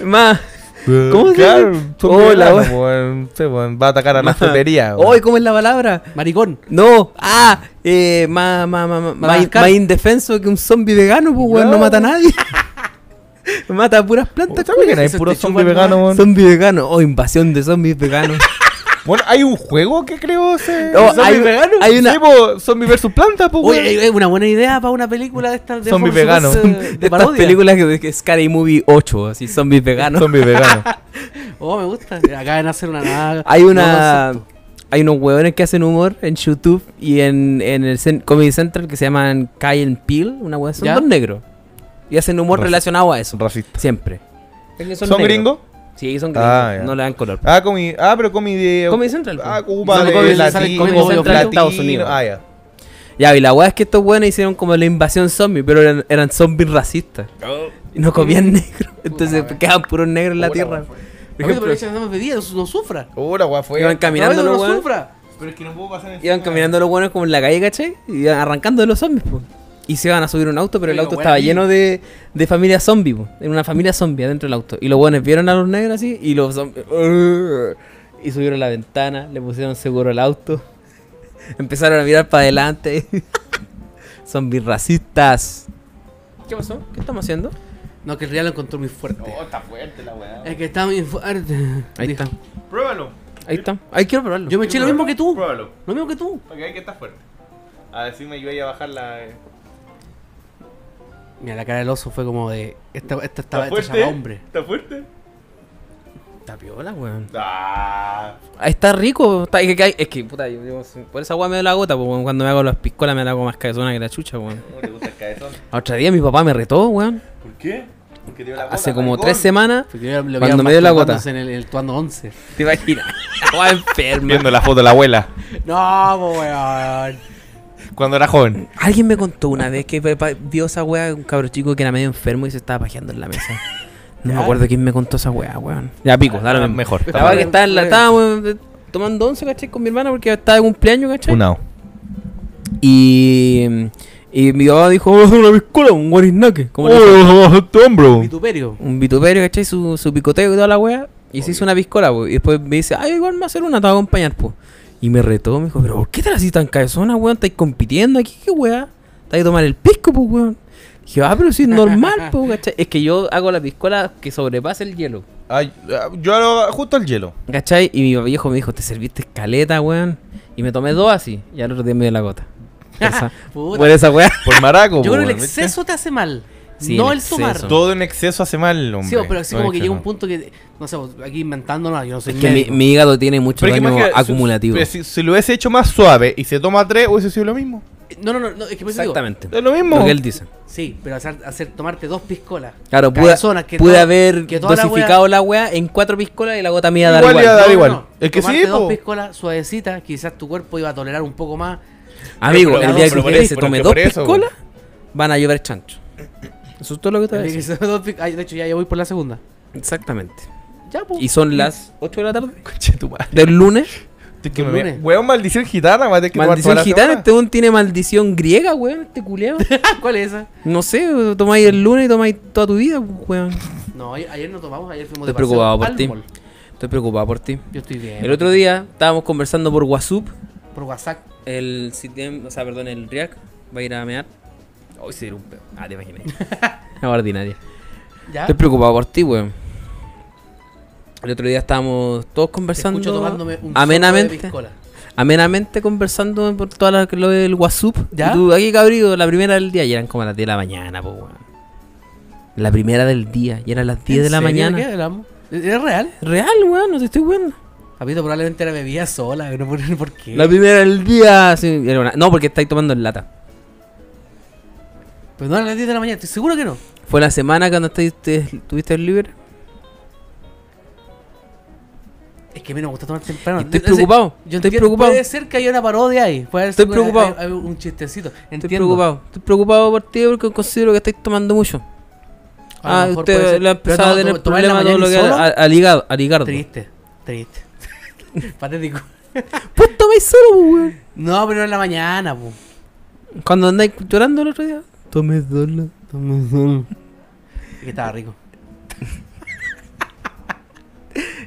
[SPEAKER 1] Más. ¿Cómo
[SPEAKER 3] ¿Cómo
[SPEAKER 1] se
[SPEAKER 3] claro,
[SPEAKER 1] llama?
[SPEAKER 3] zombie
[SPEAKER 1] Hola,
[SPEAKER 3] vegano,
[SPEAKER 1] weón.
[SPEAKER 3] weón. Sí, weón, Va a atacar a la frutería.
[SPEAKER 1] ¡Oy! ¿Cómo es la palabra?
[SPEAKER 2] Maricón.
[SPEAKER 1] No, ah, eh, más, más, más, más, más,
[SPEAKER 2] Madagascar.
[SPEAKER 1] más indefenso que un zombie vegano, pues, weón, no
[SPEAKER 3] Claro.
[SPEAKER 1] mata a nadie. mata a puras plantas,
[SPEAKER 3] ¿Sabes que no hay
[SPEAKER 2] se
[SPEAKER 3] puro
[SPEAKER 1] este
[SPEAKER 2] te
[SPEAKER 3] zombie
[SPEAKER 2] chupan,
[SPEAKER 3] vegano,
[SPEAKER 1] weón.
[SPEAKER 3] weón?
[SPEAKER 1] Zombie vegano, oh, invasión de zombies veganos.
[SPEAKER 3] Bueno, hay un juego que creo se.
[SPEAKER 1] No,
[SPEAKER 3] zombie
[SPEAKER 1] hay- hay una-
[SPEAKER 3] Sí, po, zombie versus planta, pues,
[SPEAKER 2] Oye,
[SPEAKER 3] weón.
[SPEAKER 2] es eh, una buena idea para una película de estas de
[SPEAKER 3] Zombie
[SPEAKER 2] Fox
[SPEAKER 3] vegano.
[SPEAKER 2] Bros, eh, De,
[SPEAKER 1] De estas
[SPEAKER 2] parodia.
[SPEAKER 1] películas que, que Scary Movie 8, así, zombies veganos.
[SPEAKER 3] Zombie vegano.
[SPEAKER 2] Oh, me gusta. Acaban de hacer una nada.
[SPEAKER 1] Hay una. Hay unos huevones que hacen humor en YouTube y en, en el cen- Comedy Central que se llaman Kyle and Peel, una hueá, son
[SPEAKER 2] ¿Ya?
[SPEAKER 1] dos negros. Y hacen humor
[SPEAKER 3] Raci-
[SPEAKER 1] relacionado a eso,
[SPEAKER 3] Racista.
[SPEAKER 1] siempre.
[SPEAKER 3] ¿Son gringos?
[SPEAKER 1] Sí, son gringos,
[SPEAKER 3] Ah, ya.
[SPEAKER 1] no le dan color.
[SPEAKER 3] Ah, comi, ah, pero comi de.
[SPEAKER 1] Comedy Central,
[SPEAKER 3] Ah,
[SPEAKER 1] pues.
[SPEAKER 3] Cuba
[SPEAKER 2] No,
[SPEAKER 3] de
[SPEAKER 2] Comedy Central,
[SPEAKER 3] latino,
[SPEAKER 2] Comedy Central de
[SPEAKER 3] latino,
[SPEAKER 1] Estados Unidos.
[SPEAKER 3] Ah, ya.
[SPEAKER 1] Ya, y la hueá es que estos hueones hicieron como la invasión zombie, pero eran, eran zombies racistas. Y no comían negro, entonces
[SPEAKER 2] wea.
[SPEAKER 1] quedaban puros negros en la
[SPEAKER 3] Pura
[SPEAKER 1] tierra.
[SPEAKER 3] wea, fue.
[SPEAKER 1] Por
[SPEAKER 2] Oye, pero
[SPEAKER 1] ejemplo,
[SPEAKER 2] ella no bebida, no, no sufra.
[SPEAKER 3] Hola, weón, fue.
[SPEAKER 1] iban caminando
[SPEAKER 2] no,
[SPEAKER 1] los
[SPEAKER 2] no
[SPEAKER 1] hueones.
[SPEAKER 2] sufra.
[SPEAKER 3] Pero es que no puedo pasar en
[SPEAKER 1] Iban caminando los buenos como en la calle, ¿cachai? Y iban arrancando de los zombies, po. Y se iban a subir a un auto, pero el
[SPEAKER 2] Oye,
[SPEAKER 1] auto
[SPEAKER 2] los
[SPEAKER 1] estaba
[SPEAKER 2] buenos
[SPEAKER 1] lleno de, de familia zombie, po. Era una familia zombie adentro del auto. Y los buenos vieron a los negros así, y los zombies... y subieron la ventana, le pusieron seguro al auto, empezaron a mirar para adelante. Son racistas. ¿Qué pasó? ¿Qué estamos haciendo?
[SPEAKER 2] No, que el real lo encontró muy fuerte.
[SPEAKER 3] está fuerte la weá.
[SPEAKER 2] Es que está muy fuerte.
[SPEAKER 1] Ahí
[SPEAKER 2] dijo.
[SPEAKER 1] está.
[SPEAKER 3] Pruébalo.
[SPEAKER 1] Ahí está. Ahí quiero probarlo.
[SPEAKER 2] Yo me eché lo mismo que tú.
[SPEAKER 3] Pruébalo.
[SPEAKER 2] Lo mismo que tú.
[SPEAKER 3] Para que veas que está fuerte. A ver si me ayudáis a bajar la. eh.
[SPEAKER 2] Mira, la cara del oso fue como de. Esta, esta estaba
[SPEAKER 3] ¿Está
[SPEAKER 2] esta
[SPEAKER 3] fuerte?
[SPEAKER 2] estaba hombre.
[SPEAKER 3] ¿Está fuerte?
[SPEAKER 1] Está piola, weón.
[SPEAKER 3] Ah.
[SPEAKER 1] Ah, Está rico. Está, es, que, es que, puta, yo, yo- por esa weá me doy la gota, pues, weón. cuando me hago las piscolas me la hago más cabezona que la chucha, weón.
[SPEAKER 3] ¿Cómo te gusta el cabezón?
[SPEAKER 1] Otra día mi papá me retó, weón.
[SPEAKER 3] ¿Por qué? Porque te dio la
[SPEAKER 1] Hace
[SPEAKER 3] gota,
[SPEAKER 1] como
[SPEAKER 3] maricón.
[SPEAKER 1] tres semanas.
[SPEAKER 2] Porque yo
[SPEAKER 1] Cuando
[SPEAKER 2] lo veía
[SPEAKER 1] me dio la gota.
[SPEAKER 2] masturbándose En el, el tuando 11.
[SPEAKER 1] ¿Te imaginas? Weá enferma.
[SPEAKER 3] Viendo la foto de la abuela
[SPEAKER 2] No, po, weón.
[SPEAKER 3] cuando era joven.
[SPEAKER 1] Alguien me contó una vez que pa- vio esa weá, un cabro chico que era medio enfermo y se estaba pajeando en la mesa. No me acuerdo quién me contó esa weá, weón. Ya pico, dale
[SPEAKER 3] Ah,
[SPEAKER 1] mejor.
[SPEAKER 3] mejor.
[SPEAKER 1] La weá que estaba en la estaba, weón, tomando once, ¿cachai? Con mi hermana porque estaba de cumpleaños, ¿cachai?
[SPEAKER 3] Unao.
[SPEAKER 1] Y, y mi papá dijo, vamos a hacer una piscola, un guarisnaque. Como le hacen.
[SPEAKER 3] este
[SPEAKER 1] Uh.
[SPEAKER 3] hombro.
[SPEAKER 2] Vituperio.
[SPEAKER 1] Un vituperio, ¿cachai? Su, su picoteo y toda la weá. Y se hizo una piscola, po. Y después me dice, ay, igual me va a hacer una, te voy a acompañar, po. Y me retó, me dijo, pero ¿por qué te la haces tan cabezona, weón? ¿Estáis compitiendo aquí? ¿Qué weá? ¿Estáis a tomar el pisco, po, weón? Dije, ah, pero si es normal, po, ¿cachai? Es que yo hago la piscola que sobrepasa el hielo.
[SPEAKER 3] Ay, ah, yo hago justo al hielo.
[SPEAKER 1] ¿Cachai? Y mi viejo me dijo, te serviste caleta, weón. Y me tomé dos así. Y al otro día me dio la gota. Por esa-
[SPEAKER 2] Puta.
[SPEAKER 1] por esa weá.
[SPEAKER 3] Por maraco.
[SPEAKER 2] Yo
[SPEAKER 3] po,
[SPEAKER 2] creo que el
[SPEAKER 3] weón, ¿viste?
[SPEAKER 2] exceso te hace mal.
[SPEAKER 1] Sí,
[SPEAKER 2] no
[SPEAKER 1] el
[SPEAKER 2] el tomar.
[SPEAKER 1] exceso.
[SPEAKER 3] Todo en exceso hace mal, hombre.
[SPEAKER 2] Sí, pero así
[SPEAKER 3] Todo en
[SPEAKER 2] como que llega un
[SPEAKER 3] exceso.
[SPEAKER 2] punto que. No sé, pues, aquí inventándonos, yo no soy
[SPEAKER 1] Es que mi,
[SPEAKER 2] médico.
[SPEAKER 1] mi hígado tiene mucho
[SPEAKER 3] Pero es que
[SPEAKER 1] daño
[SPEAKER 3] imagina, si-
[SPEAKER 1] acumulativo.
[SPEAKER 3] pero Si, si lo hubiese hecho más suave y se toma tres, hubiese sido lo mismo.
[SPEAKER 2] No, no, no, no, es que por eso digo,
[SPEAKER 1] Exactamente.
[SPEAKER 3] pues Es lo mismo.
[SPEAKER 1] Lo que él dice.
[SPEAKER 2] Sí, pero hacer, hacer tomarte dos piscolas.
[SPEAKER 1] Claro, pude,
[SPEAKER 2] Cabezonas, que
[SPEAKER 1] pude
[SPEAKER 2] toda-
[SPEAKER 1] haber
[SPEAKER 2] que toda la
[SPEAKER 1] dosificado la weá en cuatro piscolas y la gota mía da
[SPEAKER 3] Igual
[SPEAKER 1] igual.
[SPEAKER 3] iba a dar igual.
[SPEAKER 2] Es que
[SPEAKER 3] Es que sí,
[SPEAKER 2] tomarte dos
[SPEAKER 3] po.
[SPEAKER 2] piscolas suavecitas, quizás tu cuerpo iba a tolerar un poco más.
[SPEAKER 1] Amigo,
[SPEAKER 3] Pero-
[SPEAKER 1] el día
[SPEAKER 3] pero
[SPEAKER 1] que
[SPEAKER 3] por
[SPEAKER 1] usted
[SPEAKER 3] eso,
[SPEAKER 1] se
[SPEAKER 3] pero
[SPEAKER 1] tome
[SPEAKER 3] que
[SPEAKER 1] dos
[SPEAKER 3] por eso,
[SPEAKER 1] piscolas, van a llover chancho. Eso es todo lo que te voy a decir.
[SPEAKER 2] Dos pic- ay, de hecho, ya, ya voy por la segunda.
[SPEAKER 1] Exactamente.
[SPEAKER 2] Ya, pues.
[SPEAKER 1] Y son las 8 de la tarde
[SPEAKER 3] Conche tu madre.
[SPEAKER 1] del lunes.
[SPEAKER 3] Estoy que
[SPEAKER 2] Los
[SPEAKER 3] me-
[SPEAKER 2] lunes.
[SPEAKER 3] Weón, maldición gitana, madre, que tomar toda
[SPEAKER 1] Maldición
[SPEAKER 3] la
[SPEAKER 1] gitana,
[SPEAKER 3] semana.
[SPEAKER 1] este un tiene maldición griega, weón, este culeado.
[SPEAKER 2] ¿Cuál es esa?
[SPEAKER 1] No sé, tomáis el lunes y tomáis toda tu vida, weón.
[SPEAKER 2] No, ayer, ayer no tomamos, ayer fuimos de
[SPEAKER 1] Estoy
[SPEAKER 2] paseo
[SPEAKER 1] preocupado por
[SPEAKER 2] al
[SPEAKER 1] ti.
[SPEAKER 2] mall.
[SPEAKER 1] Estoy preocupado por ti.
[SPEAKER 2] Yo estoy bien.
[SPEAKER 1] El otro día estábamos conversando por WhatsApp
[SPEAKER 2] Por WhatsApp.
[SPEAKER 1] El Sitem, o sea, perdón, el React va a ir a mear. Hoy se un peo. Ah, te imaginé. Una ordinaria.
[SPEAKER 2] Ya.
[SPEAKER 1] Estoy preocupado por ti, weón. El otro día estábamos todos conversando.
[SPEAKER 2] escucho tomándome un sorbo de
[SPEAKER 1] amenamente.
[SPEAKER 2] piscola.
[SPEAKER 1] Amenamente conversando por toda la, lo del WhatsApp.
[SPEAKER 2] ¿Ya?
[SPEAKER 1] Y tú, aquí cabrido, la primera del día. Y eran como a las 10 de la mañana, po, weón. La primera del día. Y eran las 10 de la
[SPEAKER 2] ¿En serio?
[SPEAKER 1] mañana.
[SPEAKER 2] ¿De qué hablamos? ¿Es es real?
[SPEAKER 1] Real, weón, no te estoy weón.
[SPEAKER 2] Papito, probablemente era bebida sola, no por, por qué.
[SPEAKER 1] La primera del día. sí, era una- No, porque estáis tomando en lata.
[SPEAKER 2] Pero no a las 10 de la mañana, estoy seguro que no.
[SPEAKER 1] ¿Fue la semana cuando estuviste, estuviste libre?
[SPEAKER 2] Es que a mí no me gusta tomar temprano.
[SPEAKER 1] Y estoy
[SPEAKER 2] No sé,
[SPEAKER 1] preocupado,
[SPEAKER 2] Yo
[SPEAKER 1] estoy
[SPEAKER 2] estoy
[SPEAKER 1] preocupado.
[SPEAKER 2] preocupado. Puede ser que haya una parodia ahí. Puede ser
[SPEAKER 1] Estoy
[SPEAKER 2] que
[SPEAKER 1] preocupado.
[SPEAKER 2] haya- haya un chistecito. Entiendo.
[SPEAKER 1] Estoy preocupado. Estoy preocupado por ti porque considero que estáis tomando mucho.
[SPEAKER 2] A lo
[SPEAKER 1] Ah,
[SPEAKER 2] mejor puede
[SPEAKER 1] usted
[SPEAKER 2] ser.
[SPEAKER 1] le ha
[SPEAKER 2] Pero
[SPEAKER 1] empezado a
[SPEAKER 2] to-
[SPEAKER 1] tener
[SPEAKER 2] to- tomar en la
[SPEAKER 1] problemas de
[SPEAKER 2] mañana
[SPEAKER 1] lo
[SPEAKER 2] y
[SPEAKER 1] que
[SPEAKER 2] solo,
[SPEAKER 1] al, al hígado. Al hígado.
[SPEAKER 2] Triste, triste. Patético.
[SPEAKER 1] Pues tomáis solo, pues, weón.
[SPEAKER 2] No, pero no en la mañana, po.
[SPEAKER 1] Cuando andáis llorando el otro día.
[SPEAKER 4] Tome solo, tome solo.
[SPEAKER 2] Es que estaba rico.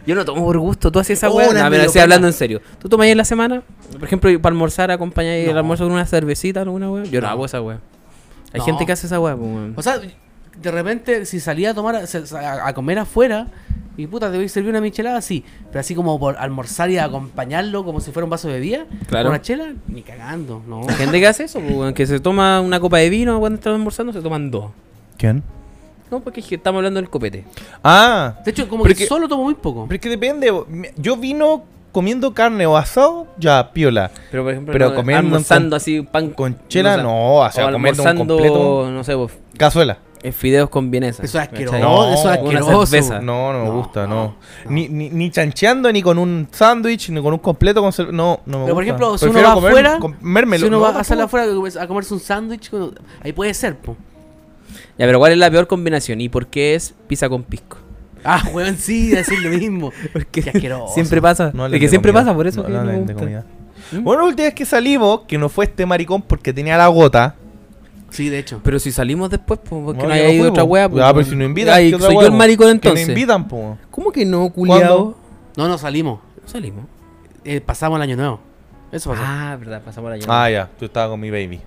[SPEAKER 1] Yo no tomo por gusto. Tú hacías esa
[SPEAKER 2] Oh,
[SPEAKER 1] weá.
[SPEAKER 2] la
[SPEAKER 1] No, pero
[SPEAKER 2] medio
[SPEAKER 1] estoy
[SPEAKER 2] pena.
[SPEAKER 1] hablando en serio. ¿Tú tomáis en la semana? Por ejemplo, para almorzar, acompañáis el
[SPEAKER 2] No.
[SPEAKER 1] almuerzo con una cervecita, alguna weá. Yo no,
[SPEAKER 2] No.
[SPEAKER 1] hago esa weá. Hay
[SPEAKER 2] No.
[SPEAKER 1] gente que hace esa weá, pues, weón.
[SPEAKER 2] O sea, de repente, si salía a tomar, se- se- a, a comer afuera, y puta, te voy a servir una michelada, sí. Pero así como por almorzar y acompañarlo como si fuera un vaso de bebida,
[SPEAKER 1] Claro.
[SPEAKER 2] una chela, ni cagando, no.
[SPEAKER 1] Hay gente que hace eso, pues, weón. Que se toma una copa de vino cuando están almorzando, se toman dos.
[SPEAKER 3] ¿Quién?
[SPEAKER 1] No, porque es que estamos hablando del copete.
[SPEAKER 3] Ah,
[SPEAKER 2] De hecho, como
[SPEAKER 3] Pero
[SPEAKER 2] que
[SPEAKER 3] que-
[SPEAKER 2] solo tomo muy poco.
[SPEAKER 3] Pero es que depende. bo- me- Yo vino comiendo carne o asado, ya, piola.
[SPEAKER 1] Pero por ejemplo,
[SPEAKER 3] Pero
[SPEAKER 1] no,
[SPEAKER 3] comiendo
[SPEAKER 1] almorzando
[SPEAKER 3] con-
[SPEAKER 1] así pan
[SPEAKER 3] Con chela,
[SPEAKER 1] sé,
[SPEAKER 3] no, o sea, comiendo un
[SPEAKER 1] almorzando,
[SPEAKER 3] completo.
[SPEAKER 1] no sé, vos,
[SPEAKER 3] Cazuela.
[SPEAKER 1] eh, fideos con vienesa.
[SPEAKER 2] Eso es
[SPEAKER 1] ¿cachai?
[SPEAKER 2] asqueroso,
[SPEAKER 3] No,
[SPEAKER 2] eso es
[SPEAKER 3] una
[SPEAKER 2] asqueroso.
[SPEAKER 1] cerveza.
[SPEAKER 3] No, no me
[SPEAKER 2] No,
[SPEAKER 3] gusta,
[SPEAKER 2] no,
[SPEAKER 3] no. Ni, ni, ni chancheando, ni con un sándwich, ni con un completo. Con cer- no, no me
[SPEAKER 2] Pero,
[SPEAKER 3] gusta.
[SPEAKER 2] por ejemplo, si uno
[SPEAKER 3] Prefiero
[SPEAKER 2] va
[SPEAKER 3] comer-
[SPEAKER 2] afuera,
[SPEAKER 3] comérmelo.
[SPEAKER 2] Si uno
[SPEAKER 3] No,
[SPEAKER 2] va a
[SPEAKER 3] tampoco.
[SPEAKER 2] salir afuera a comerse un sándwich, bueno, ahí puede ser, po.
[SPEAKER 1] Ya, pero ¿cuál es la peor combinación? ¿Y por qué es pizza con pisco?
[SPEAKER 2] Ah, weón, sí, decir lo mismo. Qué asqueroso.
[SPEAKER 1] siempre pasa.
[SPEAKER 3] No
[SPEAKER 1] es
[SPEAKER 3] hablen
[SPEAKER 1] que
[SPEAKER 3] de
[SPEAKER 1] siempre
[SPEAKER 3] comida.
[SPEAKER 1] pasa, por eso
[SPEAKER 3] No,
[SPEAKER 1] que
[SPEAKER 3] no
[SPEAKER 1] no me
[SPEAKER 3] hablen de
[SPEAKER 1] gusta.
[SPEAKER 3] comida.
[SPEAKER 1] ¿Mm?
[SPEAKER 3] Bueno, la última vez que salimos, que no fue este maricón porque tenía la gota.
[SPEAKER 2] Sí, de hecho.
[SPEAKER 1] Pero si salimos después, pues, porque no,
[SPEAKER 3] yo
[SPEAKER 1] hay
[SPEAKER 3] fui,
[SPEAKER 1] otra
[SPEAKER 3] po.
[SPEAKER 1] wea. pues,
[SPEAKER 3] Ah, pero
[SPEAKER 1] weón.
[SPEAKER 3] si no pues, invitan.
[SPEAKER 1] Ay,
[SPEAKER 3] ¿qué otra
[SPEAKER 1] soy
[SPEAKER 3] wea,
[SPEAKER 1] yo el
[SPEAKER 3] po?
[SPEAKER 1] maricón
[SPEAKER 3] Que
[SPEAKER 1] entonces.
[SPEAKER 3] no invitan, po.
[SPEAKER 1] ¿Cómo que no, culiao?
[SPEAKER 2] No, no salimos.
[SPEAKER 1] Salimos.
[SPEAKER 2] Eh, pasamos el año nuevo. Eso pasó.
[SPEAKER 1] Ah, verdad, pasamos la llamada.
[SPEAKER 3] Ah, ya, tú estabas con mi baby.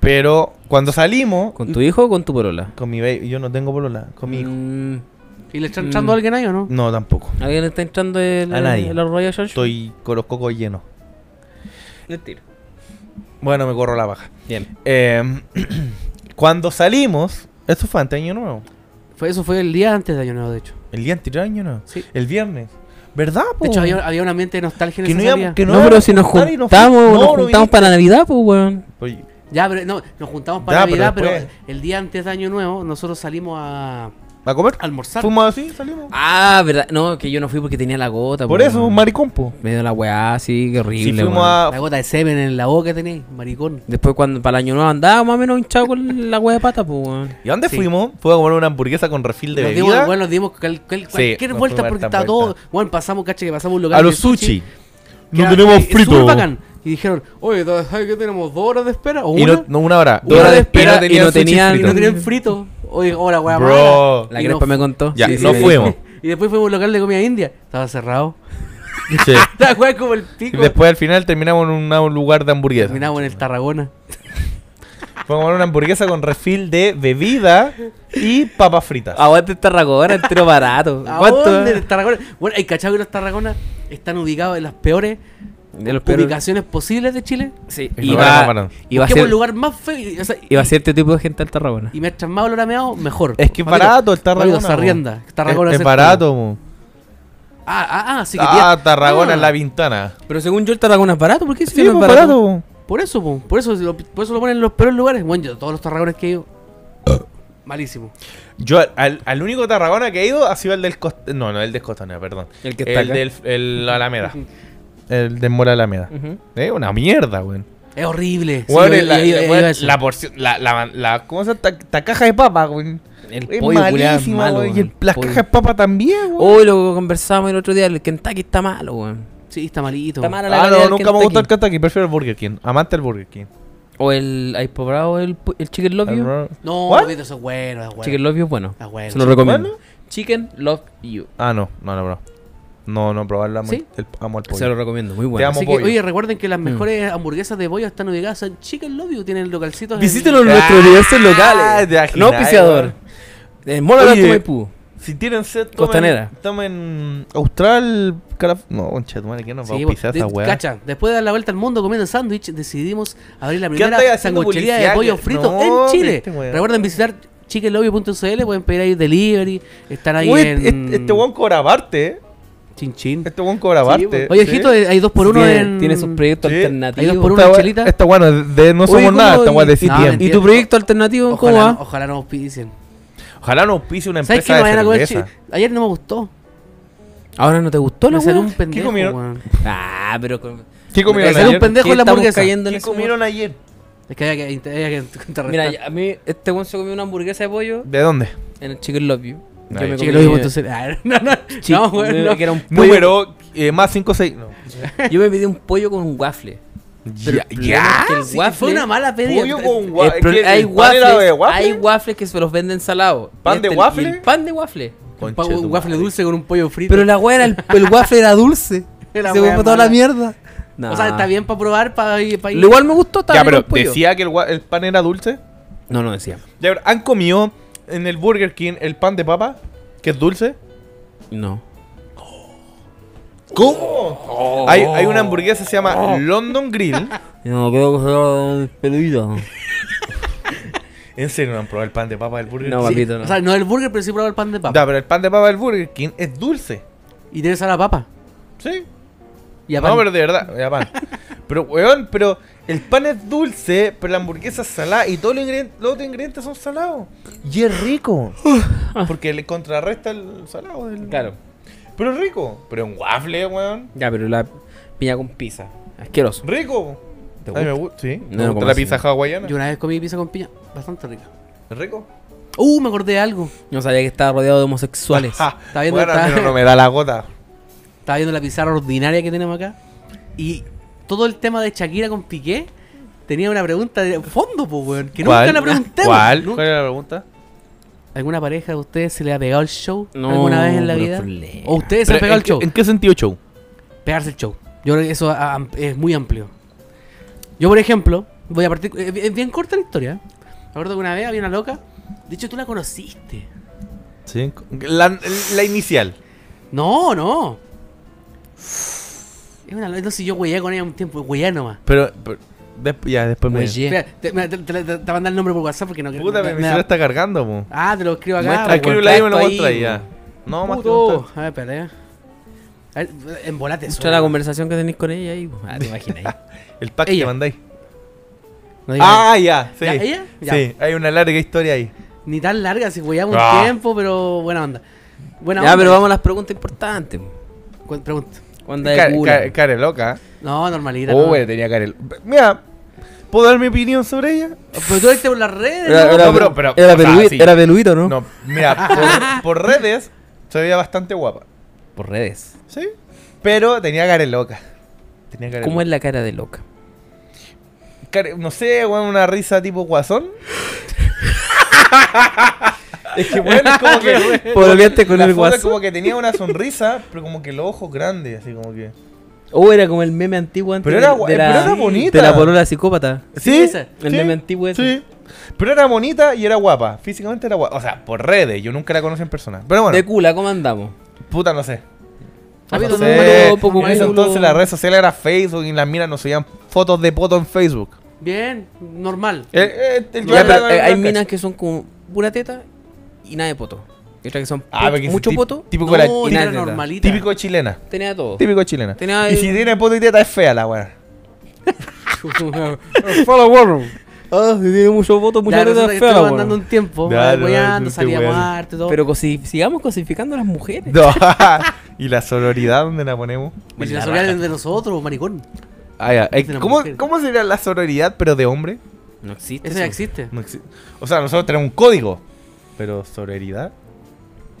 [SPEAKER 3] Pero cuando salimos
[SPEAKER 1] ¿Con tu hijo o con tu porola?
[SPEAKER 3] con mi baby, yo no tengo polola, con mi hijo.
[SPEAKER 1] Mm,
[SPEAKER 2] ¿Y le está entrando
[SPEAKER 1] Mm.
[SPEAKER 2] alguien ahí o no?
[SPEAKER 3] No, tampoco.
[SPEAKER 1] ¿Alguien está entrando el,
[SPEAKER 3] A nadie.
[SPEAKER 1] el arroyo George?
[SPEAKER 3] Estoy con los cocos llenos.
[SPEAKER 1] Mentira.
[SPEAKER 3] Bueno, me corro la baja.
[SPEAKER 1] Bien.
[SPEAKER 3] Eh, cuando salimos, esto fue antes de Año Nuevo.
[SPEAKER 2] Fue, eso fue el día antes de año nuevo, de hecho.
[SPEAKER 3] El día anterior a Año Nuevo.
[SPEAKER 2] Sí.
[SPEAKER 3] El viernes. ¿Verdad, po?
[SPEAKER 2] De hecho, había, había un ambiente de nostalgia en
[SPEAKER 3] Oh. Que
[SPEAKER 2] ese
[SPEAKER 3] no
[SPEAKER 2] día.
[SPEAKER 3] íbamos- que
[SPEAKER 1] No,
[SPEAKER 3] No,
[SPEAKER 1] pero si nos
[SPEAKER 3] Tari, no
[SPEAKER 1] juntamos,
[SPEAKER 3] fui- no,
[SPEAKER 1] nos
[SPEAKER 3] no
[SPEAKER 1] juntamos
[SPEAKER 3] viniste.
[SPEAKER 1] para Navidad, pues, weón.
[SPEAKER 3] Oye,
[SPEAKER 2] Ya, pero no, nos juntamos para
[SPEAKER 3] Ya, pero
[SPEAKER 2] Navidad, pero,
[SPEAKER 3] después.
[SPEAKER 2] el día antes de año nuevo nosotros salimos a
[SPEAKER 3] ¿A comer?
[SPEAKER 2] almorzar.
[SPEAKER 3] Fuimos así, salimos.
[SPEAKER 1] Ah, verdad. No, que yo no fui porque tenía la gota.
[SPEAKER 3] Por
[SPEAKER 1] po,
[SPEAKER 3] eso, un
[SPEAKER 1] weón.
[SPEAKER 3] maricón, po.
[SPEAKER 1] Me dio la weá, sí, qué horrible.
[SPEAKER 3] Si fuimos
[SPEAKER 1] weón.
[SPEAKER 2] La
[SPEAKER 3] a...
[SPEAKER 2] gota de semen en la boca tenéis, maricón.
[SPEAKER 1] Después cuando para el año nuevo andaba más o menos hinchado con la weá de pata, pues, weón.
[SPEAKER 3] ¿Y a dónde
[SPEAKER 2] Sí.
[SPEAKER 3] fuimos? Fue a comer una hamburguesa con refil de
[SPEAKER 2] nos
[SPEAKER 3] bebida.
[SPEAKER 2] dimos, bueno, nos dimos cal- cal- cualquier
[SPEAKER 3] nos
[SPEAKER 2] vuelta
[SPEAKER 3] dimos
[SPEAKER 2] porque
[SPEAKER 3] hartas
[SPEAKER 2] está todo.
[SPEAKER 3] vueltas.
[SPEAKER 2] Bueno, pasamos, caché, que pasamos un local.
[SPEAKER 3] a
[SPEAKER 2] de
[SPEAKER 3] los sushi.
[SPEAKER 2] que
[SPEAKER 3] No
[SPEAKER 2] era-
[SPEAKER 3] tenemos
[SPEAKER 2] es súper
[SPEAKER 3] frito.
[SPEAKER 2] bacán. Y dijeron, oye, ¿sabes qué tenemos? ¿Dos horas de espera? ¿O
[SPEAKER 3] Y
[SPEAKER 2] una?
[SPEAKER 3] no, no, una hora.
[SPEAKER 1] Una hora de espera y no
[SPEAKER 3] sushi
[SPEAKER 1] tenían-
[SPEAKER 2] Y
[SPEAKER 3] frito.
[SPEAKER 2] no tenían frito. Oye, hola, weá,
[SPEAKER 3] Bro.
[SPEAKER 1] La
[SPEAKER 2] Y
[SPEAKER 1] Crespa
[SPEAKER 2] no-
[SPEAKER 1] me contó.
[SPEAKER 3] Ya,
[SPEAKER 1] Sí, sí,
[SPEAKER 3] no
[SPEAKER 1] me dijo.
[SPEAKER 3] fuimos.
[SPEAKER 2] Y después fuimos a un local de comida india. Estaba cerrado.
[SPEAKER 3] Sí.
[SPEAKER 2] La weá como el
[SPEAKER 3] Y
[SPEAKER 2] pico.
[SPEAKER 3] después al final terminamos en una- un lugar de hamburguesa.
[SPEAKER 2] Terminamos en el Tarragona.
[SPEAKER 3] Fue a comer una hamburguesa con refil de bebida y papas fritas.
[SPEAKER 1] Aguante este Tarragona, entero barato.
[SPEAKER 2] ¿A
[SPEAKER 1] ¿Cuánto?
[SPEAKER 2] dónde?
[SPEAKER 1] eh?
[SPEAKER 2] En Tarragona. Bueno, hay cachado que los Tarragonas están ubicados en las peores
[SPEAKER 1] De los peores-
[SPEAKER 2] ubicaciones posibles de Chile.
[SPEAKER 1] Sí,
[SPEAKER 3] Y
[SPEAKER 1] y
[SPEAKER 3] no
[SPEAKER 1] va-
[SPEAKER 3] ganaron.
[SPEAKER 1] y va a
[SPEAKER 2] Busquemos
[SPEAKER 1] ser-
[SPEAKER 2] el lugar más feo. Y, o sea,
[SPEAKER 1] y va a cierto tipo de gente al Tarragona.
[SPEAKER 2] y mientras más olor a meado, mejor.
[SPEAKER 3] Es que es
[SPEAKER 2] Papito,
[SPEAKER 3] barato el Tarragona.
[SPEAKER 2] papito, se
[SPEAKER 3] mo.
[SPEAKER 2] arrienda. Tarragona
[SPEAKER 3] Es, es
[SPEAKER 2] se-
[SPEAKER 3] barato, mo.
[SPEAKER 2] Ah, ah, ah, sí que
[SPEAKER 3] Ah,
[SPEAKER 2] tía-
[SPEAKER 3] Tarragona
[SPEAKER 2] ah,
[SPEAKER 3] es la ventana.
[SPEAKER 1] Pero según yo el Tarragona es barato, ¿por qué si
[SPEAKER 3] Sí,
[SPEAKER 1] no
[SPEAKER 3] mo,
[SPEAKER 1] es
[SPEAKER 3] barato.
[SPEAKER 1] barato?
[SPEAKER 3] mo.
[SPEAKER 2] Por eso, po, por eso, lo, por eso lo ponen en los peores lugares. Bueno, yo, todos los Tarragones que he ido. Malísimo.
[SPEAKER 3] Yo al- al, al único Tarragona que he ido ha sido el del Cost... No, no, el del Costanera, perdón.
[SPEAKER 1] El que está
[SPEAKER 3] El
[SPEAKER 1] acá.
[SPEAKER 3] del el Alameda. El de Mora Alameda.
[SPEAKER 1] Mm.
[SPEAKER 3] Eh, una mierda, weón.
[SPEAKER 2] Es horrible. Sí,
[SPEAKER 3] Weón,
[SPEAKER 2] yo-
[SPEAKER 3] el- la,
[SPEAKER 2] yo- yo- yo-
[SPEAKER 3] weón,
[SPEAKER 2] yo- eso.
[SPEAKER 3] la porción, la, la, la- ¿cómo se llama? Ta- ta caja de papa, weón.
[SPEAKER 1] El pollo
[SPEAKER 3] Es
[SPEAKER 1] culiao es
[SPEAKER 3] malísima,
[SPEAKER 1] malo,
[SPEAKER 3] weón.
[SPEAKER 1] weón.
[SPEAKER 3] Y el- las
[SPEAKER 1] Pollo.
[SPEAKER 3] cajas de papa también, weón.
[SPEAKER 1] Hoy lo conversamos el otro día, el Kentucky está malo, weón.
[SPEAKER 2] Sí, está malito.
[SPEAKER 1] Está mala la
[SPEAKER 3] Ah,
[SPEAKER 1] calidad
[SPEAKER 3] no,
[SPEAKER 1] del
[SPEAKER 3] nunca me
[SPEAKER 1] Kentucky.
[SPEAKER 3] gustó el Kentucky, prefiero el Burger King. Amante el Burger King.
[SPEAKER 1] O el... ¿Hay pobrado el, pu- el Chicken Love You?
[SPEAKER 3] El-
[SPEAKER 2] No,
[SPEAKER 3] ¿What?
[SPEAKER 2] papito, eso es bueno, es bueno.
[SPEAKER 1] Chicken Love You es bueno.
[SPEAKER 2] Ah, bueno.
[SPEAKER 1] Se lo recomiendo. Chicken Love You.
[SPEAKER 3] Ah, no, no, no, bro. No, no, probar la
[SPEAKER 2] ¿Sí?
[SPEAKER 3] el, amo al pollo.
[SPEAKER 1] Se lo recomiendo, muy
[SPEAKER 3] Te
[SPEAKER 1] bueno.
[SPEAKER 3] amo.
[SPEAKER 2] Así que,
[SPEAKER 3] pollo. Mm.
[SPEAKER 2] oye, recuerden que las mejores hamburguesas de pollo están ubicadas en Chicken Love You, tienen localcitos. en-
[SPEAKER 1] Visítenos en
[SPEAKER 3] Ah,
[SPEAKER 1] nuestros diversos locales.
[SPEAKER 3] de Ajinay,
[SPEAKER 1] no auspiciador. En Mola
[SPEAKER 3] Oye.
[SPEAKER 1] Gato Maipú.
[SPEAKER 3] Si tienen sed, tomen,
[SPEAKER 1] Costanera.
[SPEAKER 3] tomen Austral. Calaf- no, concha, tu madre, ¿qué nos va a
[SPEAKER 2] Sí, pues,
[SPEAKER 3] auspiciar
[SPEAKER 2] de-
[SPEAKER 3] esa weá?
[SPEAKER 2] Cacha, después de dar la vuelta al mundo comiendo sándwich, decidimos abrir la
[SPEAKER 3] andáis
[SPEAKER 2] primera
[SPEAKER 3] haciendo
[SPEAKER 2] sanguchería de
[SPEAKER 3] publicidad?
[SPEAKER 2] pollo
[SPEAKER 3] Que-
[SPEAKER 2] frito
[SPEAKER 3] No,
[SPEAKER 2] en Chile.
[SPEAKER 3] viste, weón.
[SPEAKER 2] Recuerden visitar chickenlobby.cl, pueden pedir ahí delivery, están ahí
[SPEAKER 3] Uy,
[SPEAKER 2] en
[SPEAKER 3] este, este weón cobra aparte, eh.
[SPEAKER 2] Chin Chin.
[SPEAKER 3] Este weón cobra aparte.
[SPEAKER 2] Oye,
[SPEAKER 3] ¿sí?
[SPEAKER 2] ojito, eh, hay dos por uno
[SPEAKER 1] tiene,
[SPEAKER 2] en...
[SPEAKER 1] tiene sus proyectos
[SPEAKER 3] Sí.
[SPEAKER 2] Hay dos
[SPEAKER 1] alternativos.
[SPEAKER 2] por uno.
[SPEAKER 3] Esta
[SPEAKER 2] una
[SPEAKER 3] weá-
[SPEAKER 2] chelita.
[SPEAKER 3] Esta weá no es de no
[SPEAKER 1] Oye,
[SPEAKER 3] somos
[SPEAKER 1] ¿cómo
[SPEAKER 3] nada,
[SPEAKER 1] no?
[SPEAKER 3] esta weá de
[SPEAKER 1] Y-
[SPEAKER 2] No,
[SPEAKER 3] CTM.
[SPEAKER 1] ¿Y tu proyecto alternativo en cómo
[SPEAKER 2] Ojalá, no-
[SPEAKER 1] va?
[SPEAKER 2] ojalá no auspicien.
[SPEAKER 3] Ojalá no auspicie una
[SPEAKER 2] ¿Sabes qué?
[SPEAKER 3] empresa
[SPEAKER 2] No
[SPEAKER 3] de
[SPEAKER 2] vayan a comer
[SPEAKER 3] cerveza.
[SPEAKER 2] chi- Ayer no me gustó.
[SPEAKER 1] Ahora no te gustó la
[SPEAKER 2] Me salió un
[SPEAKER 1] weá.
[SPEAKER 2] pendejo,
[SPEAKER 3] comieron?
[SPEAKER 2] weón.
[SPEAKER 1] Ah, pero con...
[SPEAKER 3] ¿Qué
[SPEAKER 2] Me
[SPEAKER 3] comieron
[SPEAKER 2] salió
[SPEAKER 3] ayer?
[SPEAKER 2] un pendejo
[SPEAKER 1] ¿Qué
[SPEAKER 2] en la
[SPEAKER 1] estamos
[SPEAKER 2] hamburguesa.
[SPEAKER 1] cayendo en
[SPEAKER 3] ¿Qué
[SPEAKER 1] ese
[SPEAKER 3] comieron ayer?
[SPEAKER 2] Es que había que, había que contrarrestar.
[SPEAKER 1] Mira, ya- a mí este weón se comió una hamburguesa de pollo
[SPEAKER 3] ¿De dónde?
[SPEAKER 1] en el Chicken Love You.
[SPEAKER 3] Ay,
[SPEAKER 1] Yo me
[SPEAKER 2] Chicken
[SPEAKER 1] comí-
[SPEAKER 2] Lobby punto cl. Ah, no, no,
[SPEAKER 1] Chi-
[SPEAKER 2] no, weón, no.
[SPEAKER 1] que era un pollo-
[SPEAKER 3] Número eh, más 5, 6. No.
[SPEAKER 1] Yo me pedí un pollo con un waffle. Pero el problema es que el
[SPEAKER 2] Ah, Sí,
[SPEAKER 1] waffle-
[SPEAKER 2] Fue una mala pedida.
[SPEAKER 3] Pollo con
[SPEAKER 1] El pro-
[SPEAKER 3] waffle.
[SPEAKER 1] hay, waffles, hay
[SPEAKER 3] waffle.
[SPEAKER 1] waffles que se los venden salados. Este,
[SPEAKER 3] ¿Pan de
[SPEAKER 1] el-
[SPEAKER 3] waffle?
[SPEAKER 1] el pan de waffle.
[SPEAKER 2] Un pa- un waffle dulce con un pollo frito.
[SPEAKER 1] Pero la weá era el, el waffle era dulce.
[SPEAKER 2] Era
[SPEAKER 1] se
[SPEAKER 2] wea
[SPEAKER 1] comió toda
[SPEAKER 2] mala.
[SPEAKER 1] la mierda. No.
[SPEAKER 2] O sea, está bien para probar, para ir. Pa ir-
[SPEAKER 1] Lo igual me gustó estaba
[SPEAKER 3] Ya,
[SPEAKER 1] rico
[SPEAKER 3] pero
[SPEAKER 1] el pollo.
[SPEAKER 3] decía que el, gua- el pan era dulce.
[SPEAKER 1] No, no decía.
[SPEAKER 3] Ya, pero ¿han comido en el Burger King el pan de papa? Que es dulce.
[SPEAKER 1] No.
[SPEAKER 3] ¿Cómo? Oh. Hay, hay una hamburguesa que se llama London Grill.
[SPEAKER 1] No, creo que será despedido.
[SPEAKER 3] ¿En serio no han probado el pan de papa del Burger
[SPEAKER 1] No,
[SPEAKER 3] King?
[SPEAKER 1] papito, no.
[SPEAKER 2] O sea, no el burger, pero sí probar el pan de papa.
[SPEAKER 3] Ya, pero el pan de papa del Burger King es dulce.
[SPEAKER 2] Y tienes a la papa.
[SPEAKER 3] Sí.
[SPEAKER 2] Y a
[SPEAKER 3] no,
[SPEAKER 2] pan.
[SPEAKER 3] pero de verdad, ya pan. pero, weón, pero el pan es dulce, pero la hamburguesa es salada y todos los, ingredientes, los otros ingredientes son salados. Y es rico. porque le contrarresta el salado. del-
[SPEAKER 1] Claro.
[SPEAKER 3] Pero es rico. Pero un waffle, weón.
[SPEAKER 1] Ya, pero la piña con pizza. Asqueroso.
[SPEAKER 3] Rico.
[SPEAKER 1] ¿Te
[SPEAKER 3] A mí me
[SPEAKER 1] gusta?
[SPEAKER 3] gusta, sí.
[SPEAKER 1] No,
[SPEAKER 3] Me
[SPEAKER 1] no
[SPEAKER 3] gusta
[SPEAKER 1] como
[SPEAKER 3] la
[SPEAKER 1] así.
[SPEAKER 3] pizza hawaiana.
[SPEAKER 2] Yo una vez comí pizza con piña, bastante rica.
[SPEAKER 3] ¿Es rico?
[SPEAKER 2] Uh, me acordé de algo.
[SPEAKER 1] No sabía que estaba rodeado de homosexuales.
[SPEAKER 3] Ja,
[SPEAKER 2] Está viendo
[SPEAKER 3] bueno,
[SPEAKER 2] que está-
[SPEAKER 3] al menos no me da la gota.
[SPEAKER 2] Estaba viendo la pizarra ordinaria que tenemos acá. Y todo el tema de Shakira con Piqué tenía una pregunta de fondo, pues, weón. Que nunca la pregunté.
[SPEAKER 3] ¿Cuál? ¿Cuál era la pregunta?
[SPEAKER 2] ¿Alguna pareja de ustedes se le ha pegado el show alguna vez en la
[SPEAKER 1] pero
[SPEAKER 2] vida?
[SPEAKER 1] problema.
[SPEAKER 2] ¿O ustedes se han
[SPEAKER 3] Pero,
[SPEAKER 2] pegado
[SPEAKER 3] ¿en
[SPEAKER 2] el show?
[SPEAKER 3] qué- ¿En qué sentido show?
[SPEAKER 2] Pegarse el show. Yo creo que eso ah, am- es muy amplio. Yo, por ejemplo, voy a partir. Es es bien corta la historia. ¿eh? Me acuerdo que una vez había una loca. De hecho, tú la conociste.
[SPEAKER 3] Sí. La, la inicial.
[SPEAKER 2] No, no. Es una loca. Entonces yo hueía con ella un tiempo. Hueía nomás.
[SPEAKER 3] Pero, pero desp- ya, después me.
[SPEAKER 1] Oye,
[SPEAKER 2] Espera, te, me- te- te- te- te voy a mandar el nombre por WhatsApp porque no creo.
[SPEAKER 3] Puta, mi mi celular está cargando, po.
[SPEAKER 2] Ah, te lo escribo acá.
[SPEAKER 3] Muestra,
[SPEAKER 2] po, weón.
[SPEAKER 3] escríbela ahí y me lo
[SPEAKER 1] contacto
[SPEAKER 3] muestra
[SPEAKER 1] ahí,
[SPEAKER 3] ahí, ya. No, más
[SPEAKER 2] Puto. A ver, espérate. eh. A ver, en volate.
[SPEAKER 1] Muestra la conversación que tenéis con ella y. Ah, te imaginas.
[SPEAKER 3] El pack
[SPEAKER 2] Ella.
[SPEAKER 3] que mandáis. Ah, ya, sí.
[SPEAKER 2] ¿Ya, ella? Ya.
[SPEAKER 3] Sí, hay una larga historia ahí.
[SPEAKER 2] Ni tan larga, si hueamos
[SPEAKER 3] Ah.
[SPEAKER 2] un tiempo, pero buena onda. Buena
[SPEAKER 1] ya,
[SPEAKER 2] onda.
[SPEAKER 1] pero vamos a las preguntas importantes. pues.
[SPEAKER 2] Cu- Pregunta.
[SPEAKER 1] ¿Cuándo
[SPEAKER 3] Care,
[SPEAKER 1] hay
[SPEAKER 3] care-
[SPEAKER 1] cura?
[SPEAKER 3] care loca.
[SPEAKER 2] No, normalita.
[SPEAKER 3] Oh,
[SPEAKER 2] no.
[SPEAKER 3] güey, tenía cara. Mira, ¿puedo dar mi opinión sobre ella?
[SPEAKER 2] Pero tú viste por las redes.
[SPEAKER 3] Era-
[SPEAKER 2] ¿no?
[SPEAKER 3] era- pero- pero- o sea, sí.
[SPEAKER 1] peluito, ¿no?
[SPEAKER 3] No, mira, por, por redes se veía bastante guapa.
[SPEAKER 1] Por redes.
[SPEAKER 3] Sí. Pero tenía cara loca. Tenía cara
[SPEAKER 1] ¿Cómo es
[SPEAKER 3] loca.
[SPEAKER 1] la cara de loca?
[SPEAKER 3] Care- no sé, weón, una risa tipo guasón. es que bueno, es como que.
[SPEAKER 1] Pololeaste con
[SPEAKER 3] la
[SPEAKER 1] el
[SPEAKER 3] foto es
[SPEAKER 1] guasón.
[SPEAKER 3] como que tenía una sonrisa, pero como que los ojos grandes, así como que.
[SPEAKER 1] Oh, era como el meme antiguo antes
[SPEAKER 3] Pero
[SPEAKER 1] de-
[SPEAKER 3] era
[SPEAKER 1] de, la,
[SPEAKER 3] gua- pero era bonita.
[SPEAKER 1] De la polola psicópata.
[SPEAKER 2] Sí, esa.
[SPEAKER 1] El meme antiguo ese.
[SPEAKER 3] Sí. Pero era bonita y era guapa. Físicamente era guapa. O sea, por redes. Yo nunca la conocí en persona. Pero bueno,
[SPEAKER 1] De cula, ¿cómo andamos?
[SPEAKER 3] puta, no sé.
[SPEAKER 2] Ha habido
[SPEAKER 3] No
[SPEAKER 1] Entonces,
[SPEAKER 3] sé.
[SPEAKER 1] número, poco
[SPEAKER 3] En ese
[SPEAKER 1] culo.
[SPEAKER 3] entonces las redes sociales era Facebook y las minas nos subían fotos de poto en Facebook.
[SPEAKER 2] Bien, normal.
[SPEAKER 3] Eh, eh, el-
[SPEAKER 1] Ya,
[SPEAKER 3] yo-
[SPEAKER 1] pero,
[SPEAKER 3] yo-
[SPEAKER 1] eh, hay
[SPEAKER 3] yo-
[SPEAKER 1] minas que son como pura teta y nada de poto. Y otras que son
[SPEAKER 3] Ah,
[SPEAKER 1] pu-
[SPEAKER 3] porque es
[SPEAKER 1] mucho
[SPEAKER 3] tip-
[SPEAKER 1] poto.
[SPEAKER 3] Típico,
[SPEAKER 2] No,
[SPEAKER 3] la-
[SPEAKER 2] era
[SPEAKER 1] nada de teta.
[SPEAKER 2] normalita.
[SPEAKER 3] típico chilena.
[SPEAKER 1] Tenía de todo.
[SPEAKER 3] Típico chilena.
[SPEAKER 1] Tenía
[SPEAKER 3] Y
[SPEAKER 1] de-
[SPEAKER 3] si tiene poto y teta es fea la weá.
[SPEAKER 1] Ah, si tiene muchos votos,
[SPEAKER 2] La verdad es que estuve andando un tiempo,
[SPEAKER 3] Ya, no,
[SPEAKER 2] hueando,
[SPEAKER 3] no te
[SPEAKER 2] salía
[SPEAKER 3] weas.
[SPEAKER 2] muerto, todo.
[SPEAKER 1] Pero cosi- sigamos cosificando a las mujeres.
[SPEAKER 3] No. y la sororidad, ¿dónde la ponemos?
[SPEAKER 2] Y si
[SPEAKER 1] la
[SPEAKER 2] Pues la soledad
[SPEAKER 1] raja.
[SPEAKER 2] es de nosotros, maricón.
[SPEAKER 3] Ah, ya. Eh,
[SPEAKER 2] De la
[SPEAKER 3] ¿Cómo,
[SPEAKER 2] mujer.
[SPEAKER 3] ¿Cómo sería la sororidad, pero de hombre?
[SPEAKER 1] No existe.
[SPEAKER 2] Eso ya existe.
[SPEAKER 3] No exi- o sea, nosotros tenemos un código. Pero sororidad.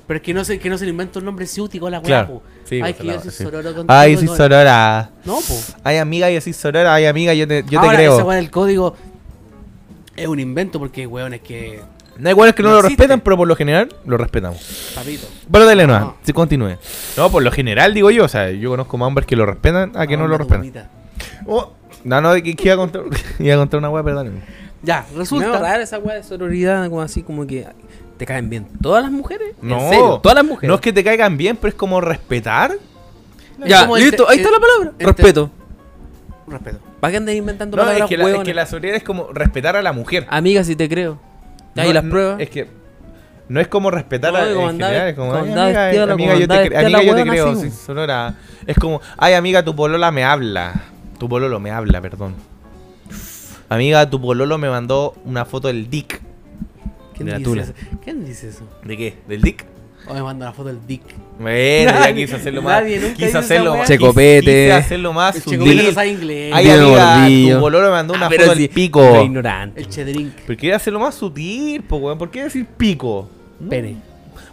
[SPEAKER 2] Pero es que no se, que no se le inventa un nombre ciútico a la weá, po.
[SPEAKER 3] Sí,
[SPEAKER 2] Ay,
[SPEAKER 3] pues,
[SPEAKER 2] que
[SPEAKER 3] la-
[SPEAKER 2] yo soy
[SPEAKER 3] sí.
[SPEAKER 2] sororo contigo.
[SPEAKER 3] Ay, soy
[SPEAKER 2] no-
[SPEAKER 3] sorora.
[SPEAKER 2] No, po.
[SPEAKER 3] Ay, amiga, yo soy sorora. Ay, amiga, yo te, yo
[SPEAKER 2] Ahora,
[SPEAKER 3] te
[SPEAKER 2] esa
[SPEAKER 3] creo.
[SPEAKER 2] weá del código es un invento porque, weón, es que...
[SPEAKER 3] No hay igual que no,
[SPEAKER 2] no
[SPEAKER 3] lo
[SPEAKER 2] existe.
[SPEAKER 3] respetan, pero por lo general lo respetamos.
[SPEAKER 2] Papito.
[SPEAKER 3] Pero dale nomás,
[SPEAKER 2] No.
[SPEAKER 3] si continúe. No, por lo general digo yo. O sea, yo conozco más hombres que lo respetan
[SPEAKER 1] Ah,
[SPEAKER 3] a Ah, que no
[SPEAKER 2] Ahonda
[SPEAKER 3] lo
[SPEAKER 2] tu
[SPEAKER 3] respetan.
[SPEAKER 2] mamita.
[SPEAKER 3] Oh, no, no, que, que iba a contar, iba a contar una weá, perdón.
[SPEAKER 2] Ya,
[SPEAKER 1] Me va a
[SPEAKER 2] resulta...
[SPEAKER 1] rara esa weá de sororidad, como así, como que te caen bien todas las mujeres. ¿En
[SPEAKER 3] No.
[SPEAKER 1] serio? todas las mujeres.
[SPEAKER 3] No es que te caigan bien, pero es como respetar.
[SPEAKER 1] Ya,
[SPEAKER 2] Como
[SPEAKER 1] listo,
[SPEAKER 2] este-
[SPEAKER 1] ahí está la palabra.
[SPEAKER 2] este-
[SPEAKER 1] Respeto.
[SPEAKER 2] Respeto.
[SPEAKER 1] ¿Para qué andas inventando
[SPEAKER 3] No, es
[SPEAKER 1] palabras
[SPEAKER 3] que, la, es
[SPEAKER 1] hueones?
[SPEAKER 3] que la sororidad es como respetar a la mujer.
[SPEAKER 1] Amiga, si te creo. Ya,
[SPEAKER 3] No,
[SPEAKER 1] y las
[SPEAKER 3] no,
[SPEAKER 1] pruebas.
[SPEAKER 3] Es que no es como respetar
[SPEAKER 1] No,
[SPEAKER 3] a
[SPEAKER 1] y
[SPEAKER 3] en
[SPEAKER 1] como andaba-
[SPEAKER 3] general, es como,
[SPEAKER 1] como
[SPEAKER 3] ay,
[SPEAKER 1] andaba
[SPEAKER 3] amiga,
[SPEAKER 1] vestida la-
[SPEAKER 3] amiga,
[SPEAKER 1] como
[SPEAKER 3] yo
[SPEAKER 1] andaba
[SPEAKER 3] te, cre-
[SPEAKER 1] vestida la
[SPEAKER 3] amiga, yo te
[SPEAKER 1] huevona,
[SPEAKER 3] creo,
[SPEAKER 1] sí,
[SPEAKER 3] sí, sonora. Es como, ay, amiga, tu polola me habla. Tu pololo me habla, perdón. Amiga, tu pololo me mandó una foto del dick.
[SPEAKER 2] ¿Quién
[SPEAKER 3] De la
[SPEAKER 2] dice
[SPEAKER 3] tula.
[SPEAKER 2] eso? ¿Quién dice eso?
[SPEAKER 3] ¿De qué? ¿Del dick?
[SPEAKER 2] O me manda la foto del dick.
[SPEAKER 3] Bueno, ya
[SPEAKER 2] Nadie-
[SPEAKER 3] quiso hacerlo más.
[SPEAKER 2] nadie nunca
[SPEAKER 3] Quiso
[SPEAKER 2] hizo esa
[SPEAKER 3] hacerlo
[SPEAKER 2] wea.
[SPEAKER 3] más.
[SPEAKER 1] Checopete.
[SPEAKER 3] Quise hacerlo más.
[SPEAKER 2] El
[SPEAKER 3] sutil.
[SPEAKER 2] chico que no sabe inglés.
[SPEAKER 3] Ay,
[SPEAKER 1] Dedo
[SPEAKER 3] amiga,
[SPEAKER 1] gordillo.
[SPEAKER 3] tu pololo me mandó una
[SPEAKER 1] Ah,
[SPEAKER 3] foto
[SPEAKER 1] pero
[SPEAKER 3] del
[SPEAKER 1] sí, re
[SPEAKER 3] pico.
[SPEAKER 1] ignorante.
[SPEAKER 2] El chedrink.
[SPEAKER 3] Pero quería hacerlo más sutil, po, weón. ¿Por qué decir pico?
[SPEAKER 2] Pene.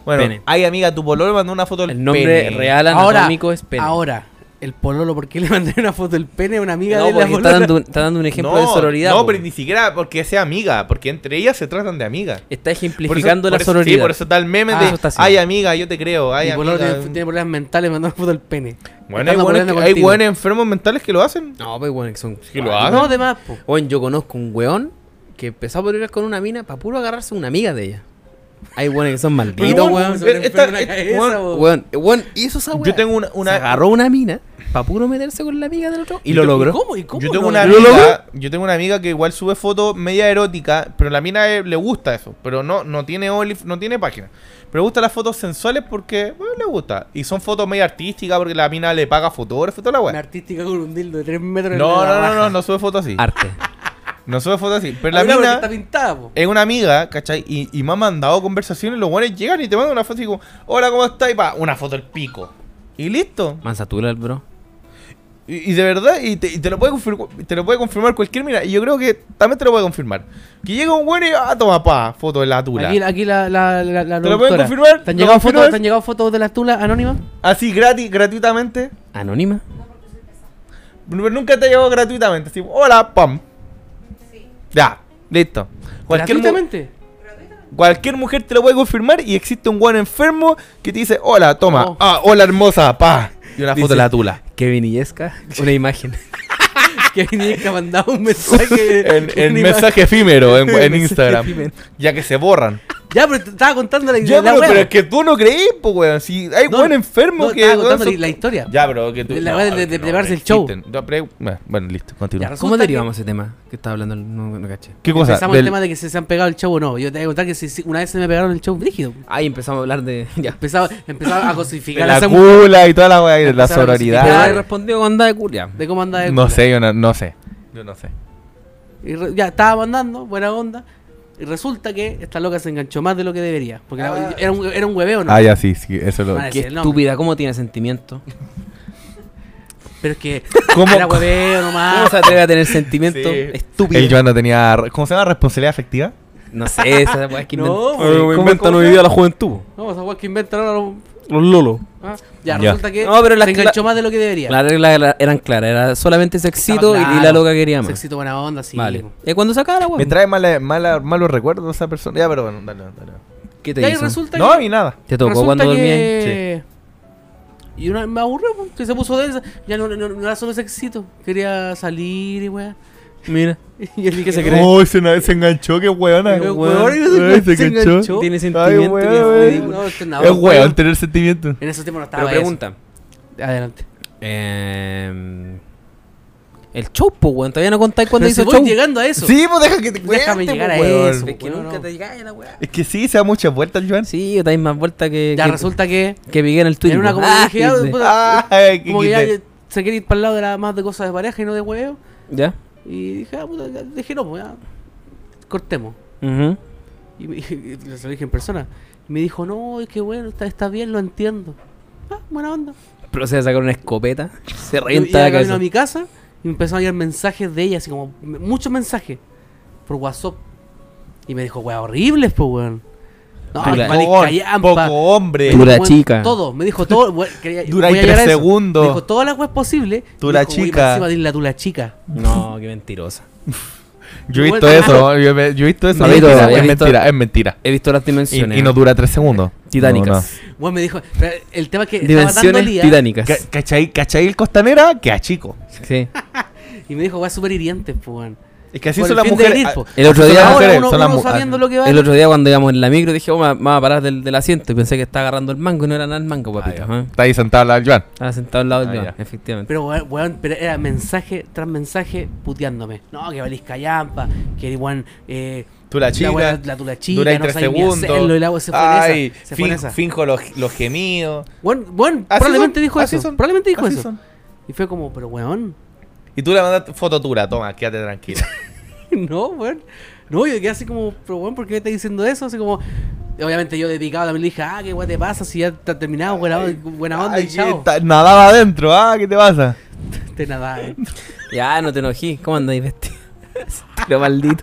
[SPEAKER 3] Bueno,
[SPEAKER 1] Pene.
[SPEAKER 3] ay amiga, tu pololo mandó una foto del
[SPEAKER 1] El nombre
[SPEAKER 3] pene.
[SPEAKER 1] real anatómico es pene.
[SPEAKER 2] Ahora, el pololo, ¿por qué le mandé una foto del pene a una amiga
[SPEAKER 1] no,
[SPEAKER 2] de la
[SPEAKER 1] porque está
[SPEAKER 2] polola?
[SPEAKER 1] dando, un, está dando un ejemplo de sororidad.
[SPEAKER 3] No,
[SPEAKER 1] po.
[SPEAKER 3] pero ni siquiera porque sea amiga, porque entre ellas se tratan de amiga.
[SPEAKER 1] Está
[SPEAKER 3] Por eso-
[SPEAKER 1] ejemplificando
[SPEAKER 3] por
[SPEAKER 1] la
[SPEAKER 3] eso-
[SPEAKER 1] sororidad.
[SPEAKER 3] Sí, por eso está el meme
[SPEAKER 2] Ah,
[SPEAKER 3] de
[SPEAKER 1] eso está así.
[SPEAKER 3] ay amiga, yo te creo, ay
[SPEAKER 2] Mi pololo
[SPEAKER 3] amiga.
[SPEAKER 1] eh.
[SPEAKER 2] tiene, tiene problemas mentales, me mandó una foto del pene.
[SPEAKER 3] Bueno, hay
[SPEAKER 2] Estando
[SPEAKER 3] buenos,
[SPEAKER 2] pololeando
[SPEAKER 3] que- hay
[SPEAKER 2] contigo.
[SPEAKER 3] buenos enfermos mentales que lo hacen.
[SPEAKER 1] No, pero bueno, que son.
[SPEAKER 3] Que lo
[SPEAKER 2] No,
[SPEAKER 3] hacen.
[SPEAKER 2] de más, po.
[SPEAKER 1] Bueno, yo conozco un weón que empezó a pololear con una mina para puro agarrarse una amiga de ella. Hay weones que son
[SPEAKER 3] Pero,
[SPEAKER 1] malditos,
[SPEAKER 3] weón,
[SPEAKER 1] weón.
[SPEAKER 2] se le
[SPEAKER 3] esta-
[SPEAKER 2] enferma la
[SPEAKER 3] esta-
[SPEAKER 2] cabeza,
[SPEAKER 3] weón,
[SPEAKER 2] po.
[SPEAKER 1] Weón, weón, hizo esa weá.
[SPEAKER 3] yo tengo una, una-
[SPEAKER 1] Se agarró una mina para puro meterse con la amiga del otro y lo
[SPEAKER 3] Yo-
[SPEAKER 1] logró.
[SPEAKER 2] ¿Y cómo? ¿Y cómo
[SPEAKER 3] yo tengo
[SPEAKER 2] no?
[SPEAKER 3] una
[SPEAKER 2] ¿Lo logró?
[SPEAKER 3] amiga, yo tengo una amiga que igual sube fotos media erótica, pero la mina eh, le gusta eso, pero no no tiene Onlyf- no tiene página. Pero le gustan las fotos sensuales porque bueno, le gusta y son fotos media artísticas porque la mina le paga fotógrafo y toda la
[SPEAKER 2] Una
[SPEAKER 3] weá.
[SPEAKER 2] artística con un dildo de 3 metros en
[SPEAKER 3] No,
[SPEAKER 2] la
[SPEAKER 3] no, no,
[SPEAKER 2] raja.
[SPEAKER 3] no, no sube fotos así.
[SPEAKER 1] Arte.
[SPEAKER 3] No sube fotos así, pero
[SPEAKER 2] Ah,
[SPEAKER 3] la
[SPEAKER 2] mira, porque
[SPEAKER 3] mina
[SPEAKER 2] está pintada, po.
[SPEAKER 3] es una amiga, ¿cachai? Y, y me han mandado conversaciones, los buenos llegan y te mandan una foto y como, hola, ¿cómo estás? Y pa, una foto del pico. Y listo.
[SPEAKER 1] Mansatura el bro.
[SPEAKER 3] Y, y de verdad, y te, y te lo puede confirmar, te lo puede confirmar cualquier mira. Y yo creo que también te lo puede confirmar. Que llega un bueno y ah, toma pa, foto de la tula.
[SPEAKER 2] Aquí, aquí la, la, la, la
[SPEAKER 3] ¿Te lo
[SPEAKER 2] productora.
[SPEAKER 3] pueden confirmar?
[SPEAKER 2] ¿Te han,
[SPEAKER 3] ¿Lo
[SPEAKER 2] llegado
[SPEAKER 3] confirmas?
[SPEAKER 2] fotos, ¿Te han llegado fotos de las tulas anónimas?
[SPEAKER 3] Así gratis, gratuitamente.
[SPEAKER 1] Anónima.
[SPEAKER 3] Pero nunca te llegó gratuitamente. Así, hola, pam. Ya, listo. Cualquier mu-
[SPEAKER 2] ¿Gratuitamente?
[SPEAKER 3] Cualquier mujer te lo puede confirmar y existe un weón enfermo que te dice, hola, toma,
[SPEAKER 2] No.
[SPEAKER 3] ah, hola hermosa, pa. Y una foto
[SPEAKER 1] Dice-
[SPEAKER 3] de la tula.
[SPEAKER 1] Kevin Illesca, una imagen.
[SPEAKER 2] Que venía que mandaba un mensaje.
[SPEAKER 3] En, en
[SPEAKER 2] una imagen.
[SPEAKER 3] mensaje efímero en, en
[SPEAKER 1] Mensaje
[SPEAKER 3] Instagram.
[SPEAKER 1] efímero.
[SPEAKER 3] Ya que se borran.
[SPEAKER 2] Ya, pero te estaba contando la,
[SPEAKER 3] Ya,
[SPEAKER 2] la
[SPEAKER 3] pero,
[SPEAKER 2] wea.
[SPEAKER 3] pero es que tú no creís, pues, weón. Si hay
[SPEAKER 2] No,
[SPEAKER 3] weón enfermo
[SPEAKER 2] no,
[SPEAKER 3] que.
[SPEAKER 2] estaba
[SPEAKER 3] weón,
[SPEAKER 2] contando
[SPEAKER 3] son-
[SPEAKER 2] la- la historia.
[SPEAKER 3] Ya, pero que tú.
[SPEAKER 2] La weá de- de prepararse el
[SPEAKER 3] existen. No, pero- bueno, Bueno, listo,
[SPEAKER 2] Ya,
[SPEAKER 3] continúa.
[SPEAKER 2] resulta
[SPEAKER 1] ¿Cómo
[SPEAKER 2] que-
[SPEAKER 1] derivamos ese tema que estaba hablando? el- No, no caché.
[SPEAKER 3] ¿Qué cosa?
[SPEAKER 2] Empezamos
[SPEAKER 3] Del-
[SPEAKER 2] el tema de que se, se han pegado el show o no. Yo te voy a contar que si- si una vez se me pegaron el show brígido.
[SPEAKER 1] Ahí empezamos a hablar de. Ya.
[SPEAKER 2] Empezaba, empezaba a
[SPEAKER 3] de
[SPEAKER 2] cosificar a
[SPEAKER 3] la
[SPEAKER 2] esa
[SPEAKER 3] cula y toda la weá, y de la
[SPEAKER 2] Empezaron a
[SPEAKER 1] Pero
[SPEAKER 2] Ah,
[SPEAKER 1] ahí
[SPEAKER 3] sororidad.
[SPEAKER 1] respondió con onda de curia.
[SPEAKER 2] de cómo andaba de
[SPEAKER 3] No
[SPEAKER 2] culo.
[SPEAKER 3] sé, yo no, no sé. Yo no sé.
[SPEAKER 2] Y re- ya estaba mandando, buena onda. Y resulta que esta loca se enganchó más de lo que debería. Porque la- era, un, era un hueveo, ¿no?
[SPEAKER 3] Ah, ya, sí, sí, eso lo.
[SPEAKER 2] Vale.
[SPEAKER 1] Qué
[SPEAKER 2] ese es el nombre.
[SPEAKER 1] estúpida, ¿cómo tiene sentimiento?
[SPEAKER 2] Pero es que
[SPEAKER 3] ¿Cómo-
[SPEAKER 2] era hueveo nomás.
[SPEAKER 1] ¿Cómo se atreve a tener sentimiento?
[SPEAKER 3] Sí.
[SPEAKER 1] Estúpido.
[SPEAKER 3] El Joan no tenía. ¿Cómo se llama? ¿Responsabilidad afectiva?
[SPEAKER 1] No sé, esa weá que
[SPEAKER 2] No,
[SPEAKER 1] invent-
[SPEAKER 2] güey,
[SPEAKER 1] Eh,
[SPEAKER 2] ¿cómo-
[SPEAKER 1] inventan
[SPEAKER 2] cómo
[SPEAKER 1] hoy
[SPEAKER 2] se
[SPEAKER 1] día
[SPEAKER 2] llama?
[SPEAKER 1] la juventud.
[SPEAKER 2] No, pues, esa weá que inventan ahora los-
[SPEAKER 1] Los lolos.
[SPEAKER 2] ah, Ya,
[SPEAKER 3] Ya.
[SPEAKER 2] resulta que
[SPEAKER 1] No, pero la-
[SPEAKER 2] se enganchó más de lo que debería.
[SPEAKER 1] Las reglas era- eran claras, era solamente sexito
[SPEAKER 2] Estaba
[SPEAKER 1] y la
[SPEAKER 2] claro.
[SPEAKER 1] loca quería más.
[SPEAKER 2] Sexito buena onda, sí.
[SPEAKER 1] Vale. ¿Y cuando sacaba la
[SPEAKER 3] Me
[SPEAKER 1] weá?
[SPEAKER 3] trae mala, mala- malos recuerdos esa persona. Ya, pero bueno, dale, dale.
[SPEAKER 1] ¿Qué
[SPEAKER 2] Y
[SPEAKER 1] te
[SPEAKER 2] ahí
[SPEAKER 1] hizo?
[SPEAKER 2] resulta
[SPEAKER 3] No,
[SPEAKER 2] que...
[SPEAKER 3] a mí nada.
[SPEAKER 1] ¿Te tocó
[SPEAKER 2] Resulta
[SPEAKER 1] cuando
[SPEAKER 2] que-
[SPEAKER 1] dormía ahí?
[SPEAKER 2] Y una me aburrió, po, que se puso densa. Ya no, no, no era solo sexito. Quería salir y weá.
[SPEAKER 1] Mira.
[SPEAKER 2] Y él que se
[SPEAKER 3] Oh, se, na- se enganchó, qué weona.
[SPEAKER 2] Pero,
[SPEAKER 3] weón.
[SPEAKER 2] weón,
[SPEAKER 3] Ay, se
[SPEAKER 2] se
[SPEAKER 3] enganchó.
[SPEAKER 2] enganchó.
[SPEAKER 1] Tiene
[SPEAKER 3] sentimiento,
[SPEAKER 1] sentimiento.
[SPEAKER 3] que es ridículo.
[SPEAKER 2] No, este no,
[SPEAKER 3] Es
[SPEAKER 2] no,
[SPEAKER 3] weón
[SPEAKER 2] no.
[SPEAKER 3] tener sentimientos.
[SPEAKER 2] En esos tiempos no estaba
[SPEAKER 1] Pero
[SPEAKER 2] eso.
[SPEAKER 1] pregunta.
[SPEAKER 2] Adelante.
[SPEAKER 1] Eh, el show, po, weón. Todavía no contáis cuándo
[SPEAKER 2] Pero si
[SPEAKER 1] hizo
[SPEAKER 2] voy
[SPEAKER 1] show.
[SPEAKER 2] llegando a eso.
[SPEAKER 3] Sí, pues deja que te cuente,
[SPEAKER 2] Déjame llegar
[SPEAKER 3] pues,
[SPEAKER 2] a
[SPEAKER 3] weón.
[SPEAKER 2] eso.
[SPEAKER 1] Es que
[SPEAKER 2] Weón, no.
[SPEAKER 1] nunca te llegáis a la weá.
[SPEAKER 3] Es que sí, se da muchas vueltas el Joan.
[SPEAKER 1] Sí, estáis más vuelta que.
[SPEAKER 2] Ya
[SPEAKER 1] que,
[SPEAKER 2] resulta que.
[SPEAKER 1] Que Miguel en el Twitch.
[SPEAKER 2] en una como
[SPEAKER 1] Ah,
[SPEAKER 2] dije, ah,
[SPEAKER 1] dice.
[SPEAKER 2] puta,
[SPEAKER 3] Ay, qué
[SPEAKER 2] como que ya
[SPEAKER 3] quité.
[SPEAKER 2] se quiere ir para el lado de la, más de cosas de pareja y no de hueveo.
[SPEAKER 1] ¿Ya?
[SPEAKER 2] Y dije, ah, puta, ya- dije no, pues ya. Cortemos.
[SPEAKER 1] Ujú.
[SPEAKER 2] Y, me, y se lo dije en persona. Y me dijo, no, es que bueno, está, está bien, lo entiendo. Ah, buena onda.
[SPEAKER 1] Pero se va a sacar una escopeta. Se
[SPEAKER 2] Y, y
[SPEAKER 1] revienta
[SPEAKER 2] ya
[SPEAKER 1] la
[SPEAKER 2] camino a
[SPEAKER 1] cabeza.
[SPEAKER 2] mi casa y me empezaron a llegar mensajes de ella, así como m- muchos mensajes por WhatsApp. Y me dijo, weón, horribles, pues, weón. No,
[SPEAKER 1] Dura-
[SPEAKER 2] vale,
[SPEAKER 3] Poco-
[SPEAKER 2] callampa.
[SPEAKER 3] Poco hombre.
[SPEAKER 1] Dura
[SPEAKER 2] Weón,
[SPEAKER 1] chica.
[SPEAKER 2] Todo, me dijo todo. weón, quería-
[SPEAKER 3] Dura
[SPEAKER 2] voy a
[SPEAKER 3] ahí tres
[SPEAKER 2] llegar a eso.
[SPEAKER 3] segundos.
[SPEAKER 2] Me dijo todas las weas posibles. y
[SPEAKER 3] Tula
[SPEAKER 2] dijo, "Uy,
[SPEAKER 3] chica".
[SPEAKER 2] más encima dile la tula chica.
[SPEAKER 1] No, qué mentirosa.
[SPEAKER 3] Yo he visto
[SPEAKER 2] Bueno,
[SPEAKER 3] eso, yo he yo he visto eso.
[SPEAKER 1] He visto-
[SPEAKER 3] Es
[SPEAKER 1] he
[SPEAKER 3] mentira, es
[SPEAKER 1] visto-
[SPEAKER 3] mentira, es mentira.
[SPEAKER 1] He visto las
[SPEAKER 3] Y,
[SPEAKER 1] dimensiones.
[SPEAKER 3] y no
[SPEAKER 1] ¿eh?
[SPEAKER 3] dura tres segundos.
[SPEAKER 1] Titánicas.
[SPEAKER 2] Bueno, me dijo, pero el tema es que estaba dando
[SPEAKER 1] Dimensiones
[SPEAKER 2] lía,
[SPEAKER 3] No, no.
[SPEAKER 1] titánicas.
[SPEAKER 3] Ca- ¿Cachai, ¿Cachai el costanera? Que a chico.
[SPEAKER 1] Sí.
[SPEAKER 2] Y me dijo, weas súper hirientes, pues, weón.
[SPEAKER 3] Es que así
[SPEAKER 2] Por
[SPEAKER 3] son
[SPEAKER 2] el
[SPEAKER 3] las
[SPEAKER 2] fin de
[SPEAKER 3] mujeres.
[SPEAKER 2] venir,
[SPEAKER 3] ah,
[SPEAKER 2] po.
[SPEAKER 1] El otro
[SPEAKER 3] así son
[SPEAKER 1] día-
[SPEAKER 3] las
[SPEAKER 2] Ahora
[SPEAKER 3] mujeres,
[SPEAKER 2] uno-
[SPEAKER 3] son las
[SPEAKER 2] uno
[SPEAKER 3] mu- ah,
[SPEAKER 2] sabiendo lo que va a
[SPEAKER 1] El otro día cuando íbamos en la micro dije, oh, me me va a parar del, del asiento y pensé que estaba agarrando el mango y no era nada el mango, papito.
[SPEAKER 3] ya.
[SPEAKER 1] ¿eh?
[SPEAKER 3] Está ahí sentado al lado del Joan.
[SPEAKER 1] Estaba sentado al lado del
[SPEAKER 3] Ah,
[SPEAKER 1] Joan,
[SPEAKER 3] ya.
[SPEAKER 1] efectivamente.
[SPEAKER 2] Pero, weón, weón, pero era mensaje tras mensaje puteándome. No, que valís callampa, que eres, weón, eh,
[SPEAKER 3] Tú la
[SPEAKER 2] la,
[SPEAKER 3] chica.
[SPEAKER 2] weá- la tula chica,
[SPEAKER 3] dura ahí
[SPEAKER 2] no
[SPEAKER 3] tres
[SPEAKER 2] sabía ni
[SPEAKER 3] segundos.
[SPEAKER 2] hacerlo, y la weá se fue
[SPEAKER 3] Ay,
[SPEAKER 2] en esa. Se fue en
[SPEAKER 3] fin-
[SPEAKER 2] esa.
[SPEAKER 3] finjo los, los gemidos.
[SPEAKER 2] Weón, weón,
[SPEAKER 3] Así
[SPEAKER 2] probablemente
[SPEAKER 3] son,
[SPEAKER 2] dijo
[SPEAKER 3] así
[SPEAKER 2] eso.
[SPEAKER 3] son,
[SPEAKER 2] Probablemente dijo
[SPEAKER 3] así
[SPEAKER 2] eso.
[SPEAKER 3] son.
[SPEAKER 2] Y fue como, pero weón,
[SPEAKER 3] Y tú le mandaste fototura, toma, quédate tranquila.
[SPEAKER 2] no, weón. No, yo quedé así como, pero weón, ¿por qué me estás diciendo eso? Así como, obviamente yo de picado también le dije, ah, qué weón te pasa si ya está terminado, buena, buena onda,
[SPEAKER 3] Ay,
[SPEAKER 2] y chao.
[SPEAKER 3] está- nadaba adentro, ah, ¿qué te pasa?
[SPEAKER 2] Te nada. eh.
[SPEAKER 1] Ya, no te enojí. ¿Cómo andáis vestido? Lo maldito.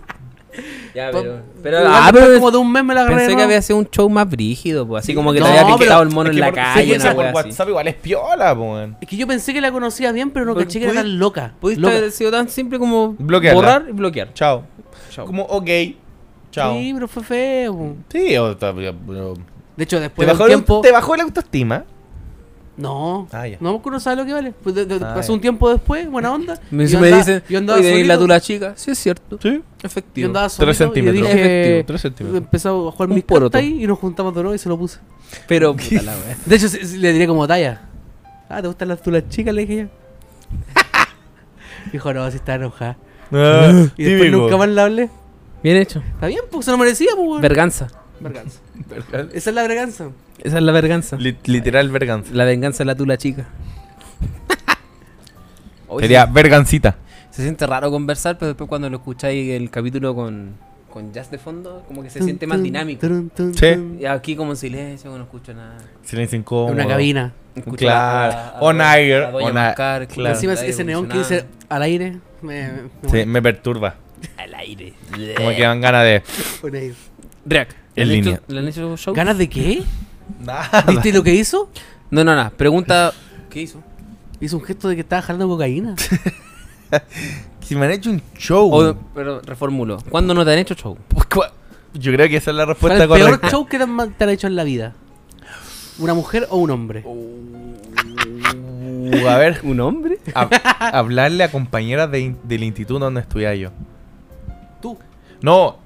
[SPEAKER 1] Ya, pero... pero
[SPEAKER 2] Igual
[SPEAKER 1] ah,
[SPEAKER 2] después
[SPEAKER 1] pero
[SPEAKER 2] como de un mes me la agarré.
[SPEAKER 1] pensé
[SPEAKER 2] de
[SPEAKER 1] que
[SPEAKER 2] nuevo.
[SPEAKER 1] había sido un show más brígido, pues. Así como que
[SPEAKER 2] No,
[SPEAKER 1] te había
[SPEAKER 2] pero-
[SPEAKER 1] picado el mono en
[SPEAKER 3] Es que
[SPEAKER 1] la
[SPEAKER 3] por-
[SPEAKER 1] calle,
[SPEAKER 3] seguirse
[SPEAKER 1] una
[SPEAKER 3] por
[SPEAKER 1] wea así.
[SPEAKER 3] WhatsApp igual es piola, po, weón.
[SPEAKER 2] Es que yo pensé que la conocía bien, pero no
[SPEAKER 1] Pero
[SPEAKER 2] caché que era
[SPEAKER 1] pudi-
[SPEAKER 2] tan loca.
[SPEAKER 1] Pudiste
[SPEAKER 2] Loca.
[SPEAKER 1] haber sido tan simple como
[SPEAKER 3] Bloquearla.
[SPEAKER 1] borrar y bloquear.
[SPEAKER 3] Chao.
[SPEAKER 1] Chao.
[SPEAKER 3] Como, ok, chao.
[SPEAKER 2] Sí, pero fue feo.
[SPEAKER 3] Sí, o- ta- ya, pero-
[SPEAKER 2] De hecho,
[SPEAKER 3] ¿Te,
[SPEAKER 2] después del
[SPEAKER 3] bajó el-
[SPEAKER 2] tiempo.
[SPEAKER 3] te bajó la autoestima.
[SPEAKER 2] No,
[SPEAKER 3] Ah, ya.
[SPEAKER 2] no, porque uno sabe lo que vale. Pues de- de-
[SPEAKER 3] Ah,
[SPEAKER 2] pasó
[SPEAKER 3] ya.
[SPEAKER 2] un tiempo después, buena onda.
[SPEAKER 1] Me,
[SPEAKER 2] y
[SPEAKER 1] si
[SPEAKER 2] yo
[SPEAKER 1] me
[SPEAKER 2] andaba-
[SPEAKER 1] dicen,
[SPEAKER 2] yo andaba
[SPEAKER 1] oye, tenés la
[SPEAKER 2] solito,
[SPEAKER 1] tula chica. Sí, es cierto.
[SPEAKER 3] Sí.
[SPEAKER 2] Yo
[SPEAKER 1] Efectivo.
[SPEAKER 2] andaba solito.
[SPEAKER 3] Tres centímetros.
[SPEAKER 2] Y dije,
[SPEAKER 1] Efectivo,
[SPEAKER 3] tres centímetros.
[SPEAKER 2] empezó a jugar
[SPEAKER 1] Un
[SPEAKER 2] mis
[SPEAKER 1] poroto.
[SPEAKER 2] cartas ahí y nos juntamos de nuevo y se lo puse.
[SPEAKER 1] Pero, puta la wea.
[SPEAKER 2] De hecho, se- se- le diré como talla. Ah, ¿te gustan las tulas chicas? Le dije yo. Dijo, no, si está enojada.
[SPEAKER 3] Ah,
[SPEAKER 2] Y después
[SPEAKER 3] típico.
[SPEAKER 2] nunca más le hablé.
[SPEAKER 1] Bien hecho.
[SPEAKER 2] Está bien, pues se lo merecía, pues. weón.
[SPEAKER 1] Verganza.
[SPEAKER 2] Verganza. Esa es la verganza.
[SPEAKER 1] Esa es la verganza.
[SPEAKER 3] Li- literal verganza.
[SPEAKER 1] La venganza de la tula chica. Oye,
[SPEAKER 3] Sería vergancita.
[SPEAKER 1] Se siente raro conversar, pero después cuando lo escucháis el capítulo con, con jazz de fondo, como que se siente más dinámico.
[SPEAKER 3] Sí.
[SPEAKER 1] Y aquí como en silencio, que no escucho nada.
[SPEAKER 3] Silencio incómodo.
[SPEAKER 2] En una cabina.
[SPEAKER 1] Escucho
[SPEAKER 3] Claro.
[SPEAKER 1] a- a-
[SPEAKER 3] On
[SPEAKER 1] a-
[SPEAKER 3] air,
[SPEAKER 1] a Doña
[SPEAKER 3] on
[SPEAKER 1] Mascar,
[SPEAKER 3] air,
[SPEAKER 1] que
[SPEAKER 3] claro.
[SPEAKER 2] Encima
[SPEAKER 1] está
[SPEAKER 2] ese neón que dice
[SPEAKER 1] evolucionando.
[SPEAKER 2] al aire. Me, me- me
[SPEAKER 3] Sí, me perturba.
[SPEAKER 1] Al aire.
[SPEAKER 3] Como que dan ganas de.
[SPEAKER 2] pone ahí.
[SPEAKER 1] React.
[SPEAKER 3] En
[SPEAKER 1] ¿Le han
[SPEAKER 3] línea.
[SPEAKER 1] hecho- ¿Le han hecho show?
[SPEAKER 2] ¿Ganas de qué?
[SPEAKER 3] Nada.
[SPEAKER 2] ¿Viste lo que hizo?
[SPEAKER 1] No, no, no. Pregunta. ¿Qué hizo?
[SPEAKER 3] Mm.
[SPEAKER 2] Hizo un gesto de que estaba jalando cocaína.
[SPEAKER 3] Si me han hecho un show.
[SPEAKER 1] O, pero reformulo. ¿Cuándo no te han hecho show?
[SPEAKER 3] Yo creo que esa es la
[SPEAKER 2] ¿Cuál es
[SPEAKER 3] respuesta
[SPEAKER 2] el peor
[SPEAKER 3] correcta.
[SPEAKER 2] show que te han, ma- te han hecho en la vida? ¿Una mujer o un hombre?
[SPEAKER 3] Oh, Uh, a ver,
[SPEAKER 4] ¿Un hombre?
[SPEAKER 3] hab- hablarle a compañeras de in- del instituto donde estudiaba yo.
[SPEAKER 2] Tú.
[SPEAKER 3] No,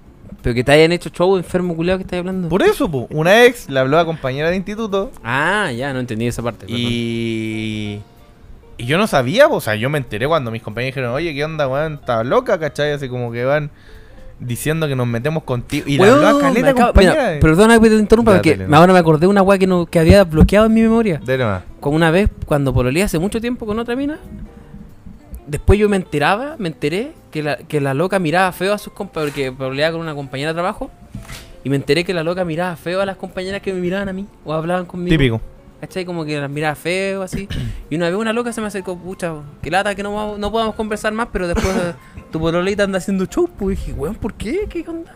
[SPEAKER 1] Pero que te hayan hecho show enfermo culiado que estás hablando.
[SPEAKER 3] por eso, po. una ex le habló a compañera de instituto
[SPEAKER 1] Ah, ya, no entendí esa parte. perdón.
[SPEAKER 3] y... Y yo no sabía, po. o sea, yo me enteré cuando mis compañeros dijeron, oye, ¿qué onda, weón? Estás loca, ¿cachai? Así como que van diciendo que nos metemos contigo. Y le
[SPEAKER 1] Weón,
[SPEAKER 3] habló a
[SPEAKER 1] me
[SPEAKER 3] caleta
[SPEAKER 1] acabo-
[SPEAKER 3] compañera.
[SPEAKER 1] mira,
[SPEAKER 3] de-
[SPEAKER 1] perdona que te interrumpa,
[SPEAKER 3] Ya,
[SPEAKER 1] porque
[SPEAKER 3] dale, no.
[SPEAKER 1] ahora me acordé de una weá que, no, que había bloqueado en mi memoria.
[SPEAKER 3] Dale más.
[SPEAKER 1] Con una vez, cuando pololeé hace mucho tiempo con otra mina, después yo me enteraba, me enteré que la, que la loca miraba feo a sus compañeros, porque pololeaba con una compañera de trabajo, y me enteré que la loca miraba feo a las compañeras que me miraban a mí o hablaban conmigo.
[SPEAKER 3] Típico.
[SPEAKER 1] ¿Cachai? Como que las miraba feo, así. Y una vez una loca se me acercó, pucha, que lata que no, vamos- no podamos conversar más, pero después eh, tu pololita anda haciendo show, pues y dije, weón, ¿por qué? ¿Qué onda?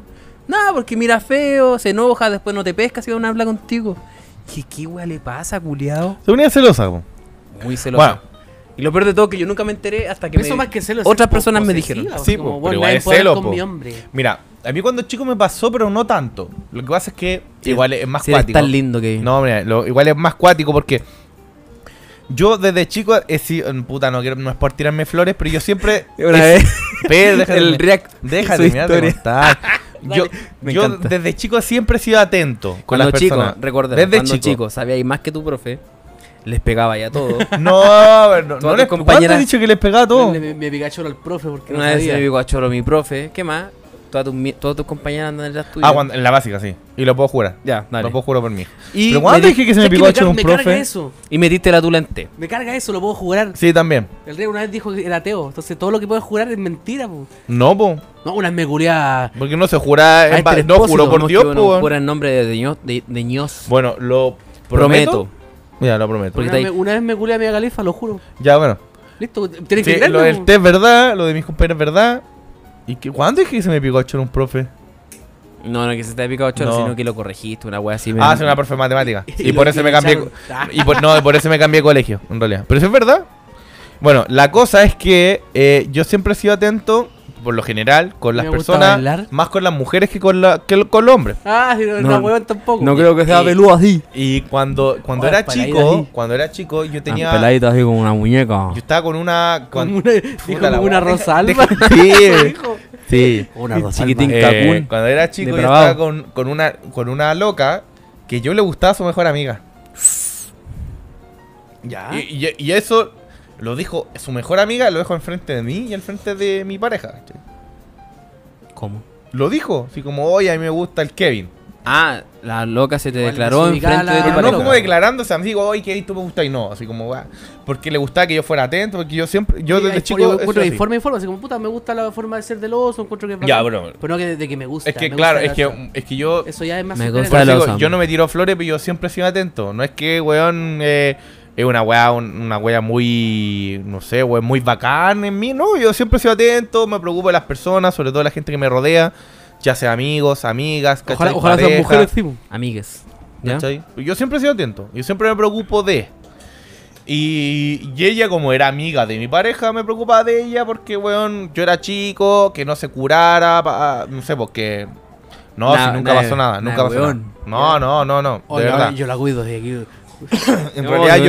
[SPEAKER 1] Nada, porque mira feo, se enoja, después no te pesca si van a hablar contigo. Dije, ¿qué weá le pasa, culiao?
[SPEAKER 3] Se unía celosa, po.
[SPEAKER 1] Muy celoso.
[SPEAKER 3] Bueno.
[SPEAKER 1] Y lo peor de todo que yo nunca me enteré hasta que
[SPEAKER 2] Eso
[SPEAKER 1] me-
[SPEAKER 2] más que celos.
[SPEAKER 1] otras personas me dijeron.
[SPEAKER 3] Sí,
[SPEAKER 2] Sí,
[SPEAKER 3] po,
[SPEAKER 2] como,
[SPEAKER 3] pero
[SPEAKER 2] bueno,
[SPEAKER 3] igual
[SPEAKER 2] nadie
[SPEAKER 3] es
[SPEAKER 2] puede hablar
[SPEAKER 3] celo,
[SPEAKER 2] con
[SPEAKER 3] po.
[SPEAKER 2] mi hombre.
[SPEAKER 3] Mira, a mí cuando chico me pasó, pero no tanto. Lo que pasa es que
[SPEAKER 1] Sí,
[SPEAKER 3] igual es más
[SPEAKER 1] Sí, eres
[SPEAKER 3] cuático.
[SPEAKER 1] tan lindo que...
[SPEAKER 3] No, mira, lo- igual es más cuático porque yo desde chico he sido- en puta, no quiero, no es por tirarme flores, pero yo siempre
[SPEAKER 1] Una
[SPEAKER 3] he-
[SPEAKER 1] vez,
[SPEAKER 3] Pero déjame
[SPEAKER 1] el
[SPEAKER 3] terminar-
[SPEAKER 1] react
[SPEAKER 3] déjame
[SPEAKER 1] su
[SPEAKER 3] terminar de
[SPEAKER 1] historia.
[SPEAKER 3] contar. Yo,
[SPEAKER 1] me
[SPEAKER 3] yo
[SPEAKER 1] encanta.
[SPEAKER 3] desde chico siempre he sido atento con
[SPEAKER 1] cuando
[SPEAKER 3] las
[SPEAKER 1] chico,
[SPEAKER 3] personas.
[SPEAKER 1] recuerda,
[SPEAKER 3] desde
[SPEAKER 1] cuando
[SPEAKER 3] chico.
[SPEAKER 1] chico, sabía y más que tu profe, les pegaba ya todo.
[SPEAKER 3] No, no, no,
[SPEAKER 1] Todas tus
[SPEAKER 3] les
[SPEAKER 1] compañeras-
[SPEAKER 3] compañeras. dicho que les pegaba todo.
[SPEAKER 2] Me, me, me Pikachu era el profe porque no
[SPEAKER 1] Una vez se me
[SPEAKER 2] sabía.
[SPEAKER 1] picó a choro mi profe. ¿Qué más? Todas tus, mi- todas tus compañeras andan en las tuyas.
[SPEAKER 3] Ah, cuando- en la básica, sí. Y lo puedo jurar.
[SPEAKER 1] Ya, dale.
[SPEAKER 3] Lo puedo jurar por mí.
[SPEAKER 1] Y
[SPEAKER 3] Pero
[SPEAKER 1] me,
[SPEAKER 3] cuando
[SPEAKER 1] di-
[SPEAKER 3] dije que se me
[SPEAKER 2] ¿Sabes
[SPEAKER 3] picó a
[SPEAKER 2] que me, car-
[SPEAKER 3] un
[SPEAKER 2] me carga
[SPEAKER 3] profe.
[SPEAKER 2] eso.
[SPEAKER 1] y metiste la tula en
[SPEAKER 3] Eh,
[SPEAKER 1] té.
[SPEAKER 2] Me carga eso, lo puedo jurar.
[SPEAKER 3] Sí, también.
[SPEAKER 2] El rey una vez dijo que era ateo. Entonces todo lo que puedes jurar es mentira, po.
[SPEAKER 3] No, po.
[SPEAKER 2] No, una vez me culiaba.
[SPEAKER 3] Porque no se jura.
[SPEAKER 2] Ah,
[SPEAKER 3] en ba-
[SPEAKER 2] este
[SPEAKER 3] No juro
[SPEAKER 2] Espósito,
[SPEAKER 3] por Dios, po.
[SPEAKER 1] no
[SPEAKER 3] weón.
[SPEAKER 1] fuera el nombre de Dios. De, de Dios.
[SPEAKER 3] Bueno, lo
[SPEAKER 1] prometo.
[SPEAKER 3] prometo. Ya, lo prometo.
[SPEAKER 1] Porque está
[SPEAKER 2] Una,
[SPEAKER 1] ahí.
[SPEAKER 2] vez me- una vez me culé a mi califa, lo juro.
[SPEAKER 3] Ya, bueno.
[SPEAKER 2] Listo, tienes
[SPEAKER 3] Sí,
[SPEAKER 2] que
[SPEAKER 3] lo
[SPEAKER 2] creerme,
[SPEAKER 3] del
[SPEAKER 2] po.
[SPEAKER 3] té es verdad, lo de mis compañeros es verdad. ¿Y que, cuándo dije que se me picó a choro un profe?
[SPEAKER 1] No, no, que se te haya picado a choro,
[SPEAKER 3] No.
[SPEAKER 1] sino que lo corregiste, una wea así. me-
[SPEAKER 3] Ah, soy una profe de matemática. Y,
[SPEAKER 2] Y
[SPEAKER 3] por
[SPEAKER 2] lo-
[SPEAKER 3] eso
[SPEAKER 2] y
[SPEAKER 3] me
[SPEAKER 2] lo
[SPEAKER 3] cambié.
[SPEAKER 2] echaron. Ah.
[SPEAKER 3] Y por, no, por eso me cambié de colegio, en realidad. Pero eso es verdad. Bueno, la cosa es que eh, yo siempre he sido atento, por lo general, con las
[SPEAKER 2] Me gusta
[SPEAKER 3] personas,
[SPEAKER 2] bailar.
[SPEAKER 3] más con las mujeres que con, la, que con los hombres.
[SPEAKER 2] Ah, sí, no,
[SPEAKER 1] No,
[SPEAKER 2] no, huevón tampoco. Eh,
[SPEAKER 1] No creo que sea
[SPEAKER 3] Y-
[SPEAKER 1] peludo así.
[SPEAKER 3] Y cuando, cuando
[SPEAKER 2] Oh,
[SPEAKER 3] era
[SPEAKER 2] peladita
[SPEAKER 3] chico,
[SPEAKER 2] ahí. Ah,
[SPEAKER 3] cuando era chico, yo
[SPEAKER 1] Tenía...
[SPEAKER 3] tenía.
[SPEAKER 1] Peladito así como una muñeca.
[SPEAKER 3] Yo estaba con una. con-
[SPEAKER 2] Como una, dijo
[SPEAKER 3] Puta la
[SPEAKER 2] como una
[SPEAKER 3] wea.
[SPEAKER 2] rosalba.
[SPEAKER 3] Deja- Sí,
[SPEAKER 2] Dijo.
[SPEAKER 3] sí.
[SPEAKER 1] Una chiquitín
[SPEAKER 3] Eh,
[SPEAKER 1] cacún.
[SPEAKER 3] cuando era chico yo
[SPEAKER 1] Depravado.
[SPEAKER 3] estaba con, con una, con una loca que yo le gustaba a su mejor amiga.
[SPEAKER 2] Ya.
[SPEAKER 3] Y, y- y eso lo dijo su mejor amiga, lo dijo enfrente de mí y enfrente de mi pareja. ¿cachai?
[SPEAKER 1] ¿Cómo?
[SPEAKER 3] Lo dijo, así como, oye, a mí me gusta el Kevin.
[SPEAKER 1] Ah, la loca se te
[SPEAKER 2] Igual
[SPEAKER 1] declaró
[SPEAKER 2] desubicada
[SPEAKER 1] enfrente de tu
[SPEAKER 2] la-
[SPEAKER 3] Pero no
[SPEAKER 1] pareja.
[SPEAKER 3] como declarándose, así digo, oye, Kevin, tú me gustas y no, así como, va. Porque le gustaba que yo fuera atento, porque yo siempre, yo
[SPEAKER 2] Sí,
[SPEAKER 3] desde
[SPEAKER 2] hay-
[SPEAKER 3] chico...
[SPEAKER 2] yo
[SPEAKER 3] eso
[SPEAKER 2] encuentro
[SPEAKER 3] así.
[SPEAKER 2] que forma y forma, así como puta, me gusta la forma de ser del oso, encuentro que es
[SPEAKER 3] Ya,
[SPEAKER 2] bacán.
[SPEAKER 3] bro.
[SPEAKER 2] Pero no que de, de que me gusta.
[SPEAKER 3] Es que,
[SPEAKER 2] me
[SPEAKER 3] claro,
[SPEAKER 2] gusta
[SPEAKER 3] es
[SPEAKER 2] la
[SPEAKER 3] que,
[SPEAKER 2] osa.
[SPEAKER 3] es que yo...
[SPEAKER 2] Eso ya es más
[SPEAKER 1] Me
[SPEAKER 2] superhéroe.
[SPEAKER 3] Por
[SPEAKER 1] gusta
[SPEAKER 3] eso
[SPEAKER 1] la
[SPEAKER 3] digo,
[SPEAKER 1] osa.
[SPEAKER 3] yo no me tiro flores, pero yo siempre he sido atento. No es que, weón, eh, es una weá, un- una weá muy, no sé, weón, muy bacán en mí. No, yo siempre he sido atento, me preocupo de las personas, sobre todo la gente que me rodea, ya sea amigos, amigas,
[SPEAKER 2] Ojalá,
[SPEAKER 3] ¿cachai?
[SPEAKER 2] ojalá sean
[SPEAKER 3] Pareja,
[SPEAKER 2] mujeres, sí, po.
[SPEAKER 1] Amigues. ¿Ya?
[SPEAKER 3] ¿cachai? Yo siempre he sido atento, yo siempre me preocupo de... Y, y ella, como era amiga de mi pareja, me preocupaba de ella porque, weón, yo era chico, que no se curara, pa- ah, no sé, porque... No,
[SPEAKER 1] Nah,
[SPEAKER 3] si nunca
[SPEAKER 1] nah,
[SPEAKER 3] pasó nada,
[SPEAKER 1] nah,
[SPEAKER 3] nunca pasó
[SPEAKER 1] weón.
[SPEAKER 3] nada. No, no, no, no. De
[SPEAKER 2] Oye,
[SPEAKER 3] verdad.
[SPEAKER 2] yo la cuido desde aquí.
[SPEAKER 3] En
[SPEAKER 1] No,
[SPEAKER 3] realidad
[SPEAKER 1] no.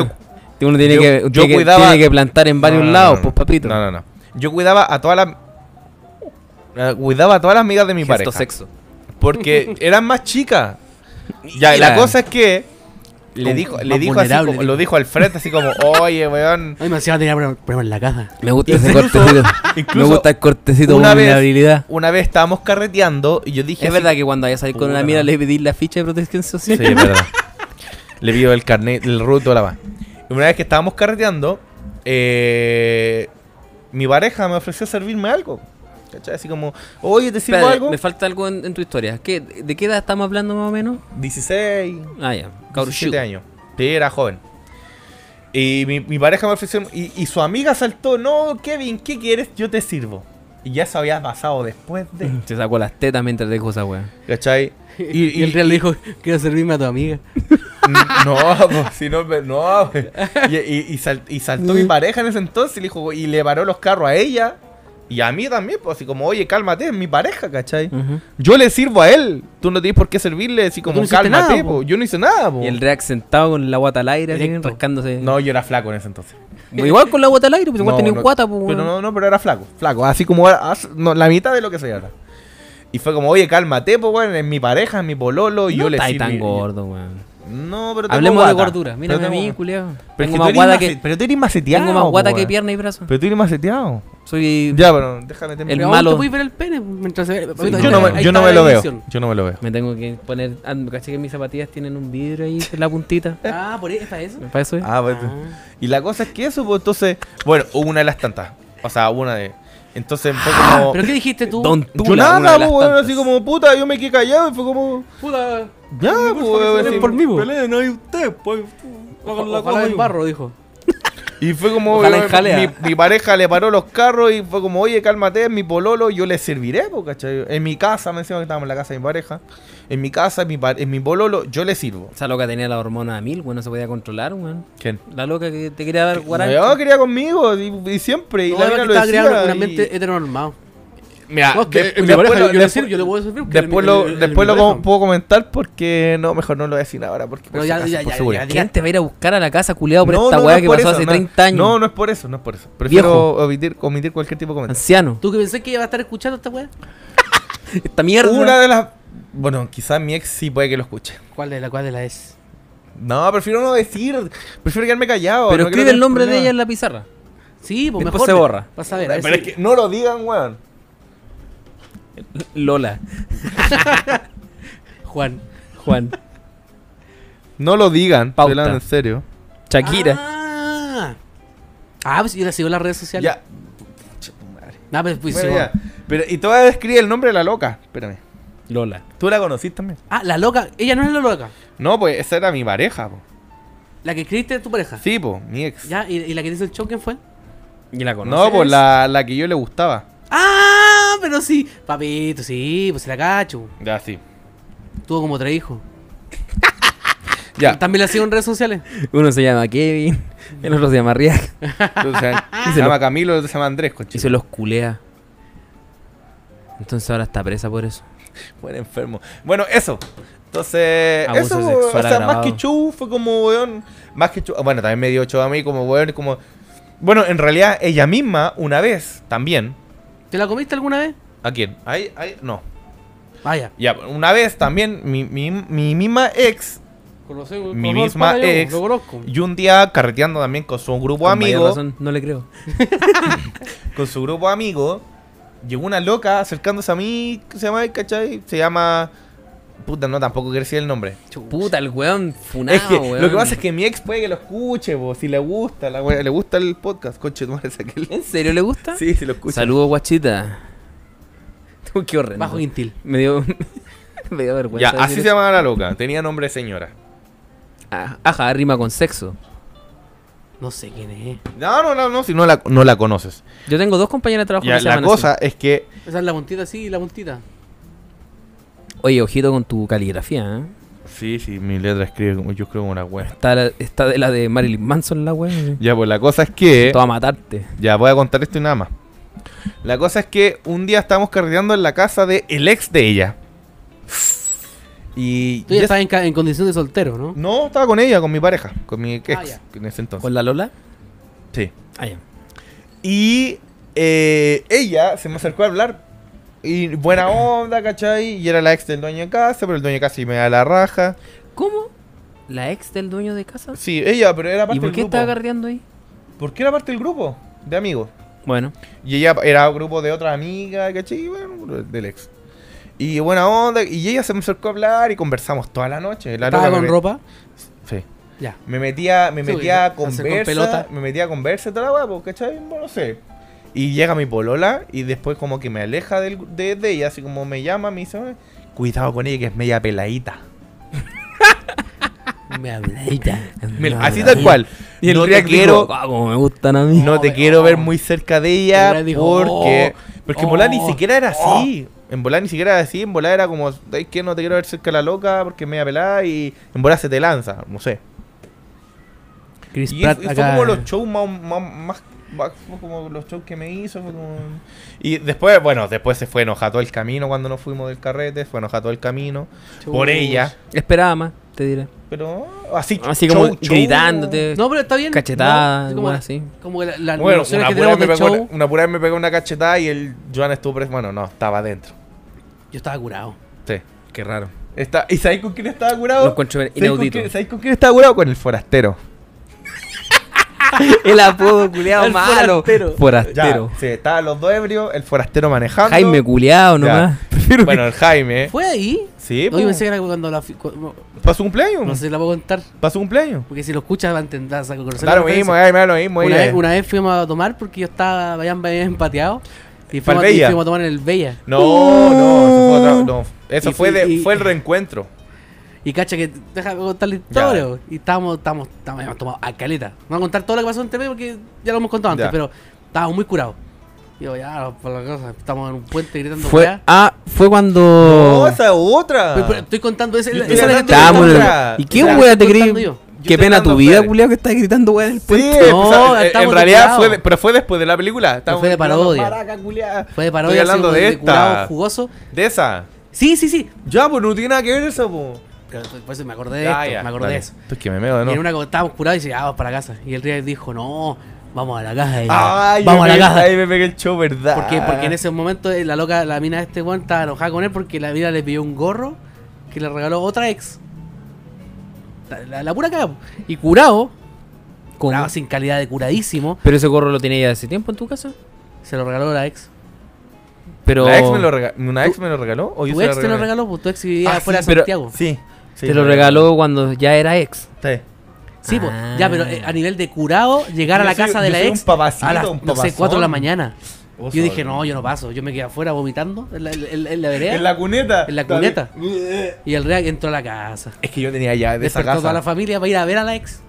[SPEAKER 3] yo,
[SPEAKER 1] Uno tiene,
[SPEAKER 3] Yo-
[SPEAKER 1] que,
[SPEAKER 3] yo
[SPEAKER 1] tiene que-
[SPEAKER 3] cuidaba-
[SPEAKER 1] tiene que plantar en varios
[SPEAKER 3] No, no, no,
[SPEAKER 1] lados,
[SPEAKER 3] no,
[SPEAKER 1] pues
[SPEAKER 3] no.
[SPEAKER 1] papito.
[SPEAKER 3] No, no, no. Yo cuidaba a todas las eh, cuidaba a todas las amigas de mi
[SPEAKER 1] Gesto
[SPEAKER 3] pareja
[SPEAKER 1] sexo.
[SPEAKER 3] porque eran más chicas. Ya, y
[SPEAKER 1] Mira.
[SPEAKER 3] la cosa es que le
[SPEAKER 2] Como
[SPEAKER 3] dijo le
[SPEAKER 2] más
[SPEAKER 3] dijo así
[SPEAKER 2] vulnerable,
[SPEAKER 3] como,
[SPEAKER 2] tipo.
[SPEAKER 3] lo dijo al frente así como, "Oye, weón,
[SPEAKER 2] Ay, me hacía tenía problemas problemas en la casa.
[SPEAKER 1] Me gusta ese
[SPEAKER 3] Incluso-
[SPEAKER 1] cortecito. Me
[SPEAKER 3] incluso
[SPEAKER 1] gusta el cortecito
[SPEAKER 3] una
[SPEAKER 1] con
[SPEAKER 3] vez-
[SPEAKER 1] vulnerabilidad.
[SPEAKER 3] una vez estábamos carreteando y yo dije,
[SPEAKER 1] Es verdad que cuando vayas a salir con
[SPEAKER 3] Puta
[SPEAKER 1] una mira
[SPEAKER 3] madre.
[SPEAKER 1] le pedís la ficha de protección social.
[SPEAKER 3] Sí, es verdad. Le pido el carnet, el ruto la va. Y Una vez que estábamos carreteando, eh, mi pareja me ofreció servirme algo. ¿Cachai? Así como, oye, ¿te sirvo
[SPEAKER 1] Espérate,
[SPEAKER 3] algo?
[SPEAKER 1] me falta algo en, en tu historia. ¿Qué- ¿De qué edad estamos hablando más o menos?
[SPEAKER 3] 16,
[SPEAKER 1] Ah, ya. Cabro
[SPEAKER 3] 17
[SPEAKER 1] chico.
[SPEAKER 3] años. Sí, era joven. Y mi, mi pareja me ofreció. Y, y su amiga saltó: No, Kevin, ¿qué quieres? Yo te sirvo. Y ya se había pasado después de.
[SPEAKER 1] Se sacó las tetas mientras dejó esa wea.
[SPEAKER 3] ¿Cachai?
[SPEAKER 2] Y, el real le dijo, quiero servirme a tu amiga.
[SPEAKER 3] No, pues, si no, me- no.
[SPEAKER 2] Mm.
[SPEAKER 3] pues. Y, y- y sal- y saltó mi pareja en ese entonces y le dijo, y le paró los carros a ella Y a mí también, pues así como, oye, cálmate, es mi pareja, ¿cachai?
[SPEAKER 2] Mm.
[SPEAKER 3] Yo le sirvo a él. Tú no tienes por qué servirle así como,
[SPEAKER 2] no hiciste
[SPEAKER 3] cálmate,
[SPEAKER 2] nada, po".
[SPEAKER 3] po". Yo no hice nada, po.
[SPEAKER 1] Y el React sentado con la guata al aire, así,
[SPEAKER 2] Directo.
[SPEAKER 1] rascándose.
[SPEAKER 3] No, yo era flaco en ese entonces.
[SPEAKER 1] Igual con la guata al aire, pues igual
[SPEAKER 3] No,
[SPEAKER 1] tenía
[SPEAKER 3] no,
[SPEAKER 1] guata, pues.
[SPEAKER 3] Pero
[SPEAKER 1] weón.
[SPEAKER 3] no, no, pero era flaco. Flaco, así como era- as- no, la mitad de lo que soy ahora. Y fue como, oye, cálmate, pues, weón, es mi pareja, es mi pololo, y
[SPEAKER 1] No
[SPEAKER 3] yo le
[SPEAKER 1] estáis
[SPEAKER 3] sirvo.
[SPEAKER 1] tan gordo, weón.
[SPEAKER 3] No, pero tengo
[SPEAKER 1] Hablemos de
[SPEAKER 3] guata.
[SPEAKER 1] gordura.
[SPEAKER 3] Pero
[SPEAKER 1] Mírame a
[SPEAKER 3] tengo-
[SPEAKER 1] mí, culiao.
[SPEAKER 3] Pero
[SPEAKER 1] Tengo
[SPEAKER 3] es
[SPEAKER 1] más
[SPEAKER 3] que tú eres
[SPEAKER 1] guata
[SPEAKER 3] mace-
[SPEAKER 1] que.
[SPEAKER 3] Pero tú eres maceteado.
[SPEAKER 1] Tengo más
[SPEAKER 3] po,
[SPEAKER 1] guata que
[SPEAKER 3] weón.
[SPEAKER 1] pierna y brazo.
[SPEAKER 3] Pero tú eres maceteado.
[SPEAKER 1] Soy.
[SPEAKER 3] Ya, pero déjame terminar.
[SPEAKER 1] El
[SPEAKER 2] Pero
[SPEAKER 1] malo-
[SPEAKER 2] malo. puedes ver el pene mientras se ve.
[SPEAKER 1] Sí,
[SPEAKER 3] Yo no, me,
[SPEAKER 2] Ahí
[SPEAKER 3] yo no
[SPEAKER 2] está la
[SPEAKER 3] me lo veo.
[SPEAKER 2] edición.
[SPEAKER 3] Yo no me lo veo.
[SPEAKER 1] Me tengo que poner. Ah, me caché que mis zapatillas tienen un vidrio ahí en la puntita.
[SPEAKER 2] Ah, por ahí, ¿es para eso?
[SPEAKER 1] ¿Para eso es?
[SPEAKER 3] Ah, pues, Y la cosa es que eso, pues entonces. Bueno, hubo una de las tantas. O sea, una de. Entonces fue como.
[SPEAKER 2] ¿Pero qué dijiste tú?
[SPEAKER 1] Don
[SPEAKER 3] yo
[SPEAKER 1] Tula, Ah, una
[SPEAKER 3] nada,
[SPEAKER 1] de
[SPEAKER 3] pues,
[SPEAKER 1] las
[SPEAKER 3] weón,
[SPEAKER 1] tantas.
[SPEAKER 3] así como puta, yo me quedé callado y fue como.
[SPEAKER 2] Puta,
[SPEAKER 3] Ya, pues, weón,
[SPEAKER 2] peleen
[SPEAKER 3] así,
[SPEAKER 2] por mí, po.
[SPEAKER 3] peleen, no hay usted, pues. hagan la
[SPEAKER 2] ojalá
[SPEAKER 3] cosa,
[SPEAKER 2] en
[SPEAKER 3] yo.
[SPEAKER 2] barro, dijo.
[SPEAKER 3] Y fue como.
[SPEAKER 1] Ojalá en
[SPEAKER 3] weón,
[SPEAKER 1] jalea.
[SPEAKER 3] mi, mi pareja le paró los carros y fue como, oye, cálmate, es mi pololo, yo le serviré, pues, ¿cachai? En mi casa, me encima que estábamos en la casa de mi pareja. En mi casa, en mi, pa- en mi pololo, yo le sirvo.
[SPEAKER 1] Esa loca tenía la hormona a mil, weón, no se podía controlar, weón.
[SPEAKER 3] ¿Quién?
[SPEAKER 1] La loca que te quería dar
[SPEAKER 3] No,
[SPEAKER 1] guaracha.
[SPEAKER 3] quería conmigo y, y siempre. Y
[SPEAKER 2] No,
[SPEAKER 3] la
[SPEAKER 2] era
[SPEAKER 3] mina
[SPEAKER 2] que
[SPEAKER 3] lo
[SPEAKER 2] estaba
[SPEAKER 3] decía.
[SPEAKER 2] creando un
[SPEAKER 3] y-
[SPEAKER 2] ambiente heteronormado.
[SPEAKER 3] Mira,
[SPEAKER 2] No, es que
[SPEAKER 3] de-
[SPEAKER 2] mi
[SPEAKER 3] después
[SPEAKER 2] pareja,
[SPEAKER 3] lo-
[SPEAKER 2] yo le
[SPEAKER 3] después-
[SPEAKER 2] sirvo, yo le puedo servir, porque
[SPEAKER 3] Después
[SPEAKER 2] era mi-
[SPEAKER 3] lo,
[SPEAKER 2] era- era
[SPEAKER 3] después
[SPEAKER 2] mi
[SPEAKER 3] lo
[SPEAKER 2] pareja.
[SPEAKER 3] puedo comentar porque no, mejor no lo voy a decir ahora porque por
[SPEAKER 2] Pero
[SPEAKER 3] si
[SPEAKER 2] ya-
[SPEAKER 3] acaso,
[SPEAKER 2] ya-
[SPEAKER 3] por
[SPEAKER 2] ya-
[SPEAKER 3] seguridad.
[SPEAKER 2] ya-
[SPEAKER 1] ¿Quién te va a ir a buscar a la casa culiado por
[SPEAKER 3] No,
[SPEAKER 1] esta
[SPEAKER 3] no, no
[SPEAKER 1] weá
[SPEAKER 3] es
[SPEAKER 1] que
[SPEAKER 3] por
[SPEAKER 1] pasó
[SPEAKER 3] eso,
[SPEAKER 1] hace
[SPEAKER 3] no-
[SPEAKER 1] 30 años?
[SPEAKER 3] No, no es por eso, no es por eso. Prefiero
[SPEAKER 1] Viejo.
[SPEAKER 3] omitir, omitir cualquier tipo de comentario.
[SPEAKER 1] Anciano.
[SPEAKER 2] ¿Tú que pensás que ella va a estar escuchando esta weá?
[SPEAKER 1] Esta mierda.
[SPEAKER 3] Una de las bueno, quizás mi ex sí puede que lo escuche.
[SPEAKER 2] ¿Cuál de la cuál de la es?
[SPEAKER 3] No, prefiero no decir, prefiero quedarme callado.
[SPEAKER 1] Pero
[SPEAKER 3] no quiero
[SPEAKER 1] escribe el
[SPEAKER 3] tener
[SPEAKER 1] nombre de
[SPEAKER 3] problemas.
[SPEAKER 1] ella en la pizarra.
[SPEAKER 2] Sí, pues
[SPEAKER 1] Después
[SPEAKER 2] mejor.
[SPEAKER 1] se borra.
[SPEAKER 2] Vas a ver. a ver
[SPEAKER 3] Pero
[SPEAKER 2] si-
[SPEAKER 3] es que no lo digan, weón.
[SPEAKER 1] Lola.
[SPEAKER 2] Juan.
[SPEAKER 1] Juan.
[SPEAKER 3] No lo digan,
[SPEAKER 1] Pauta.
[SPEAKER 3] estoy hablando en serio.
[SPEAKER 1] Shakira.
[SPEAKER 2] Ah, ah pues yo la sigo en las redes sociales.
[SPEAKER 3] Ya. Pucha, tu madre.
[SPEAKER 2] Nah, pues, pues,
[SPEAKER 3] Bueno,
[SPEAKER 2] sí,
[SPEAKER 3] ya. Pero y te voy a describir el nombre de la loca. Espérame.
[SPEAKER 1] Lola.
[SPEAKER 3] ¿Tú la conociste también?
[SPEAKER 2] Ah, la loca. Ella no es la loca.
[SPEAKER 3] No, pues esa era mi pareja, po.
[SPEAKER 2] La que escribiste de tu
[SPEAKER 1] Ah.
[SPEAKER 2] pareja.
[SPEAKER 3] Sí, po, mi ex.
[SPEAKER 2] Ya, ¿Y, y la que dice el show quién fue?
[SPEAKER 1] Y la
[SPEAKER 3] no, pues la, la que yo le gustaba.
[SPEAKER 2] Ah, pero sí. Papito, sí, pues se la cacho.
[SPEAKER 3] Ya, sí.
[SPEAKER 2] Tuvo como tres hijos.
[SPEAKER 3] Ya.
[SPEAKER 2] También la sigo en redes sociales.
[SPEAKER 1] Uno se llama Kevin, el otro se llama Riak.
[SPEAKER 3] Entonces, se,
[SPEAKER 1] se
[SPEAKER 3] llama Camilo, el otro se llama Andrés, coche.
[SPEAKER 1] Y se los culea. Entonces ahora está presa por eso.
[SPEAKER 3] Buen enfermo. Bueno, eso. Entonces,
[SPEAKER 1] Abuso
[SPEAKER 3] eso,
[SPEAKER 1] sexual
[SPEAKER 3] o sea,
[SPEAKER 1] agravado.
[SPEAKER 3] más que chu fue como, weón, más que chu, bueno, también me dio chu a mí como, weón, como, bueno, en realidad ella misma, una vez, también,
[SPEAKER 2] ¿Te la comiste alguna vez?
[SPEAKER 3] ¿a quién? Ahí, ahí, no,
[SPEAKER 2] Vaya.
[SPEAKER 3] ya, una vez también, mi, mi, mi misma ex,
[SPEAKER 2] Conocí,
[SPEAKER 3] Mi misma ex.
[SPEAKER 2] Lo conozco.
[SPEAKER 3] y un día carreteando también con su grupo de
[SPEAKER 1] Con mayor
[SPEAKER 3] amigos,
[SPEAKER 1] razón, no le creo.
[SPEAKER 3] con su grupo de amigos, llegó una loca acercándose a mí, que se llama, ¿cachai? Se llama... Puta, no, tampoco quiero decir el nombre.
[SPEAKER 1] Puta, el weón funado,
[SPEAKER 3] es que
[SPEAKER 1] weón.
[SPEAKER 3] lo que pasa es que mi ex puede que lo escuche, po, si le gusta, la wea- le gusta el podcast, coche, tú eres aquel.
[SPEAKER 1] ¿En serio le gusta?
[SPEAKER 3] Sí, si lo escucha.
[SPEAKER 1] Saludos, guachita. Qué horrendo.
[SPEAKER 2] Bajo Intil.
[SPEAKER 1] Me dio, me dio
[SPEAKER 3] Ya,
[SPEAKER 1] vergüenza.
[SPEAKER 3] así
[SPEAKER 1] decir
[SPEAKER 3] se llamaba la loca, tenía nombre de señora.
[SPEAKER 1] eso. Ah, Ajá, rima con sexo.
[SPEAKER 2] No sé quién es.
[SPEAKER 3] No, no, no, no, si no la, no la conoces.
[SPEAKER 1] Yo tengo dos compañeras de trabajo
[SPEAKER 3] Ya,
[SPEAKER 1] que se
[SPEAKER 3] la
[SPEAKER 1] llaman así.
[SPEAKER 3] cosa es que
[SPEAKER 2] Esa es la puntita, sí, la puntita.
[SPEAKER 1] Oye, ojito con tu caligrafía, ¿eh?
[SPEAKER 3] Sí, sí, mi letra escribe como yo escribo como una wea.
[SPEAKER 1] Está, la- está de la de Marilyn Manson, la weón.
[SPEAKER 3] Ya, pues la cosa es que
[SPEAKER 1] Todo a matarte.
[SPEAKER 3] ya voy a contar esto y nada más. La cosa es que un día estábamos carreteando en la casa de el ex de ella. Y
[SPEAKER 2] Tú ya
[SPEAKER 3] y Mm,
[SPEAKER 2] estás en, ca- en condición de soltero, ¿no?
[SPEAKER 3] no estaba con ella, con mi pareja, con mi ex
[SPEAKER 2] Ah, ya.
[SPEAKER 3] en ese entonces.
[SPEAKER 1] ¿Con la Lola?
[SPEAKER 3] Sí.
[SPEAKER 1] Ah, ya.
[SPEAKER 3] Y eh, ella se me acercó a hablar. Y buena onda, ¿cachai? Y era la ex del dueño de casa, pero el dueño de casa sí me da la raja.
[SPEAKER 1] ¿Cómo? ¿La ex del dueño de casa?
[SPEAKER 3] Sí, ella, pero era parte
[SPEAKER 1] ¿Y por
[SPEAKER 3] del
[SPEAKER 1] qué
[SPEAKER 3] grupo.
[SPEAKER 1] estaba carreteando ahí?
[SPEAKER 3] ¿Por qué era parte del grupo? De amigos.
[SPEAKER 1] Bueno,
[SPEAKER 3] Y ella era grupo de otras amigas, ¿cachai? Y bueno, del ex. Y buena onda, y ella se me acercó a hablar y conversamos toda la noche. La
[SPEAKER 2] ¿Estaba
[SPEAKER 3] loca
[SPEAKER 2] con
[SPEAKER 3] me-
[SPEAKER 2] ropa?
[SPEAKER 3] Sí.
[SPEAKER 2] Ya.
[SPEAKER 3] Me metía, me
[SPEAKER 2] Sí,
[SPEAKER 3] metía a
[SPEAKER 2] porque hacer con
[SPEAKER 3] conversa,
[SPEAKER 2] pelota.
[SPEAKER 3] me metía a conversa y toda la hueá, pues, ¿cachai? No lo sé. Y llega mi polola y después como que me aleja del- de, de ella, así como me llama, me dice, "Oye, cuidado con ella que es media peladita.
[SPEAKER 2] Me habladita.
[SPEAKER 3] Mira, así tal cual.
[SPEAKER 1] Y el
[SPEAKER 3] no te
[SPEAKER 1] React
[SPEAKER 3] quiero,
[SPEAKER 1] dijo, "Ah, como me gustan a mí.
[SPEAKER 3] no te
[SPEAKER 2] Oh,
[SPEAKER 3] quiero ver
[SPEAKER 2] oh.
[SPEAKER 3] muy cerca de
[SPEAKER 2] El
[SPEAKER 3] ella
[SPEAKER 2] React dijo,
[SPEAKER 3] porque... Porque en volar ni
[SPEAKER 2] oh,
[SPEAKER 3] siquiera era así. En volar ni siquiera era así. En volar era como, ¿sabes qué? No te quiero ver cerca de la loca porque es media pelada y en volar se te lanza. No sé.
[SPEAKER 2] Chris
[SPEAKER 3] Y,
[SPEAKER 2] Pratt
[SPEAKER 3] y fue
[SPEAKER 2] acá.
[SPEAKER 1] eh.
[SPEAKER 3] como los shows más, más- más fue como los shows que me hizo. fue como- Y después, bueno, después se fue enojado todo el camino cuando nos fuimos del carrete. Fue enojado todo el camino. Por ella.
[SPEAKER 1] Esperaba más, te diré.
[SPEAKER 3] Pero así,
[SPEAKER 1] Así como
[SPEAKER 3] show, show.
[SPEAKER 1] gritándote,
[SPEAKER 2] No, pero está bien.
[SPEAKER 1] Cachetada,
[SPEAKER 2] No,
[SPEAKER 1] igual así.
[SPEAKER 2] Como que la- las
[SPEAKER 3] Bueno,
[SPEAKER 2] relaciones
[SPEAKER 3] una
[SPEAKER 2] que
[SPEAKER 3] pura,
[SPEAKER 2] tenemos
[SPEAKER 3] me
[SPEAKER 2] de
[SPEAKER 3] pegó,
[SPEAKER 2] show.
[SPEAKER 3] una, una pura vez me pegó una cachetada y el Joan estuvo preso. Bueno, no, estaba adentro.
[SPEAKER 2] Yo estaba curado.
[SPEAKER 3] Sí.
[SPEAKER 1] Qué raro.
[SPEAKER 3] Está, ¿Y sabéis con quién estaba
[SPEAKER 1] Lo
[SPEAKER 3] curado?
[SPEAKER 1] encuentro
[SPEAKER 3] ¿Sabéis con,
[SPEAKER 1] inaudito.
[SPEAKER 3] quién, sabéis con quién estaba curado? Con el forastero.
[SPEAKER 1] El apodo culiado
[SPEAKER 2] El
[SPEAKER 1] malo.
[SPEAKER 2] forastero.
[SPEAKER 1] Forastero.
[SPEAKER 3] Ya, sí, estaban los dos ebrios, el forastero manejando.
[SPEAKER 1] Jaime culiado
[SPEAKER 3] Ya.
[SPEAKER 1] nomás. Prefiero
[SPEAKER 3] Bueno, el Jaime.
[SPEAKER 2] ¿Fue ahí?
[SPEAKER 3] Eh. Sí, pues. Mm.
[SPEAKER 2] Oye,
[SPEAKER 3] po.
[SPEAKER 2] pensé que era cuando la. fi- cu-
[SPEAKER 3] ¿Pasó cumpleaños?
[SPEAKER 2] No sé si la puedo contar.
[SPEAKER 3] ¿Pasó cumpleaños?
[SPEAKER 2] Porque si lo escuchas va a entender, saco conocer.
[SPEAKER 3] Da lo mismo, eh, ay, me da lo mismo.
[SPEAKER 2] Una,
[SPEAKER 3] oye.
[SPEAKER 2] vez, una vez fuimos a tomar porque yo estaba allá en empateado. Y
[SPEAKER 3] ¿Pa'l
[SPEAKER 2] fuimos, a- y
[SPEAKER 3] Bella?
[SPEAKER 2] fuimos a tomar en el Bella.
[SPEAKER 3] No, no, eso fue otra- no. Eso
[SPEAKER 2] Y
[SPEAKER 3] Uh. fue,
[SPEAKER 2] fui-
[SPEAKER 3] de-
[SPEAKER 2] y-
[SPEAKER 3] fue el reencuentro.
[SPEAKER 2] Y cacha que déjame contar la
[SPEAKER 3] Ya.
[SPEAKER 2] historia. po. Y estábamos, estábamos, estábamos habíamos tomado a caleta. No voy a contar todo lo que pasó entre medio porque ya lo hemos contado antes,
[SPEAKER 3] Ya.
[SPEAKER 2] pero estábamos muy curados. Digo, ya, por la cosa, estamos en un puente gritando
[SPEAKER 1] Fue,
[SPEAKER 2] weá.
[SPEAKER 1] ah, fue cuando.
[SPEAKER 3] No, esa es otra.
[SPEAKER 2] Oh. Pero- pero estoy contando ese,
[SPEAKER 3] Yo
[SPEAKER 2] esa
[SPEAKER 3] estoy
[SPEAKER 2] es la
[SPEAKER 3] hablando
[SPEAKER 2] gente
[SPEAKER 3] de
[SPEAKER 2] que
[SPEAKER 1] Estábamos en el-
[SPEAKER 2] está-
[SPEAKER 3] Otra.
[SPEAKER 1] ¿Y qué
[SPEAKER 2] Estoy
[SPEAKER 1] wea te
[SPEAKER 2] contando
[SPEAKER 1] creí?
[SPEAKER 2] yo.
[SPEAKER 3] Yo
[SPEAKER 1] Qué
[SPEAKER 3] estoy
[SPEAKER 1] pena tu
[SPEAKER 3] hablando,
[SPEAKER 1] vida,
[SPEAKER 3] Fede.
[SPEAKER 1] culiado, que estás gritando wea del
[SPEAKER 3] Sí,
[SPEAKER 1] puente.
[SPEAKER 2] No,
[SPEAKER 3] pues, en- en
[SPEAKER 2] estamos
[SPEAKER 3] realidad
[SPEAKER 2] declarados.
[SPEAKER 3] fue, de- pero fue después de la película. Estamos
[SPEAKER 2] fue de parodia.
[SPEAKER 3] Maraca, culiá.
[SPEAKER 2] Fue de parodia
[SPEAKER 3] Estoy hablando
[SPEAKER 2] así,
[SPEAKER 3] de
[SPEAKER 2] como curado,
[SPEAKER 3] esta.
[SPEAKER 2] jugoso.
[SPEAKER 3] De esa.
[SPEAKER 2] Sí, sí, sí.
[SPEAKER 3] Ya, pues no tiene nada que ver eso, pues.
[SPEAKER 2] Pero por eso me acordé de esto, me acordé de eso.
[SPEAKER 3] Tú es que me meo de
[SPEAKER 2] Y en
[SPEAKER 3] nuevo.
[SPEAKER 2] una estábamos curados y dice, ah, vamos para la casa. Y el River dijo, no, vamos a la casa. eh.
[SPEAKER 3] Ay,
[SPEAKER 2] vamos a
[SPEAKER 3] me
[SPEAKER 2] la
[SPEAKER 3] pegué-
[SPEAKER 2] casa.
[SPEAKER 3] Ahí me pegué el show, ¿verdad?
[SPEAKER 2] Porque, porque en ese momento eh, la loca, la mina de este weón estaba enojada con él porque la mina le pidió un gorro que le regaló otra ex. La, la- la pura cagada. Y curado,
[SPEAKER 1] ¿Cómo?
[SPEAKER 2] curado sin calidad de curadísimo,
[SPEAKER 1] Pero ese gorro lo tenía ya hace tiempo en tu casa.
[SPEAKER 2] se lo regaló la ex.
[SPEAKER 1] Pero
[SPEAKER 3] ¿La ex me lo regaló? ¿Una ex me lo regaló? ¿O yo
[SPEAKER 2] Tu
[SPEAKER 3] se la
[SPEAKER 2] ex te lo
[SPEAKER 3] regalé?
[SPEAKER 2] regaló, pues tu ex vivía
[SPEAKER 1] Ah,
[SPEAKER 2] fuera
[SPEAKER 1] sí,
[SPEAKER 2] de
[SPEAKER 1] pero-
[SPEAKER 2] Santiago.
[SPEAKER 3] Sí. sí,
[SPEAKER 1] te
[SPEAKER 3] me
[SPEAKER 1] lo regaló cuando ya era ex.
[SPEAKER 3] Sí.
[SPEAKER 2] Sí, pues,
[SPEAKER 1] Ah.
[SPEAKER 2] ya, pero eh, a nivel de curado, llegar a
[SPEAKER 3] Yo
[SPEAKER 2] la
[SPEAKER 3] soy-
[SPEAKER 2] casa de
[SPEAKER 3] yo
[SPEAKER 2] la
[SPEAKER 3] soy un
[SPEAKER 2] ex
[SPEAKER 3] papacito,
[SPEAKER 2] a las,
[SPEAKER 3] un
[SPEAKER 2] no sé, 4 de la
[SPEAKER 3] papazón.
[SPEAKER 2] mañana.
[SPEAKER 3] Vos
[SPEAKER 2] Yo dije,
[SPEAKER 3] sabés.
[SPEAKER 2] no, yo no paso. Yo me quedé afuera vomitando en la, en- en la vereda.
[SPEAKER 3] En la cuneta.
[SPEAKER 2] En la
[SPEAKER 3] Dale.
[SPEAKER 2] cuneta. Y el Real entró a la casa.
[SPEAKER 3] Es que yo tenía ya de esa
[SPEAKER 2] Despertó toda la
[SPEAKER 3] casa.
[SPEAKER 2] familia para ir a ver a la ex.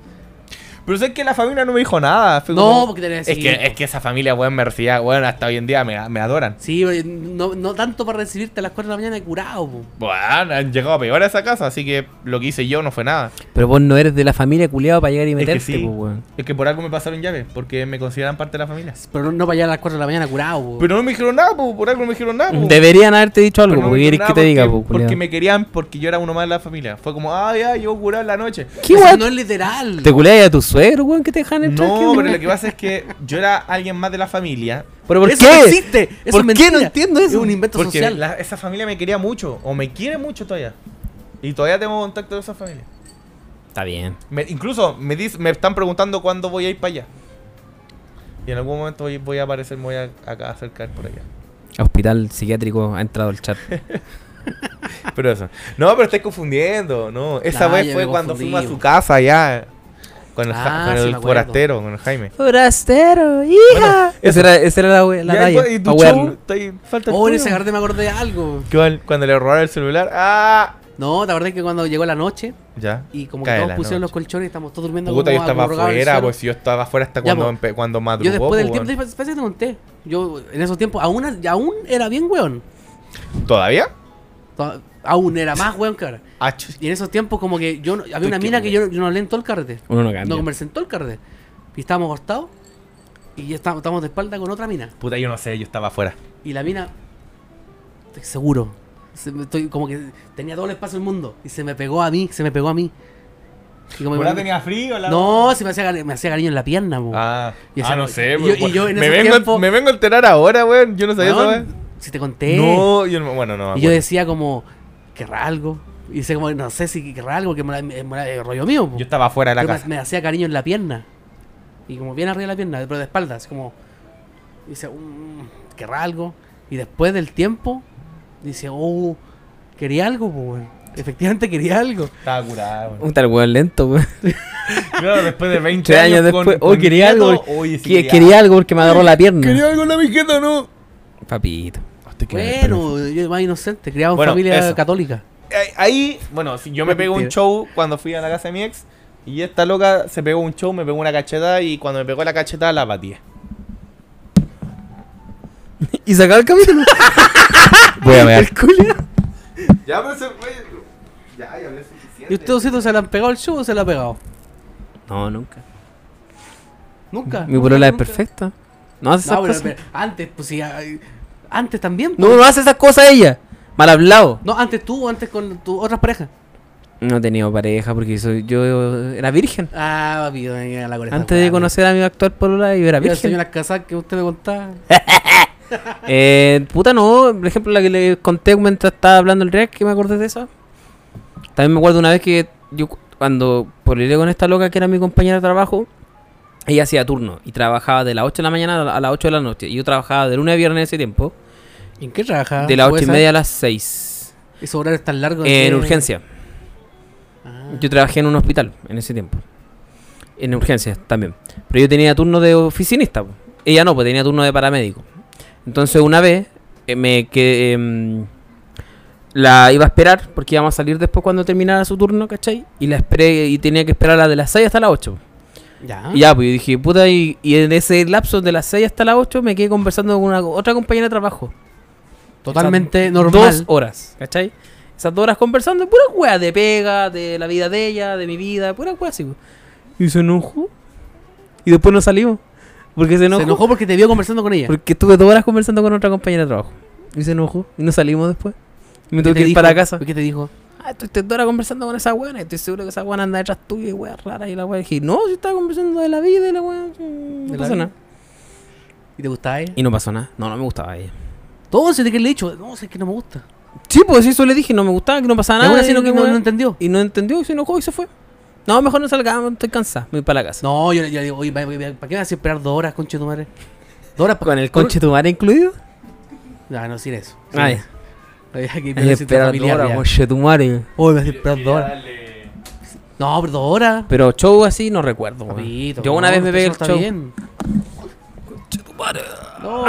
[SPEAKER 3] Pero sé que la familia no me dijo nada. fue
[SPEAKER 2] No,
[SPEAKER 3] como-
[SPEAKER 2] porque tenía que
[SPEAKER 3] es que,
[SPEAKER 2] seguir.
[SPEAKER 3] es que esa familia, weón, me recibía, weón, hasta hoy en día me, me adoran.
[SPEAKER 2] Sí, pero no, no tanto para recibirte a las 4 de la mañana curado, po.
[SPEAKER 3] Bueno, han llegado peor a esa casa, así que lo que hice yo no fue nada.
[SPEAKER 1] Pero vos no eres de la familia culiado para llegar y meterte,
[SPEAKER 3] sí.
[SPEAKER 1] po, weón.
[SPEAKER 3] Es que por algo me pasaron llaves, porque me consideran parte de la familia.
[SPEAKER 2] Pero no, no para llegar a las 4 de la mañana curado, po.
[SPEAKER 3] Pero no me dijeron nada, po, por algo no me dijeron nada. po.
[SPEAKER 1] Deberían haberte dicho
[SPEAKER 3] Pero
[SPEAKER 1] algo,
[SPEAKER 3] no me
[SPEAKER 1] porque
[SPEAKER 3] dijeron
[SPEAKER 1] quieres
[SPEAKER 3] nada
[SPEAKER 1] que te diga, po,
[SPEAKER 3] porque, porque
[SPEAKER 1] culiao.
[SPEAKER 3] me querían porque yo era uno más de la familia. Fue como, ah, ya, yo curado en la noche.
[SPEAKER 1] ¿Qué
[SPEAKER 2] Eso
[SPEAKER 1] weón?
[SPEAKER 2] no es literal.
[SPEAKER 1] ¿Te culeas a tu suegro, weón, que te dejan entrar? ¿Qué
[SPEAKER 3] No,
[SPEAKER 1] weón?
[SPEAKER 3] pero lo que pasa es que yo era alguien más de la familia.
[SPEAKER 1] ¿Pero por
[SPEAKER 2] eso
[SPEAKER 1] qué?
[SPEAKER 2] no existe. Eso
[SPEAKER 1] ¿Por
[SPEAKER 2] es
[SPEAKER 1] qué
[SPEAKER 2] mentira.
[SPEAKER 1] no entiendo
[SPEAKER 2] Es
[SPEAKER 1] eso?
[SPEAKER 2] un invento
[SPEAKER 3] Porque
[SPEAKER 2] social.
[SPEAKER 3] la- esa familia me quería mucho, o me quiere mucho todavía. Y todavía tengo contacto de esa familia.
[SPEAKER 1] Está bien.
[SPEAKER 3] Me- incluso me, dis- me están preguntando cuándo voy a ir para allá. Y en algún momento voy, voy a aparecer, me voy a, acá a acercar por allá.
[SPEAKER 1] Hospital psiquiátrico ha entrado el chat.
[SPEAKER 3] Pero eso. No, pero estás confundiendo. No, esa
[SPEAKER 2] Ah,
[SPEAKER 3] vez
[SPEAKER 2] ya
[SPEAKER 3] fue
[SPEAKER 2] me
[SPEAKER 3] cuando
[SPEAKER 2] confundí,
[SPEAKER 3] fuimos a su
[SPEAKER 2] bo.
[SPEAKER 3] casa allá. Con el,
[SPEAKER 2] Ah,
[SPEAKER 3] Ja- con
[SPEAKER 2] sí
[SPEAKER 3] el
[SPEAKER 2] me acuerdo.
[SPEAKER 3] forastero, con el Jaime.
[SPEAKER 1] ¡Forastero, hija!
[SPEAKER 3] Bueno,
[SPEAKER 1] esa, era, esa era la, we- la
[SPEAKER 3] Ya,
[SPEAKER 1] talla.
[SPEAKER 3] y,
[SPEAKER 1] pa'
[SPEAKER 3] tu
[SPEAKER 1] wearlo.
[SPEAKER 3] show, está ahí, falta el
[SPEAKER 2] Oh, en
[SPEAKER 3] tuyo.
[SPEAKER 2] esa carta me acordé de algo.
[SPEAKER 3] ¿Qué tal? Cuando le robaron el celular. ¡Ah!
[SPEAKER 2] No, te acordás que cuando llegó la noche
[SPEAKER 3] Ya.
[SPEAKER 2] y como
[SPEAKER 3] Cae
[SPEAKER 2] que todos
[SPEAKER 3] la
[SPEAKER 2] pusieron
[SPEAKER 3] noche.
[SPEAKER 2] los colchones y estamos todos durmiendo
[SPEAKER 3] Puta, yo
[SPEAKER 2] como
[SPEAKER 3] estaba
[SPEAKER 2] acurrucados en el
[SPEAKER 3] afuera,
[SPEAKER 2] suelo.
[SPEAKER 3] pues yo estaba afuera hasta
[SPEAKER 2] Ya,
[SPEAKER 3] cuando,
[SPEAKER 2] po.
[SPEAKER 3] empe- cuando madrugó.
[SPEAKER 2] Yo después del
[SPEAKER 3] po,
[SPEAKER 2] tiempo,
[SPEAKER 3] weón.
[SPEAKER 2] parece que te conté. Yo en esos tiempos aún, aún era bien weón.
[SPEAKER 3] ¿Todavía?
[SPEAKER 2] To- Aún era más weón que ahora.
[SPEAKER 3] Ah, ch-
[SPEAKER 2] Y en esos tiempos como que yo no- había una
[SPEAKER 3] qué
[SPEAKER 2] mina que yo, yo no hablé en todo el carrete.
[SPEAKER 1] Uno no cambia.
[SPEAKER 2] No conversé en todo el carrete. Y estábamos acostados y ya estábamos, estábamos de espalda con otra mina.
[SPEAKER 3] Puta, yo no sé, yo estaba afuera.
[SPEAKER 2] Y la mina, estoy seguro, se me- estoy como que tenía todo el espacio del mundo. Y se me pegó a mí, se me pegó a mí. Y como
[SPEAKER 3] ¿Verdad
[SPEAKER 2] me-
[SPEAKER 3] tenía frío? La...
[SPEAKER 2] No, se me hacía, gar- me hacía cariño en la pierna, po.
[SPEAKER 3] Ah,
[SPEAKER 2] Uh. Y esa
[SPEAKER 3] ah, no
[SPEAKER 2] noche-
[SPEAKER 3] sé,
[SPEAKER 2] y
[SPEAKER 3] pues,
[SPEAKER 2] yo- y yo en
[SPEAKER 3] me,
[SPEAKER 2] ese
[SPEAKER 3] vengo,
[SPEAKER 2] tiempo-
[SPEAKER 3] me vengo a enterar ahora, weón. Yo no sabía eso,
[SPEAKER 2] Weón,
[SPEAKER 3] weón.
[SPEAKER 2] si te conté.
[SPEAKER 3] No, yo no, bueno, no. me
[SPEAKER 2] Y yo
[SPEAKER 3] acuerdo.
[SPEAKER 2] decía como, querrá algo. Y dice como, no sé si querrá algo, que me la- me- me la- eh, rollo mío. po.
[SPEAKER 3] Yo estaba afuera de la
[SPEAKER 2] Yo me-
[SPEAKER 3] casa.
[SPEAKER 2] Me, hacía cariño en la pierna. Y como bien arriba de la pierna, pero de espaldas, como... y Dice, "Mm, querrá algo. Y después del tiempo, dice, oh, quería algo, po, weón. Efectivamente quería algo.
[SPEAKER 3] Estaba curada, weón.
[SPEAKER 1] Puta, el weón lento, weón.
[SPEAKER 3] Claro, después de 20
[SPEAKER 1] Tres años después. Hoy quería
[SPEAKER 3] miedo,
[SPEAKER 1] algo.
[SPEAKER 3] oye, sí
[SPEAKER 1] Que- quería, algo porque me agarró la pierna.
[SPEAKER 3] Quería Oh, algo en la mijeta, ¿no?
[SPEAKER 1] Papito.
[SPEAKER 2] Bueno, yo más inocente, criado en
[SPEAKER 3] Bueno,
[SPEAKER 2] familia
[SPEAKER 3] eso.
[SPEAKER 2] católica.
[SPEAKER 3] Ahí- Ahí, bueno, si yo me pego un
[SPEAKER 1] Mentira.
[SPEAKER 3] show cuando fui a la casa de mi ex. Y esta loca se pegó un show, me pegó una cachetada. Y cuando me pegó la cachetada, la batí.
[SPEAKER 1] Y sacaba el capítulo. Voy a ver.
[SPEAKER 3] Ya, pero se fue. Ya, ya hablé suficiente.
[SPEAKER 2] ¿Y ustedes dos se la han pegado el show o se la ha pegado?
[SPEAKER 1] No, nunca.
[SPEAKER 2] Nunca.
[SPEAKER 1] Mi polola es
[SPEAKER 2] nunca.
[SPEAKER 1] perfecta. No hace esas
[SPEAKER 2] No, pero,
[SPEAKER 1] cosas.
[SPEAKER 2] pero antes, pues sí. ay, Antes también. pues.
[SPEAKER 1] No, no hace esas cosas ella. Mal hablado.
[SPEAKER 2] No, antes tú, antes con tu otras parejas.
[SPEAKER 1] No he tenido pareja porque soy- yo era virgen.
[SPEAKER 2] Ah, papi, venga, la correcta,
[SPEAKER 1] Antes de
[SPEAKER 2] weá,
[SPEAKER 1] conocer a mi actual polola yo era
[SPEAKER 2] mira. Mira,
[SPEAKER 1] virgen.
[SPEAKER 2] señora Casas que usted me contaba.
[SPEAKER 1] Eh, puta, no. Por ejemplo, la que le conté mientras estaba hablando el React, que me acordé de esa. También me acuerdo una vez que yo, cu- cuando pololeé con esta loca que era mi compañera de trabajo, ella hacía turno y trabajaba de las 8 de la mañana a la- a las 8 de la noche. Y yo trabajaba de lunes a viernes en ese tiempo,
[SPEAKER 2] ¿Y ¿En qué trabajaba?
[SPEAKER 1] de las 8 y
[SPEAKER 2] Esa-
[SPEAKER 1] media a las 6,
[SPEAKER 2] Esos horarios tan largos.
[SPEAKER 1] en
[SPEAKER 2] que-
[SPEAKER 1] urgencia.
[SPEAKER 2] Ah.
[SPEAKER 1] Yo trabajé en un hospital en ese tiempo. En urgencias también. Pero yo tenía turno de oficinista. po. Ella no, pues tenía turno de paramédico. Entonces una vez eh, me que em, la iba a esperar porque íbamos a salir después cuando terminara su turno, ¿cachai? Y la esperé y tenía que esperarla de las 6 hasta las 8.
[SPEAKER 2] Ya.
[SPEAKER 1] Y ya, pues yo dije, puta, y, y en ese lapso de las 6 hasta las 8 me quedé conversando con una otra compañera de trabajo.
[SPEAKER 2] Totalmente
[SPEAKER 1] Esas Dos
[SPEAKER 2] normal.
[SPEAKER 1] horas, ¿cachai? Esas dos horas conversando, pura weá de pega, de la vida de ella, de mi vida, pura weá así. weón. Y se enojó. Y después no salió. Porque se enojó.
[SPEAKER 2] Se enojó porque te vio conversando con ella.
[SPEAKER 1] Porque estuve dos horas conversando con otra compañera de trabajo. Y se enojó. Y no salimos después. Y me
[SPEAKER 2] ¿Qué
[SPEAKER 1] tuve
[SPEAKER 2] te
[SPEAKER 1] que ir
[SPEAKER 2] dijo?
[SPEAKER 1] para casa.
[SPEAKER 2] ¿Qué te dijo?
[SPEAKER 1] Ah, estoy estoy dos horas conversando con esa weá. Estoy seguro que esa weá anda detrás tuya y weá rara. Y la weá dije, no, yo estaba conversando de la vida y la weá. sí, No
[SPEAKER 2] la
[SPEAKER 1] pasó
[SPEAKER 2] vida?
[SPEAKER 1] nada.
[SPEAKER 2] ¿Y te gustaba ella?
[SPEAKER 1] Y no pasó nada. No, no me gustaba ella.
[SPEAKER 2] Todo se te que le he dicho. No, sé que no me gusta.
[SPEAKER 1] Sí, pues eso le dije, no me gustaba, que no pasaba
[SPEAKER 2] Y
[SPEAKER 1] nada.
[SPEAKER 2] aún así
[SPEAKER 1] Ah, y
[SPEAKER 2] no, que
[SPEAKER 1] la
[SPEAKER 2] no,
[SPEAKER 1] weá.
[SPEAKER 2] no entendió.
[SPEAKER 1] Y no entendió y se enojó y se fue. No, mejor no salgamos, estoy cansada. Me voy para la casa.
[SPEAKER 2] No, yo, yo digo, oye, ¿para qué me vas a esperar dos horas, conche tu madre? Dos horas para.
[SPEAKER 1] ¿Con el conche tu madre incluido?
[SPEAKER 2] Ah, No, no, sin eso. sin
[SPEAKER 1] Ay,
[SPEAKER 2] eso. Había que
[SPEAKER 1] hay que esperar dos horas, conche tu madre.
[SPEAKER 2] Uy, me hace esperar dos horas. No, pero dos horas.
[SPEAKER 1] Pero show así no recuerdo. weón.
[SPEAKER 2] Papito,
[SPEAKER 1] Yo una
[SPEAKER 2] no,
[SPEAKER 1] vez me
[SPEAKER 2] eso
[SPEAKER 1] pegué el
[SPEAKER 2] está
[SPEAKER 1] show.
[SPEAKER 2] bien. No.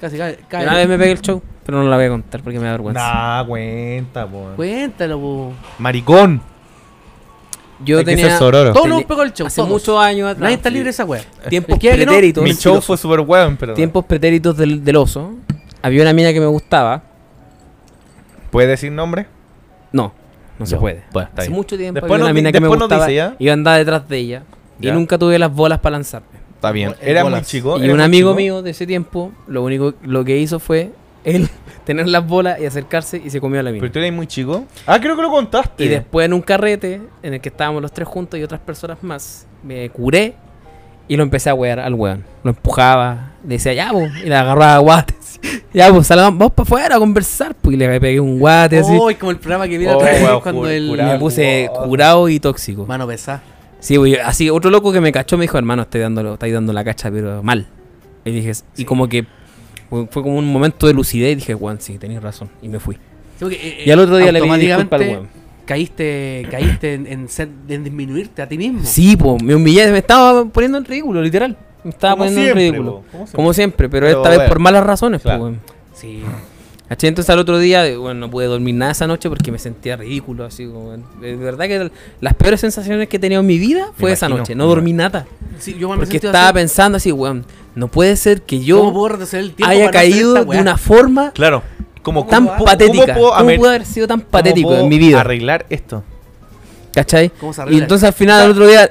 [SPEAKER 2] Casi cae.
[SPEAKER 1] Yo
[SPEAKER 2] cae.
[SPEAKER 1] Una vez me pegué el show, pero no la voy a contar porque me da vergüenza.
[SPEAKER 3] Nah, cuenta, po.
[SPEAKER 2] Cuéntalo, po.
[SPEAKER 3] Maricón.
[SPEAKER 1] Yo
[SPEAKER 3] Hay que
[SPEAKER 1] tenía
[SPEAKER 3] ser sororo.
[SPEAKER 2] Todos
[SPEAKER 1] tenía-
[SPEAKER 2] nos pegó el show.
[SPEAKER 1] hace
[SPEAKER 2] todos.
[SPEAKER 1] muchos años atrás.
[SPEAKER 2] Nadie está libre de esa wea.
[SPEAKER 1] Tiempos
[SPEAKER 2] Es que no,
[SPEAKER 1] pretéritos.
[SPEAKER 3] Mi show fue super weón, pero.
[SPEAKER 1] Tiempos pretéritos del, del oso. Había una mina que me gustaba.
[SPEAKER 3] ¿Puedes decir nombre?
[SPEAKER 1] No, no se
[SPEAKER 3] Ya,
[SPEAKER 1] puede.
[SPEAKER 3] bueno, está
[SPEAKER 1] Hace
[SPEAKER 3] bien.
[SPEAKER 1] mucho tiempo
[SPEAKER 3] Después
[SPEAKER 1] había una
[SPEAKER 3] nos di-
[SPEAKER 1] mina que me
[SPEAKER 3] después nos
[SPEAKER 1] gustaba.
[SPEAKER 3] dice, ¿ya?
[SPEAKER 1] y yo andaba detrás de ella.
[SPEAKER 3] Ya.
[SPEAKER 1] Y nunca tuve las bolas para lanzarme.
[SPEAKER 3] Está bien.
[SPEAKER 2] El
[SPEAKER 3] Era muy
[SPEAKER 2] bolas.
[SPEAKER 3] chico.
[SPEAKER 1] Y
[SPEAKER 3] era
[SPEAKER 1] un
[SPEAKER 3] muy
[SPEAKER 1] amigo
[SPEAKER 3] chico.
[SPEAKER 1] mío de ese tiempo, lo único lo que hizo fue él tener las bolas y acercarse y se comió a la mina.
[SPEAKER 3] Pero tú eres muy chico. Ah, creo que lo contaste.
[SPEAKER 1] Y después en un carrete en el que estábamos los tres juntos y otras personas más, me curé y lo empecé a wear al weón. Lo empujaba, le decía ya vos, y le agarraba a guates. Ya vos, salgamos, vamos para afuera a conversar. Pues y le pegué un guate así.
[SPEAKER 2] Oh, es como el programa que viene
[SPEAKER 3] Oh,
[SPEAKER 2] atrás
[SPEAKER 3] wea,
[SPEAKER 2] cuando
[SPEAKER 3] cur-
[SPEAKER 2] el.
[SPEAKER 1] Y me
[SPEAKER 3] curado.
[SPEAKER 1] puse
[SPEAKER 3] wow.
[SPEAKER 1] curado y tóxico.
[SPEAKER 2] Mano pesada.
[SPEAKER 1] Sí, güey, así otro loco que me cachó me dijo, hermano, estoy dándolo, estáis dando la cacha, pero mal. Y dije, y como que fue fue como un momento de lucidez y dije, Juan, sí, tenías razón. Y me fui.
[SPEAKER 2] Sí, porque, eh,
[SPEAKER 1] Y al otro día le pedí disculpa al
[SPEAKER 2] automáticamente
[SPEAKER 1] weón.
[SPEAKER 2] Caíste, caíste en, en, ser- en disminuirte a ti mismo.
[SPEAKER 1] Sí, pues, me humillé, me estaba poniendo en ridículo, literal. Me estaba
[SPEAKER 3] Como
[SPEAKER 1] poniendo
[SPEAKER 3] siempre,
[SPEAKER 1] en ridículo.
[SPEAKER 3] po, como siempre.
[SPEAKER 1] Como siempre, pero,
[SPEAKER 3] Pero
[SPEAKER 1] esta vez
[SPEAKER 3] bueno.
[SPEAKER 1] por malas razones, pues,
[SPEAKER 3] Claro.
[SPEAKER 1] weón.
[SPEAKER 2] Sí.
[SPEAKER 1] ¿Cachai? Entonces al otro día, eh, bueno, no pude dormir nada esa noche porque me sentía ridículo, así como... eh, De verdad que el- las peores sensaciones que he tenido en mi vida fue esa
[SPEAKER 3] imagino,
[SPEAKER 1] noche. No
[SPEAKER 3] me
[SPEAKER 1] dormí nada.
[SPEAKER 2] Sí, yo igual me
[SPEAKER 1] Porque
[SPEAKER 2] sentí
[SPEAKER 1] estaba
[SPEAKER 2] así.
[SPEAKER 1] pensando así, weón, no puede ser que
[SPEAKER 2] ¿Cómo
[SPEAKER 1] yo
[SPEAKER 2] puedo retroceder el tiempo
[SPEAKER 1] haya
[SPEAKER 2] para no hacer
[SPEAKER 1] caído
[SPEAKER 2] esta
[SPEAKER 1] de
[SPEAKER 2] weá?
[SPEAKER 1] una forma
[SPEAKER 3] Claro. Como
[SPEAKER 1] tan
[SPEAKER 2] ¿Cómo puedo-
[SPEAKER 1] patética. ¿Cómo,
[SPEAKER 3] amer-
[SPEAKER 1] pudo haber sido tan
[SPEAKER 3] cómo
[SPEAKER 1] patético
[SPEAKER 3] puedo
[SPEAKER 1] en mi vida?
[SPEAKER 3] Arreglar esto.
[SPEAKER 1] ¿Cachai?
[SPEAKER 2] ¿Cómo se
[SPEAKER 1] Y
[SPEAKER 2] arregla?
[SPEAKER 1] entonces al final, el otro día,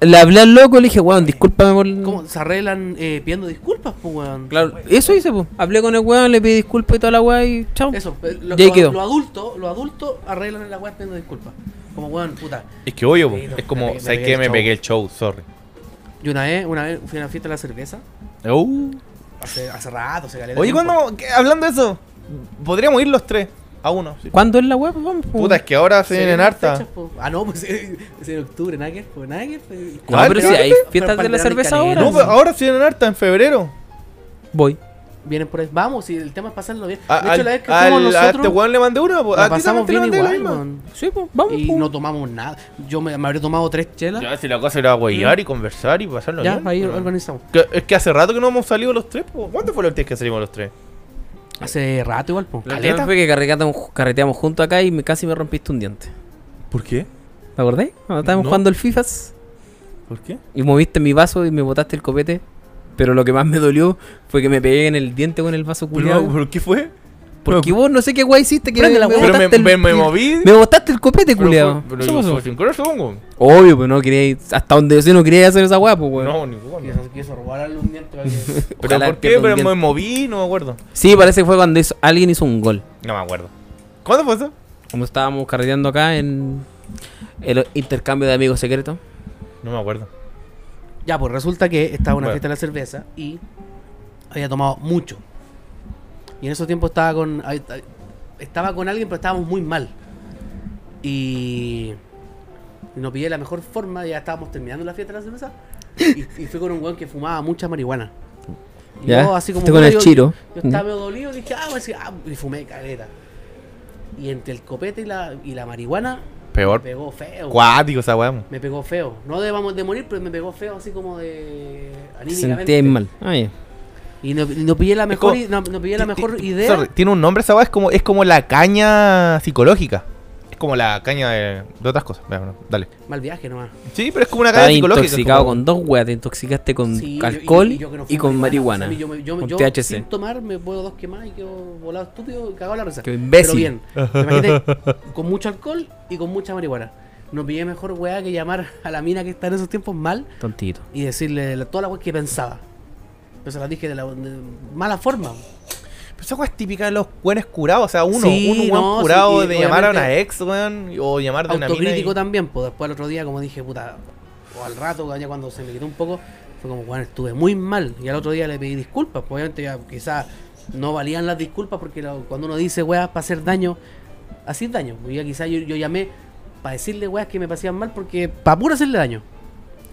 [SPEAKER 1] le hablé al loco y le dije, weón, discúlpame por...
[SPEAKER 2] ¿Cómo se arreglan eh, pidiendo disculpas, pues, weón?
[SPEAKER 1] Claro, eso hice, pues. Hablé con el weón, le pedí disculpas y toda la weá y chao.
[SPEAKER 2] Eso, eh, lo,
[SPEAKER 1] Y ahí
[SPEAKER 2] lo-
[SPEAKER 1] quedó.
[SPEAKER 2] lo adulto, los adultos arreglan la weá pidiendo disculpas. Como weón, puta.
[SPEAKER 3] Es que obvio, po.
[SPEAKER 2] Sí, no,
[SPEAKER 3] es
[SPEAKER 2] me
[SPEAKER 3] como,
[SPEAKER 2] pegué- me
[SPEAKER 3] ¿sabes qué?
[SPEAKER 2] pegué
[SPEAKER 3] Me
[SPEAKER 2] el
[SPEAKER 3] pegué el show, sorry.
[SPEAKER 2] Yo una vez, una vez fui a una fiesta de la cerveza,
[SPEAKER 1] Oh.
[SPEAKER 3] Uh.
[SPEAKER 2] hace, hace rato, se caleta.
[SPEAKER 3] Oye,
[SPEAKER 2] tiempo.
[SPEAKER 3] cuando, qué- hablando de eso, podríamos ir los tres a uno. sí.
[SPEAKER 1] ¿Cuándo es la weá? pues, vamos, pues?
[SPEAKER 3] Puta, es que ahora se vienen
[SPEAKER 2] vienen
[SPEAKER 3] hartas.
[SPEAKER 2] fechas, po. Ah, no, pues es en octubre, nada que ver, pues, nada que ver, pues.
[SPEAKER 1] No,
[SPEAKER 3] ¿Cuál?
[SPEAKER 1] pero si hay fiestas de la cerveza ahora.
[SPEAKER 3] No, pero ahora se vienen hartas en febrero.
[SPEAKER 1] Voy.
[SPEAKER 2] Vienen por ahí. Vamos, si el tema es pasarlo bien.
[SPEAKER 3] A,
[SPEAKER 2] de hecho, la vez que
[SPEAKER 3] al-
[SPEAKER 2] fuimos
[SPEAKER 3] al- a este
[SPEAKER 2] nosotros,
[SPEAKER 3] weón le mandé una, po.
[SPEAKER 2] la
[SPEAKER 3] a ti
[SPEAKER 2] pasamos
[SPEAKER 3] también te le
[SPEAKER 2] bien
[SPEAKER 3] mandé la
[SPEAKER 2] igual,
[SPEAKER 3] misma.
[SPEAKER 2] weón.
[SPEAKER 1] Sí, pues, vamos.
[SPEAKER 2] Y
[SPEAKER 1] pues.
[SPEAKER 2] no tomamos nada. Yo me, me habré tomado tres chelas.
[SPEAKER 3] Ya, Ah. si la cosa era guayar y conversar y pasarlo
[SPEAKER 2] Ya,
[SPEAKER 3] bien.
[SPEAKER 2] ahí
[SPEAKER 3] pero-
[SPEAKER 2] organizamos.
[SPEAKER 3] Que- es que hace rato que no hemos salido los tres. po. ¿Cuándo fue la última vez que salimos los tres?
[SPEAKER 2] Hace rato igual, pues.
[SPEAKER 1] La última vez fue que carreteamos, carreteamos juntos acá y me, casi me rompiste un diente.
[SPEAKER 3] ¿Por qué?
[SPEAKER 1] ¿Te acordás? Cuando estábamos
[SPEAKER 3] No.
[SPEAKER 1] jugando el FIFAs
[SPEAKER 3] ¿Por qué?
[SPEAKER 1] y moviste mi vaso y me botaste el copete. Pero lo que más me dolió fue que me pegué en el diente con el vaso culiado.
[SPEAKER 3] ¿Pero qué fue?
[SPEAKER 1] Porque
[SPEAKER 3] Pero-
[SPEAKER 1] vos no sé qué guay hiciste que
[SPEAKER 2] Prende
[SPEAKER 1] me,
[SPEAKER 2] la
[SPEAKER 1] me
[SPEAKER 2] weá.
[SPEAKER 3] Pero me,
[SPEAKER 1] botaste el-
[SPEAKER 3] me- me moví.
[SPEAKER 1] me botaste el copete,
[SPEAKER 3] pero
[SPEAKER 1] culiado.
[SPEAKER 3] fue- pero yo fue sin querer, supongo.
[SPEAKER 1] Obvio, pues no quería ir- hasta donde yo sé no quería ir a hacer esa weá, pues weón.
[SPEAKER 3] No, ningún
[SPEAKER 2] Quiso robar al un diente para que-
[SPEAKER 3] Pero
[SPEAKER 1] Ojalá
[SPEAKER 3] ¿por qué?
[SPEAKER 1] pierda un
[SPEAKER 3] Pero
[SPEAKER 1] diente.
[SPEAKER 3] me moví, no me acuerdo.
[SPEAKER 1] Sí, parece que fue cuando hizo- alguien hizo un gol.
[SPEAKER 3] No me acuerdo. ¿Cuándo fue eso?
[SPEAKER 1] Como estábamos carreteando acá en el intercambio de amigos secretos.
[SPEAKER 3] No me acuerdo.
[SPEAKER 2] Ya, pues resulta que estaba una
[SPEAKER 3] Bueno.
[SPEAKER 2] fiesta de la cerveza y había tomado mucho. Y en esos tiempos estaba con. ahí- ahí- Estaba con alguien, pero estábamos muy mal. Y. y nos pillé de la mejor forma, ya estábamos terminando la fiesta de la cerveza. Y, y fui con un weón que fumaba mucha marihuana. Y
[SPEAKER 1] ¿Ya?
[SPEAKER 2] yo, así como
[SPEAKER 1] Fuiste con el
[SPEAKER 2] yo-
[SPEAKER 1] chiro. Mm.
[SPEAKER 2] Yo, estaba medio dolido, dije, ah, pues, sí, ah, y fumé caleta. Y entre el copete y la, y la marihuana, me
[SPEAKER 3] Peor.
[SPEAKER 2] pegó feo.
[SPEAKER 3] Cuático esa weá. mo.
[SPEAKER 2] Me pegó feo. No debamos de morir, pero me pegó feo así como de
[SPEAKER 1] Te
[SPEAKER 2] anímicamente.
[SPEAKER 1] sentías mal. Ah, ya.
[SPEAKER 2] Y no, y no pillé la mejor,
[SPEAKER 3] como-
[SPEAKER 2] i- no, no pillé la
[SPEAKER 3] Ti- ti-
[SPEAKER 2] mejor
[SPEAKER 3] ti-
[SPEAKER 2] idea.
[SPEAKER 3] sorry, tiene un nombre esa weá, es como, es como la caña psicológica. Es como la caña de, de otras cosas. Ya, bueno, dale.
[SPEAKER 2] Mal viaje nomás.
[SPEAKER 3] Sí, pero es como una caña
[SPEAKER 1] Estabas
[SPEAKER 3] psicológica.
[SPEAKER 1] intoxicado
[SPEAKER 3] es como-
[SPEAKER 1] con dos weas. Te intoxicaste con
[SPEAKER 2] Sí, yo-
[SPEAKER 1] Mm, alcohol
[SPEAKER 2] yo-
[SPEAKER 1] y,
[SPEAKER 2] yo que no fumo
[SPEAKER 1] con marihuana.
[SPEAKER 2] o sea, a mí yo me- yo-
[SPEAKER 1] con
[SPEAKER 2] yo
[SPEAKER 1] THC.
[SPEAKER 2] Sin tomar me puedo dos quemadas y quedo volado estúpido y cagado la risa.
[SPEAKER 1] Qué imbécil.
[SPEAKER 2] Pero bien. Imagínate, con mucho alcohol y con mucha marihuana. No pillé mejor weá que llamar a la mina que está en esos tiempos mal
[SPEAKER 1] Tontito.
[SPEAKER 2] y decirle la- toda la weá que pensaba. Pero se la dije de la de mala forma.
[SPEAKER 3] Pero esa weá es típica de los weones curados. O sea, uno,
[SPEAKER 2] Sí,
[SPEAKER 3] uno weón
[SPEAKER 2] no,
[SPEAKER 3] curado
[SPEAKER 2] sí, y
[SPEAKER 3] de llamar a una
[SPEAKER 2] obviamente-
[SPEAKER 3] ex, weón, o llamar de una mina. y-
[SPEAKER 2] autocrítico también, pues después al otro día como dije, puta, o al rato, ya cuando se me quitó un poco, fue como, bueno, estuve muy mal. Y al otro día le pedí disculpas, pues obviamente ya quizás no valían las disculpas porque lo- cuando uno dice weas para hacer daño, así es daño. Pues ya quizás yo, yo llamé para decirle weas que me parecían mal porque para puro hacerle daño.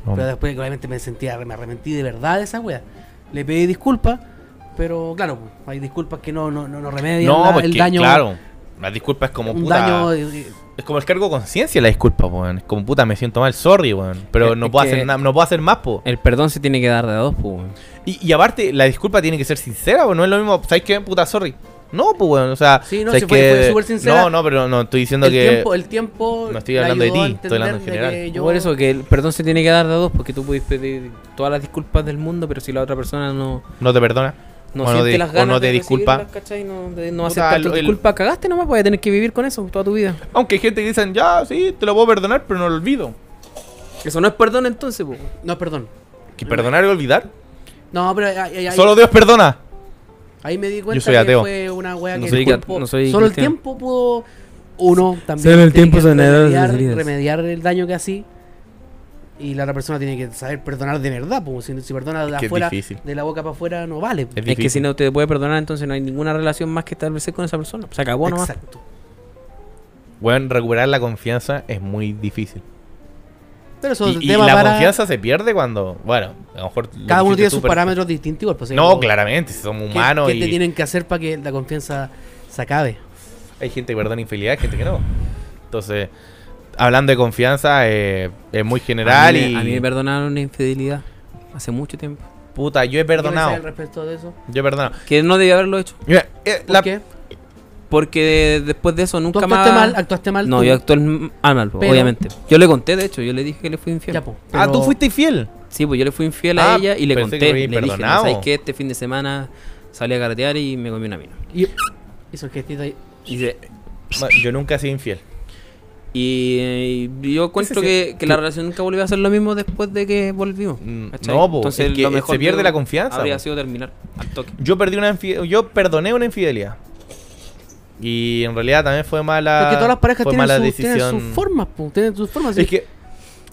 [SPEAKER 3] No,
[SPEAKER 2] Pero después obviamente me sentía, me arrepentí de verdad de esa wea. Le pedí disculpas, pero claro, pues, hay disculpas que no, no, no, no remedian
[SPEAKER 3] No,
[SPEAKER 2] la-
[SPEAKER 3] porque,
[SPEAKER 2] el daño.
[SPEAKER 3] claro. La disculpa es como
[SPEAKER 2] Un
[SPEAKER 3] puta.
[SPEAKER 2] daño eh,
[SPEAKER 3] Es como el cargo de conciencia la disculpa, weón. Es como puta, me siento mal, sorry, weón. Pero
[SPEAKER 1] Es-
[SPEAKER 3] no
[SPEAKER 1] es
[SPEAKER 3] puedo
[SPEAKER 1] que-
[SPEAKER 3] hacer nada, no puedo hacer más, po.
[SPEAKER 1] El perdón se tiene que dar de a dos, pues. weón.
[SPEAKER 3] Y, y aparte, la disculpa tiene que ser sincera, weón. No es lo mismo, ¿sabes qué? Puta, sorry. No, pues, weón. O sea,
[SPEAKER 2] Sí, no,
[SPEAKER 3] ¿sabes
[SPEAKER 2] si fue-
[SPEAKER 3] qué?
[SPEAKER 2] fue súper sincera.
[SPEAKER 3] No, no, pero no estoy diciendo
[SPEAKER 2] el
[SPEAKER 3] que.
[SPEAKER 2] tiempo, el tiempo.
[SPEAKER 3] No estoy
[SPEAKER 2] le
[SPEAKER 3] hablando de
[SPEAKER 2] ayudó a
[SPEAKER 3] ti, estoy hablando en
[SPEAKER 2] entender de
[SPEAKER 3] general.
[SPEAKER 2] que yo-
[SPEAKER 1] Por eso que el perdón se tiene que dar de a dos, porque tú puedes pedir todas las disculpas del mundo, pero si la otra persona no,
[SPEAKER 3] No te perdona.
[SPEAKER 1] no
[SPEAKER 3] O no
[SPEAKER 1] siente
[SPEAKER 3] te-
[SPEAKER 1] las
[SPEAKER 3] o
[SPEAKER 1] ganas
[SPEAKER 3] no te
[SPEAKER 1] de
[SPEAKER 3] disculpa.
[SPEAKER 1] recibirlas, ¿cachai? No, de, no
[SPEAKER 3] Puta,
[SPEAKER 1] aceptar tu
[SPEAKER 3] el- el-
[SPEAKER 1] disculpa, cagaste nomás, pues, vas a tener que vivir con eso toda tu vida.
[SPEAKER 3] Aunque hay gente que dicen, ya, sí, te lo puedo perdonar, pero no lo olvido.
[SPEAKER 1] Eso no es perdón entonces, pues.
[SPEAKER 2] No, perdón. Mm.
[SPEAKER 3] ¿Que perdonar y olvidar?
[SPEAKER 2] No, pero ahí, ahí- ahí-
[SPEAKER 3] Solo Dios perdona.
[SPEAKER 2] ahí me di cuenta
[SPEAKER 3] soy
[SPEAKER 2] que
[SPEAKER 3] ateo.
[SPEAKER 2] fue una wea
[SPEAKER 1] No
[SPEAKER 2] que
[SPEAKER 1] soy
[SPEAKER 2] el cuerpo-
[SPEAKER 1] cat- no soy
[SPEAKER 2] solo el
[SPEAKER 1] cristiano.
[SPEAKER 2] tiempo pudo uno también.
[SPEAKER 1] Solo el
[SPEAKER 2] tiene
[SPEAKER 1] tiempo
[SPEAKER 2] que
[SPEAKER 1] sanador de
[SPEAKER 2] remediar,
[SPEAKER 1] las heridas.
[SPEAKER 2] remediar el daño que así. Y la otra persona tiene que saber perdonar de verdad, pues si, si perdona de
[SPEAKER 3] que es
[SPEAKER 2] afuera,
[SPEAKER 3] difícil.
[SPEAKER 2] de la boca para afuera no vale.
[SPEAKER 3] Es
[SPEAKER 1] Es que si
[SPEAKER 3] difícil.
[SPEAKER 1] no te puede perdonar, entonces no hay ninguna relación más que establecer con esa persona. Se acabó nomás.
[SPEAKER 2] Exacto.
[SPEAKER 3] Weón, recuperar la confianza es muy difícil.
[SPEAKER 2] Pero eso es
[SPEAKER 3] Y, y
[SPEAKER 2] tema
[SPEAKER 3] la
[SPEAKER 2] para-
[SPEAKER 3] confianza se pierde cuando, bueno, a lo mejor. lo
[SPEAKER 2] Cada uno
[SPEAKER 3] dijiste
[SPEAKER 2] tiene
[SPEAKER 3] tú,
[SPEAKER 2] sus
[SPEAKER 3] pero-
[SPEAKER 2] parámetros distintivos. pues,
[SPEAKER 3] No,
[SPEAKER 2] como-
[SPEAKER 3] claramente, si somos
[SPEAKER 2] ¿qué-
[SPEAKER 3] humanos
[SPEAKER 2] ¿Qué
[SPEAKER 3] y
[SPEAKER 2] te tienen que hacer para que la confianza se acabe?
[SPEAKER 3] hay gente que perdona infidelidad, hay gente que no. Entonces, hablando de confianza, eh, es muy
[SPEAKER 1] A
[SPEAKER 3] general
[SPEAKER 1] mí, me-
[SPEAKER 3] y
[SPEAKER 1] a mí me perdonaron una infidelidad hace mucho tiempo.
[SPEAKER 3] puta, yo he
[SPEAKER 2] ¿Qué pensáis al
[SPEAKER 3] perdonado.
[SPEAKER 2] respecto de eso?
[SPEAKER 3] Yo he perdonado.
[SPEAKER 1] Que no debía haberlo hecho.
[SPEAKER 3] Mira, eh,
[SPEAKER 2] ¿Por
[SPEAKER 3] la-
[SPEAKER 2] qué?
[SPEAKER 1] Porque después de eso
[SPEAKER 2] Tú
[SPEAKER 1] nunca
[SPEAKER 2] actuaste
[SPEAKER 1] más.
[SPEAKER 2] mal, actuaste mal.
[SPEAKER 1] no,
[SPEAKER 2] tú.
[SPEAKER 1] yo actué m- ah, mal, pues,
[SPEAKER 2] Pero-
[SPEAKER 1] obviamente. Yo le conté, de hecho, yo le dije que le fui infiel.
[SPEAKER 2] Ya, po,
[SPEAKER 3] Ah,
[SPEAKER 2] pero-
[SPEAKER 3] tú fuiste infiel.
[SPEAKER 1] Sí, pues yo le fui infiel
[SPEAKER 3] Ah,
[SPEAKER 1] a ella y le
[SPEAKER 3] pensé
[SPEAKER 1] conté.
[SPEAKER 3] que lo había
[SPEAKER 1] Le dije,
[SPEAKER 3] perdonado.
[SPEAKER 1] no, ¿sabes qué? Este fin de semana salí a carretear y me comí una mina.
[SPEAKER 2] Y... Hizo el gestito ahí.
[SPEAKER 1] Y, se-
[SPEAKER 3] Ma- Yo nunca he sido infiel.
[SPEAKER 1] y- y yo encuentro
[SPEAKER 3] sí.
[SPEAKER 1] que, que la relación nunca volvió a ser lo mismo después de que volvimos.
[SPEAKER 3] Mm,
[SPEAKER 1] ¿cachai?
[SPEAKER 3] no, po, es que se pierde
[SPEAKER 1] de-
[SPEAKER 3] la confianza,
[SPEAKER 1] Habría
[SPEAKER 3] po.
[SPEAKER 1] sido terminar al toque.
[SPEAKER 3] Yo perdí una infi- yo perdoné una infidelidad. Y en realidad también fue mala.
[SPEAKER 2] Porque todas las parejas
[SPEAKER 3] Ah, fue
[SPEAKER 2] tienen,
[SPEAKER 3] mala
[SPEAKER 2] su- tienen
[SPEAKER 3] decisión.
[SPEAKER 2] sus formas, po, tienen sus formas.
[SPEAKER 3] Es
[SPEAKER 2] sí.
[SPEAKER 3] que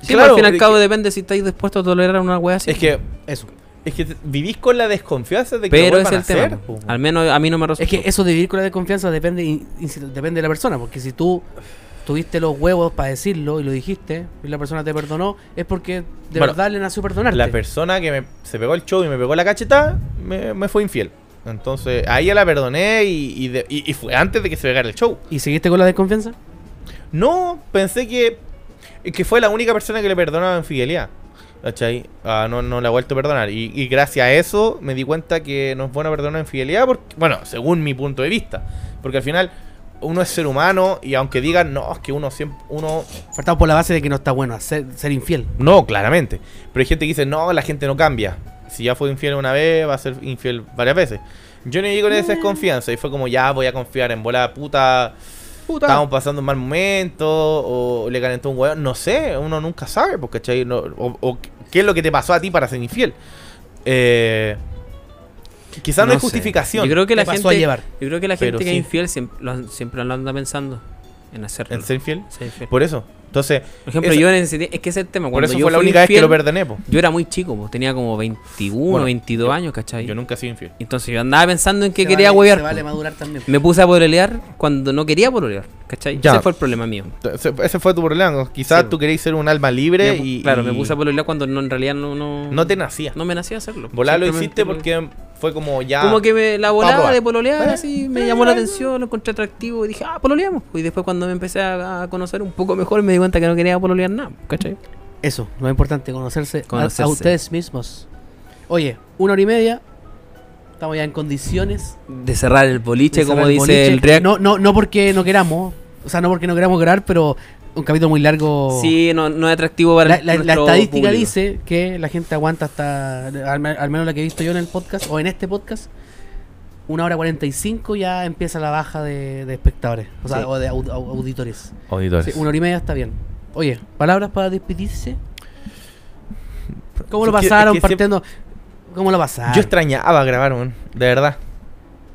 [SPEAKER 1] Sí, pero pues, al
[SPEAKER 3] Claro,
[SPEAKER 1] fin y al
[SPEAKER 3] es
[SPEAKER 1] cabo
[SPEAKER 3] que-
[SPEAKER 1] depende si estáis dispuestos a tolerar una wea así.
[SPEAKER 3] es que
[SPEAKER 2] Eso.
[SPEAKER 3] es que te- vivís con la desconfianza de que
[SPEAKER 1] pero
[SPEAKER 3] lo
[SPEAKER 1] es
[SPEAKER 3] vuelvan
[SPEAKER 1] el
[SPEAKER 3] a hacer,
[SPEAKER 1] tema.
[SPEAKER 3] po.
[SPEAKER 1] Al menos a mí no me resultó.
[SPEAKER 2] Es que eso de vivir con la desconfianza depende, in- insisto, depende de la persona. Porque si tú tuviste los huevos para decirlo y lo dijiste y la persona te perdonó, es porque de
[SPEAKER 3] Bueno,
[SPEAKER 2] verdad le nació perdonarte.
[SPEAKER 3] La persona que me- se pegó el show y me pegó la cachetada me, me fue infiel. Entonces, a ella la perdoné y, y de- y- y fue antes de que se pegara el show.
[SPEAKER 2] ¿Y seguiste con la desconfianza?
[SPEAKER 3] No, pensé que, que fue la única persona que le perdonaba infidelidad. ¿Cachai? Ah, no, no la he vuelto a perdonar. Y, y gracias a eso me di cuenta que no es bueno perdonar infidelidad, porque, bueno, según mi punto de vista. Porque al final uno es ser humano y aunque digan, no, es que uno siempre, uno
[SPEAKER 2] Partamos por la base de que no está bueno hacer, ser infiel.
[SPEAKER 3] No, claramente. Pero hay gente que dice, no, la gente no cambia. Si ya fue infiel una vez, va a ser infiel varias veces. Yo no llegué con esa desconfianza y fue como, ya voy a confiar en bola puta.
[SPEAKER 1] Puta.
[SPEAKER 3] Estábamos pasando un mal momento o le calentó un hueón. No sé, uno nunca sabe, porque ¿cachai? No- o, o qué es lo que te pasó a ti para ser infiel. Eh, quizás no,
[SPEAKER 1] No
[SPEAKER 3] hay
[SPEAKER 1] sé.
[SPEAKER 3] justificación.
[SPEAKER 1] Yo creo que la
[SPEAKER 3] Te pasó
[SPEAKER 1] gente-
[SPEAKER 3] a llevar
[SPEAKER 1] Yo creo que la gente
[SPEAKER 3] Pero
[SPEAKER 1] que
[SPEAKER 3] sí.
[SPEAKER 1] es infiel siempre lo, han- siempre lo anda pensando en hacerlo.
[SPEAKER 3] en ser infiel.
[SPEAKER 1] Ser infiel. Por
[SPEAKER 3] Por eso. Entonces,
[SPEAKER 1] ejemplo,
[SPEAKER 3] eso-
[SPEAKER 1] yo en ese- es que ese es el tema.
[SPEAKER 3] por
[SPEAKER 1] Cuando
[SPEAKER 3] eso
[SPEAKER 1] yo
[SPEAKER 3] fue la
[SPEAKER 1] fui
[SPEAKER 3] única vez que
[SPEAKER 1] infiel,
[SPEAKER 3] lo perdoné. po.
[SPEAKER 1] Yo era muy chico, pues, tenía como 21,
[SPEAKER 3] Bueno,
[SPEAKER 1] 22
[SPEAKER 3] yo-
[SPEAKER 1] años, ¿cachai?
[SPEAKER 3] Yo nunca he sido infiel.
[SPEAKER 1] Entonces yo andaba pensando en que
[SPEAKER 2] Se
[SPEAKER 1] quería
[SPEAKER 2] vale-
[SPEAKER 1] huevear.
[SPEAKER 2] Se vale
[SPEAKER 1] pues.
[SPEAKER 2] madurar también.
[SPEAKER 1] Me puse a pololear cuando no quería pololear, ¿cachai?
[SPEAKER 3] Ya.
[SPEAKER 1] Ese fue el problema mío.
[SPEAKER 3] Ese ese fue tu problema. Quizás
[SPEAKER 1] Sí,
[SPEAKER 3] tú querías ser un alma libre
[SPEAKER 1] Me pu-
[SPEAKER 3] y.
[SPEAKER 1] claro,
[SPEAKER 3] y
[SPEAKER 1] me puse a pololear cuando no, en realidad no, no...
[SPEAKER 3] No te nacía.
[SPEAKER 1] No me nacía hacerlo.
[SPEAKER 3] Volar lo
[SPEAKER 1] Simplemente
[SPEAKER 3] hiciste
[SPEAKER 1] lo-
[SPEAKER 3] porque fue como ya.
[SPEAKER 1] Como que me, la
[SPEAKER 3] Pa'
[SPEAKER 1] volada
[SPEAKER 3] probar.
[SPEAKER 1] de pololear
[SPEAKER 3] Eh,
[SPEAKER 1] así me
[SPEAKER 3] eh,
[SPEAKER 1] llamó la
[SPEAKER 3] eh.
[SPEAKER 1] atención, lo encontré atractivo y dije, ah, pololeamos. Y después cuando me empecé a, a conocer un poco mejor me di cuenta que no quería pololear nada, ¿cachai?
[SPEAKER 2] Eso, lo importante, conocerse, a- A,
[SPEAKER 1] Conocerse.
[SPEAKER 2] ustedes mismos. Oye, una hora y media. Estamos ya en condiciones.
[SPEAKER 1] De cerrar el boliche,
[SPEAKER 2] de cerrar
[SPEAKER 1] como dice
[SPEAKER 2] boliche.
[SPEAKER 1] el React.
[SPEAKER 2] No, no, no porque no queramos. O sea, no porque no queramos grabar, pero un capítulo muy largo.
[SPEAKER 1] Sí, no, no es atractivo para
[SPEAKER 2] La, la- la
[SPEAKER 1] nuestro
[SPEAKER 2] estadística
[SPEAKER 1] público.
[SPEAKER 2] dice que la gente aguanta hasta, al, me- al menos la que he visto yo en el podcast, o en este podcast, una hora 45 ya empieza la baja de, de espectadores, o sea,
[SPEAKER 1] Sí.
[SPEAKER 2] o de au- au- auditores.
[SPEAKER 3] Auditores.
[SPEAKER 2] Sí, una hora y media está bien. Oye, palabras para despedirse. ¿Cómo lo
[SPEAKER 3] Es que- es
[SPEAKER 2] pasaron
[SPEAKER 3] que siempre-
[SPEAKER 2] partiendo? ¿Cómo lo pasaron?
[SPEAKER 3] Yo extrañaba grabar, weón. De verdad.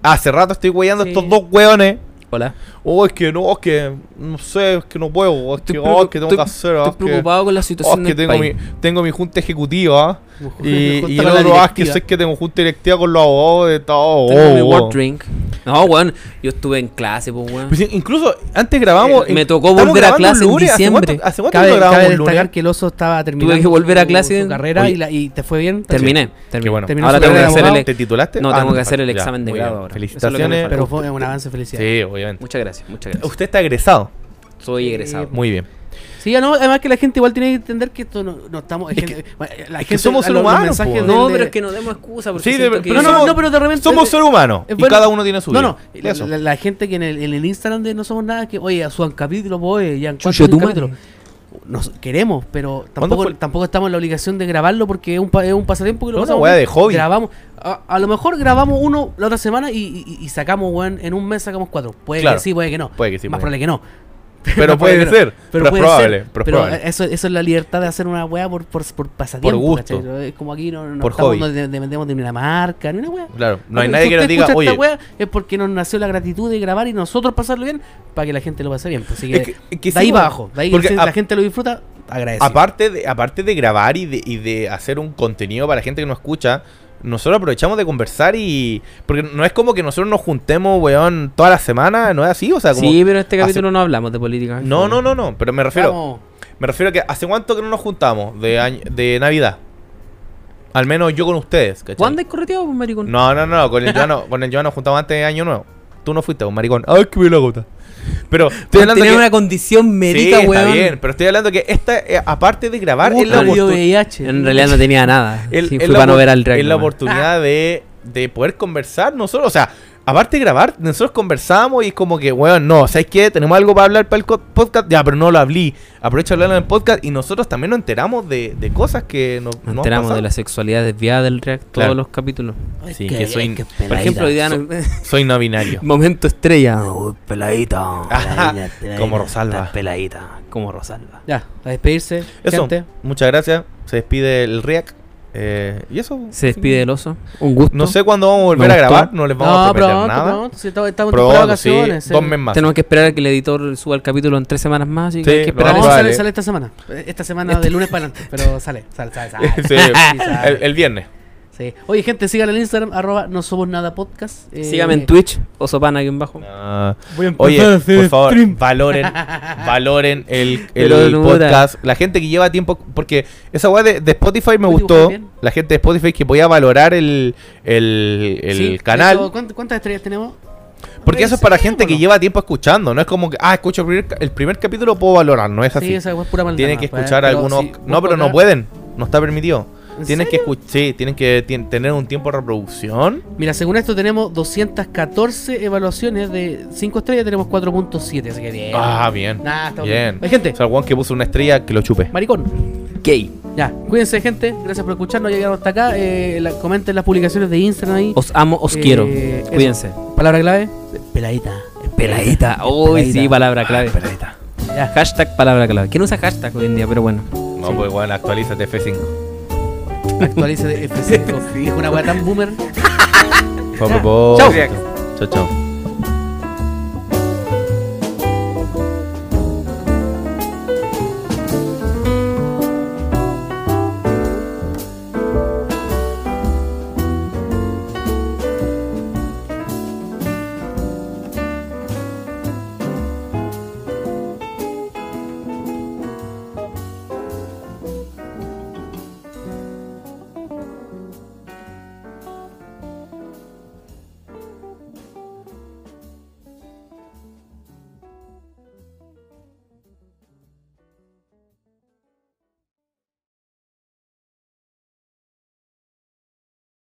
[SPEAKER 3] Hace rato estoy weyando
[SPEAKER 2] Sí.
[SPEAKER 3] estos dos weones.
[SPEAKER 1] Hola.
[SPEAKER 3] Oh, es que no, es que. No sé, es que no puedo. Es que,
[SPEAKER 1] Estoy
[SPEAKER 3] oh, es que
[SPEAKER 1] preocu-
[SPEAKER 3] tengo
[SPEAKER 1] estoy-
[SPEAKER 3] que hacer. oh,
[SPEAKER 1] Estoy
[SPEAKER 3] es que-
[SPEAKER 1] preocupado con la
[SPEAKER 3] oh,
[SPEAKER 1] situación
[SPEAKER 3] es que
[SPEAKER 1] del
[SPEAKER 3] tengo mi,
[SPEAKER 1] país.
[SPEAKER 3] tengo mi junta ejecutiva. Y,
[SPEAKER 2] Junto
[SPEAKER 3] y
[SPEAKER 2] con
[SPEAKER 3] el
[SPEAKER 2] la
[SPEAKER 3] otro, ah, es que
[SPEAKER 2] directiva.
[SPEAKER 3] sé que tengo junta directiva con los abogados de Estado.
[SPEAKER 1] Tengo mi
[SPEAKER 3] oh,
[SPEAKER 1] word
[SPEAKER 3] oh.
[SPEAKER 1] drink. No, weón, yo estuve en clase, pues, weón.
[SPEAKER 3] Pues sí, incluso antes grabamos.
[SPEAKER 1] Eh, me
[SPEAKER 3] en-
[SPEAKER 1] tocó
[SPEAKER 3] estamos
[SPEAKER 1] volver a
[SPEAKER 3] grabando
[SPEAKER 1] clase en
[SPEAKER 3] lunes, ¿hace
[SPEAKER 1] diciembre.
[SPEAKER 3] cuánto- ¿Hace cuánto
[SPEAKER 2] Cabe,
[SPEAKER 3] no
[SPEAKER 2] cabe
[SPEAKER 3] grabamos el
[SPEAKER 2] destacar
[SPEAKER 3] lunes?
[SPEAKER 2] que el oso estaba terminando
[SPEAKER 1] que volver a
[SPEAKER 2] su-
[SPEAKER 1] clase.
[SPEAKER 2] su carrera
[SPEAKER 1] Oye.
[SPEAKER 2] y, la- y te fue bien.
[SPEAKER 1] Terminé, terminé.
[SPEAKER 3] Qué bueno.
[SPEAKER 2] Terminó
[SPEAKER 1] Ahora
[SPEAKER 2] su
[SPEAKER 1] tengo que
[SPEAKER 2] carrera de
[SPEAKER 1] hacer el,
[SPEAKER 2] abogado.
[SPEAKER 3] ¿Te titulaste?
[SPEAKER 1] No,
[SPEAKER 3] Ah,
[SPEAKER 1] tengo que
[SPEAKER 3] me
[SPEAKER 1] hacer el
[SPEAKER 3] falta.
[SPEAKER 1] examen de
[SPEAKER 3] muy
[SPEAKER 1] grado
[SPEAKER 3] bien.
[SPEAKER 1] ahora. Eso es lo que me
[SPEAKER 3] Felicitaciones.
[SPEAKER 1] falta.
[SPEAKER 2] Pero fue un avance, felicidad.
[SPEAKER 3] Sí, obviamente.
[SPEAKER 1] Muchas gracias, muchas gracias.
[SPEAKER 3] Usted está egresado.
[SPEAKER 1] Soy
[SPEAKER 2] Ah,
[SPEAKER 1] egresado.
[SPEAKER 3] Muy bien.
[SPEAKER 2] Sí, no, además que la gente igual tiene que entender que esto no, no estamos.
[SPEAKER 3] Es
[SPEAKER 2] gente-
[SPEAKER 3] que-
[SPEAKER 2] bueno, la
[SPEAKER 3] es que somos
[SPEAKER 2] los- los
[SPEAKER 3] humanos,
[SPEAKER 2] mensajes
[SPEAKER 3] po.
[SPEAKER 2] del-
[SPEAKER 1] No,
[SPEAKER 2] de-
[SPEAKER 1] pero es que no demos excusa porque
[SPEAKER 3] Sí,
[SPEAKER 1] siento
[SPEAKER 3] de-
[SPEAKER 1] que-
[SPEAKER 2] No,
[SPEAKER 3] pero
[SPEAKER 2] no, no, pero de repente.
[SPEAKER 3] Somos seres humanos.
[SPEAKER 2] es
[SPEAKER 3] Y
[SPEAKER 2] bueno-
[SPEAKER 3] cada uno tiene su vida.
[SPEAKER 2] No, no, la,
[SPEAKER 3] Eso.
[SPEAKER 2] la- la gente que en el, en el Instagram de No Somos Nada, que oye, suban capítulos, oye, ya en
[SPEAKER 1] Chucho,
[SPEAKER 2] cuánto
[SPEAKER 1] tu
[SPEAKER 2] capítulo. Nos queremos, pero
[SPEAKER 3] fue
[SPEAKER 2] tampoco,
[SPEAKER 3] el-
[SPEAKER 2] tampoco estamos en la obligación de grabarlo porque es un, pa- es un pasatiempo que lo
[SPEAKER 3] Es una
[SPEAKER 2] pasamos
[SPEAKER 3] weá
[SPEAKER 2] bien.
[SPEAKER 3] de hobby.
[SPEAKER 2] Grabamos, a, a lo mejor grabamos uno la otra semana y, y- y sacamos, weón, en un mes sacamos cuatro. Puede
[SPEAKER 3] Claro.
[SPEAKER 2] que sí, puede que no.
[SPEAKER 3] Puede que sí,
[SPEAKER 2] Más
[SPEAKER 3] puede
[SPEAKER 2] probable que no.
[SPEAKER 3] Pero
[SPEAKER 2] Más probable
[SPEAKER 3] puede
[SPEAKER 2] que no.
[SPEAKER 3] ser. Pero es
[SPEAKER 2] puede
[SPEAKER 3] probable.
[SPEAKER 2] ser.
[SPEAKER 3] Pero es
[SPEAKER 2] Pero
[SPEAKER 3] probable.
[SPEAKER 2] eso, eso es la libertad de hacer una weá por, por, por pasatiempo.
[SPEAKER 3] gusto.
[SPEAKER 2] ¿cachai? Es como aquí no, no
[SPEAKER 3] Por
[SPEAKER 2] estamos,
[SPEAKER 3] hobby.
[SPEAKER 2] no de- dependemos de una marca, ni una weá.
[SPEAKER 3] Claro, no hay
[SPEAKER 2] Si
[SPEAKER 3] nadie que
[SPEAKER 2] usted
[SPEAKER 3] nos diga,
[SPEAKER 2] escucha
[SPEAKER 3] oye.
[SPEAKER 2] Esta wea es porque nos nació la gratitud de grabar y nosotros pasarlo bien para que la gente lo pase bien. pues, Así que,
[SPEAKER 3] Es que- es que
[SPEAKER 2] de ahí
[SPEAKER 3] sí,
[SPEAKER 2] para
[SPEAKER 3] weón.
[SPEAKER 2] abajo. De ahí
[SPEAKER 3] Porque
[SPEAKER 2] si
[SPEAKER 3] a-
[SPEAKER 2] la gente lo disfruta, agradecido.
[SPEAKER 3] Aparte de, aparte de grabar y de, y de hacer un contenido para la gente que nos escucha, nosotros aprovechamos de conversar y. Porque no es como que nosotros nos juntemos, weón, toda la semana, no es así, o sea, como.
[SPEAKER 1] Sí, pero en este
[SPEAKER 3] hace-
[SPEAKER 1] capítulo no hablamos de política.
[SPEAKER 3] No, no, no, no, pero me refiero.
[SPEAKER 2] Vamos.
[SPEAKER 3] Me refiero a que hace cuánto que no nos juntamos de, año- de Navidad. Al menos yo con ustedes, ¿cachai?
[SPEAKER 1] ¿Cuándo es correteado, pues, maricón?
[SPEAKER 3] No, no, no, con el Joano, con el Joan nos juntamos antes de Año Nuevo. Tú no fuiste, un maricón. Ay, que me la gota. Pero estoy
[SPEAKER 1] Pues
[SPEAKER 3] hablando
[SPEAKER 1] tener
[SPEAKER 3] que...
[SPEAKER 1] una condición médica,
[SPEAKER 3] sí,
[SPEAKER 1] weón.
[SPEAKER 3] está bien, pero estoy hablando que esta, eh, aparte de grabar,
[SPEAKER 2] Uh,
[SPEAKER 3] es la,
[SPEAKER 1] pero
[SPEAKER 2] perdió
[SPEAKER 3] oportu-
[SPEAKER 2] VIH.
[SPEAKER 1] En realidad no tenía nada.
[SPEAKER 3] el-
[SPEAKER 1] Sí,
[SPEAKER 3] es
[SPEAKER 1] fui
[SPEAKER 3] la
[SPEAKER 1] para no
[SPEAKER 3] opor-
[SPEAKER 1] ver al drag
[SPEAKER 3] es la
[SPEAKER 1] nomás.
[SPEAKER 3] oportunidad de, de poder conversar nosotros. O sea, aparte de grabar, nosotros conversamos y es como que, weón, no, ¿sabes qué? Tenemos algo para hablar para el co- podcast. Ya, pero no lo hablé. Aprovecho de hablarlo en el podcast y nosotros también nos enteramos de, de cosas que nos,
[SPEAKER 1] Nos enteramos de la sexualidad desviada del React
[SPEAKER 3] Claro.
[SPEAKER 1] todos los capítulos.
[SPEAKER 2] Ay,
[SPEAKER 3] Sí,
[SPEAKER 2] qué-
[SPEAKER 3] que soy-
[SPEAKER 2] ay, qué
[SPEAKER 3] por
[SPEAKER 1] Por
[SPEAKER 2] peladita.
[SPEAKER 1] ejemplo, hoy día no-
[SPEAKER 3] Soy no binario.
[SPEAKER 1] momento estrella.
[SPEAKER 4] peladita.
[SPEAKER 3] Ajá,
[SPEAKER 4] peladita, peladita,
[SPEAKER 3] como Rosalba.
[SPEAKER 4] estás Peladita, como Rosalba.
[SPEAKER 2] Ya, a despedirse.
[SPEAKER 3] Eso,
[SPEAKER 2] Gente.
[SPEAKER 3] muchas gracias. Se despide el React. Eh, y eso.
[SPEAKER 1] Se despide el oso. Un gusto.
[SPEAKER 3] No sé cuándo vamos a volver
[SPEAKER 1] Me
[SPEAKER 3] a
[SPEAKER 1] gustó.
[SPEAKER 3] grabar, no les vamos a
[SPEAKER 2] No,
[SPEAKER 3] prometer
[SPEAKER 2] pronto,
[SPEAKER 3] nada.
[SPEAKER 2] pronto. Si estamos, estamos en
[SPEAKER 3] Pronto,
[SPEAKER 2] temporada de
[SPEAKER 3] sí,
[SPEAKER 2] vacaciones.
[SPEAKER 3] dos
[SPEAKER 2] eh.
[SPEAKER 3] meses más.
[SPEAKER 1] Tenemos que esperar a que el editor suba el capítulo en tres semanas más. Así que
[SPEAKER 3] Sí,
[SPEAKER 1] hay que
[SPEAKER 3] lo
[SPEAKER 1] esperar.
[SPEAKER 2] No,
[SPEAKER 3] vamos
[SPEAKER 1] eso.
[SPEAKER 3] a-
[SPEAKER 2] sale,
[SPEAKER 3] Vale. Este
[SPEAKER 2] sale esta semana. Eh, Esta semana de lunes para adelante. Pero sale, sale, sale. sale.
[SPEAKER 3] Sí, el, el viernes.
[SPEAKER 2] Sí. Oye, gente, síganle en Instagram, arroba no somos nada podcast. Eh,
[SPEAKER 1] Sígame en Twitch, osopana aquí en bajo.
[SPEAKER 3] Ah,
[SPEAKER 4] Voy a
[SPEAKER 3] oye, por favor, valoren, valoren el, el
[SPEAKER 1] Pero,
[SPEAKER 3] podcast. La gente que lleva tiempo, porque esa weá de, de Spotify me
[SPEAKER 2] ¿Lo
[SPEAKER 3] gustó.
[SPEAKER 2] dibujé bien?
[SPEAKER 3] La gente de Spotify que podía valorar el, el, el
[SPEAKER 2] Sí,
[SPEAKER 3] canal.
[SPEAKER 2] eso, ¿cuánt- ¿Cuántas estrellas tenemos?
[SPEAKER 3] Porque eso es para gente que
[SPEAKER 2] Revisémoslo.
[SPEAKER 3] lleva tiempo escuchando. No es como que, ah, escucho el primer, ca- el primer capítulo, puedo valorar. No es así.
[SPEAKER 2] Sí, esa es pura maldad.
[SPEAKER 3] Tienen que
[SPEAKER 2] pues,
[SPEAKER 3] escuchar
[SPEAKER 2] pero
[SPEAKER 3] algunos.
[SPEAKER 2] sí,
[SPEAKER 3] no, pero no
[SPEAKER 2] otra-
[SPEAKER 3] pueden. No está permitido.
[SPEAKER 2] ¿En
[SPEAKER 3] Tienen que escuchar. Sí, tienen que tien- tener un tiempo de reproducción.
[SPEAKER 2] Mira, según esto tenemos 214 evaluaciones de 5 estrellas, tenemos 4.7, así que bien.
[SPEAKER 3] Ah, bien.
[SPEAKER 2] Nah, estamos
[SPEAKER 3] bien.
[SPEAKER 2] Hay gente,
[SPEAKER 3] O sea, el weón que puso una estrella que lo chupe.
[SPEAKER 2] maricón.
[SPEAKER 1] Gay.
[SPEAKER 2] Ya, cuídense, gente. Gracias por escucharnos. Ya Llegamos hasta acá. Eh, la- comenten las publicaciones de Instagram ahí.
[SPEAKER 1] Os amo, os
[SPEAKER 2] Eh,
[SPEAKER 1] quiero.
[SPEAKER 2] eso.
[SPEAKER 1] Cuídense.
[SPEAKER 2] Palabra clave: peladita.
[SPEAKER 1] Peladita. Ah, Uy,
[SPEAKER 2] Peladita.
[SPEAKER 1] sí, palabra clave.
[SPEAKER 4] Peladita.
[SPEAKER 2] Ya.
[SPEAKER 1] Hashtag palabra clave. ¿Quién usa hashtag hoy en día? Pero bueno.
[SPEAKER 3] No, pues bueno, actualízate F5.
[SPEAKER 2] Actualice de F5. Es una weá tan boomer.
[SPEAKER 3] Por
[SPEAKER 2] Ya.
[SPEAKER 3] favor.
[SPEAKER 2] Chao.
[SPEAKER 3] Chao, chao.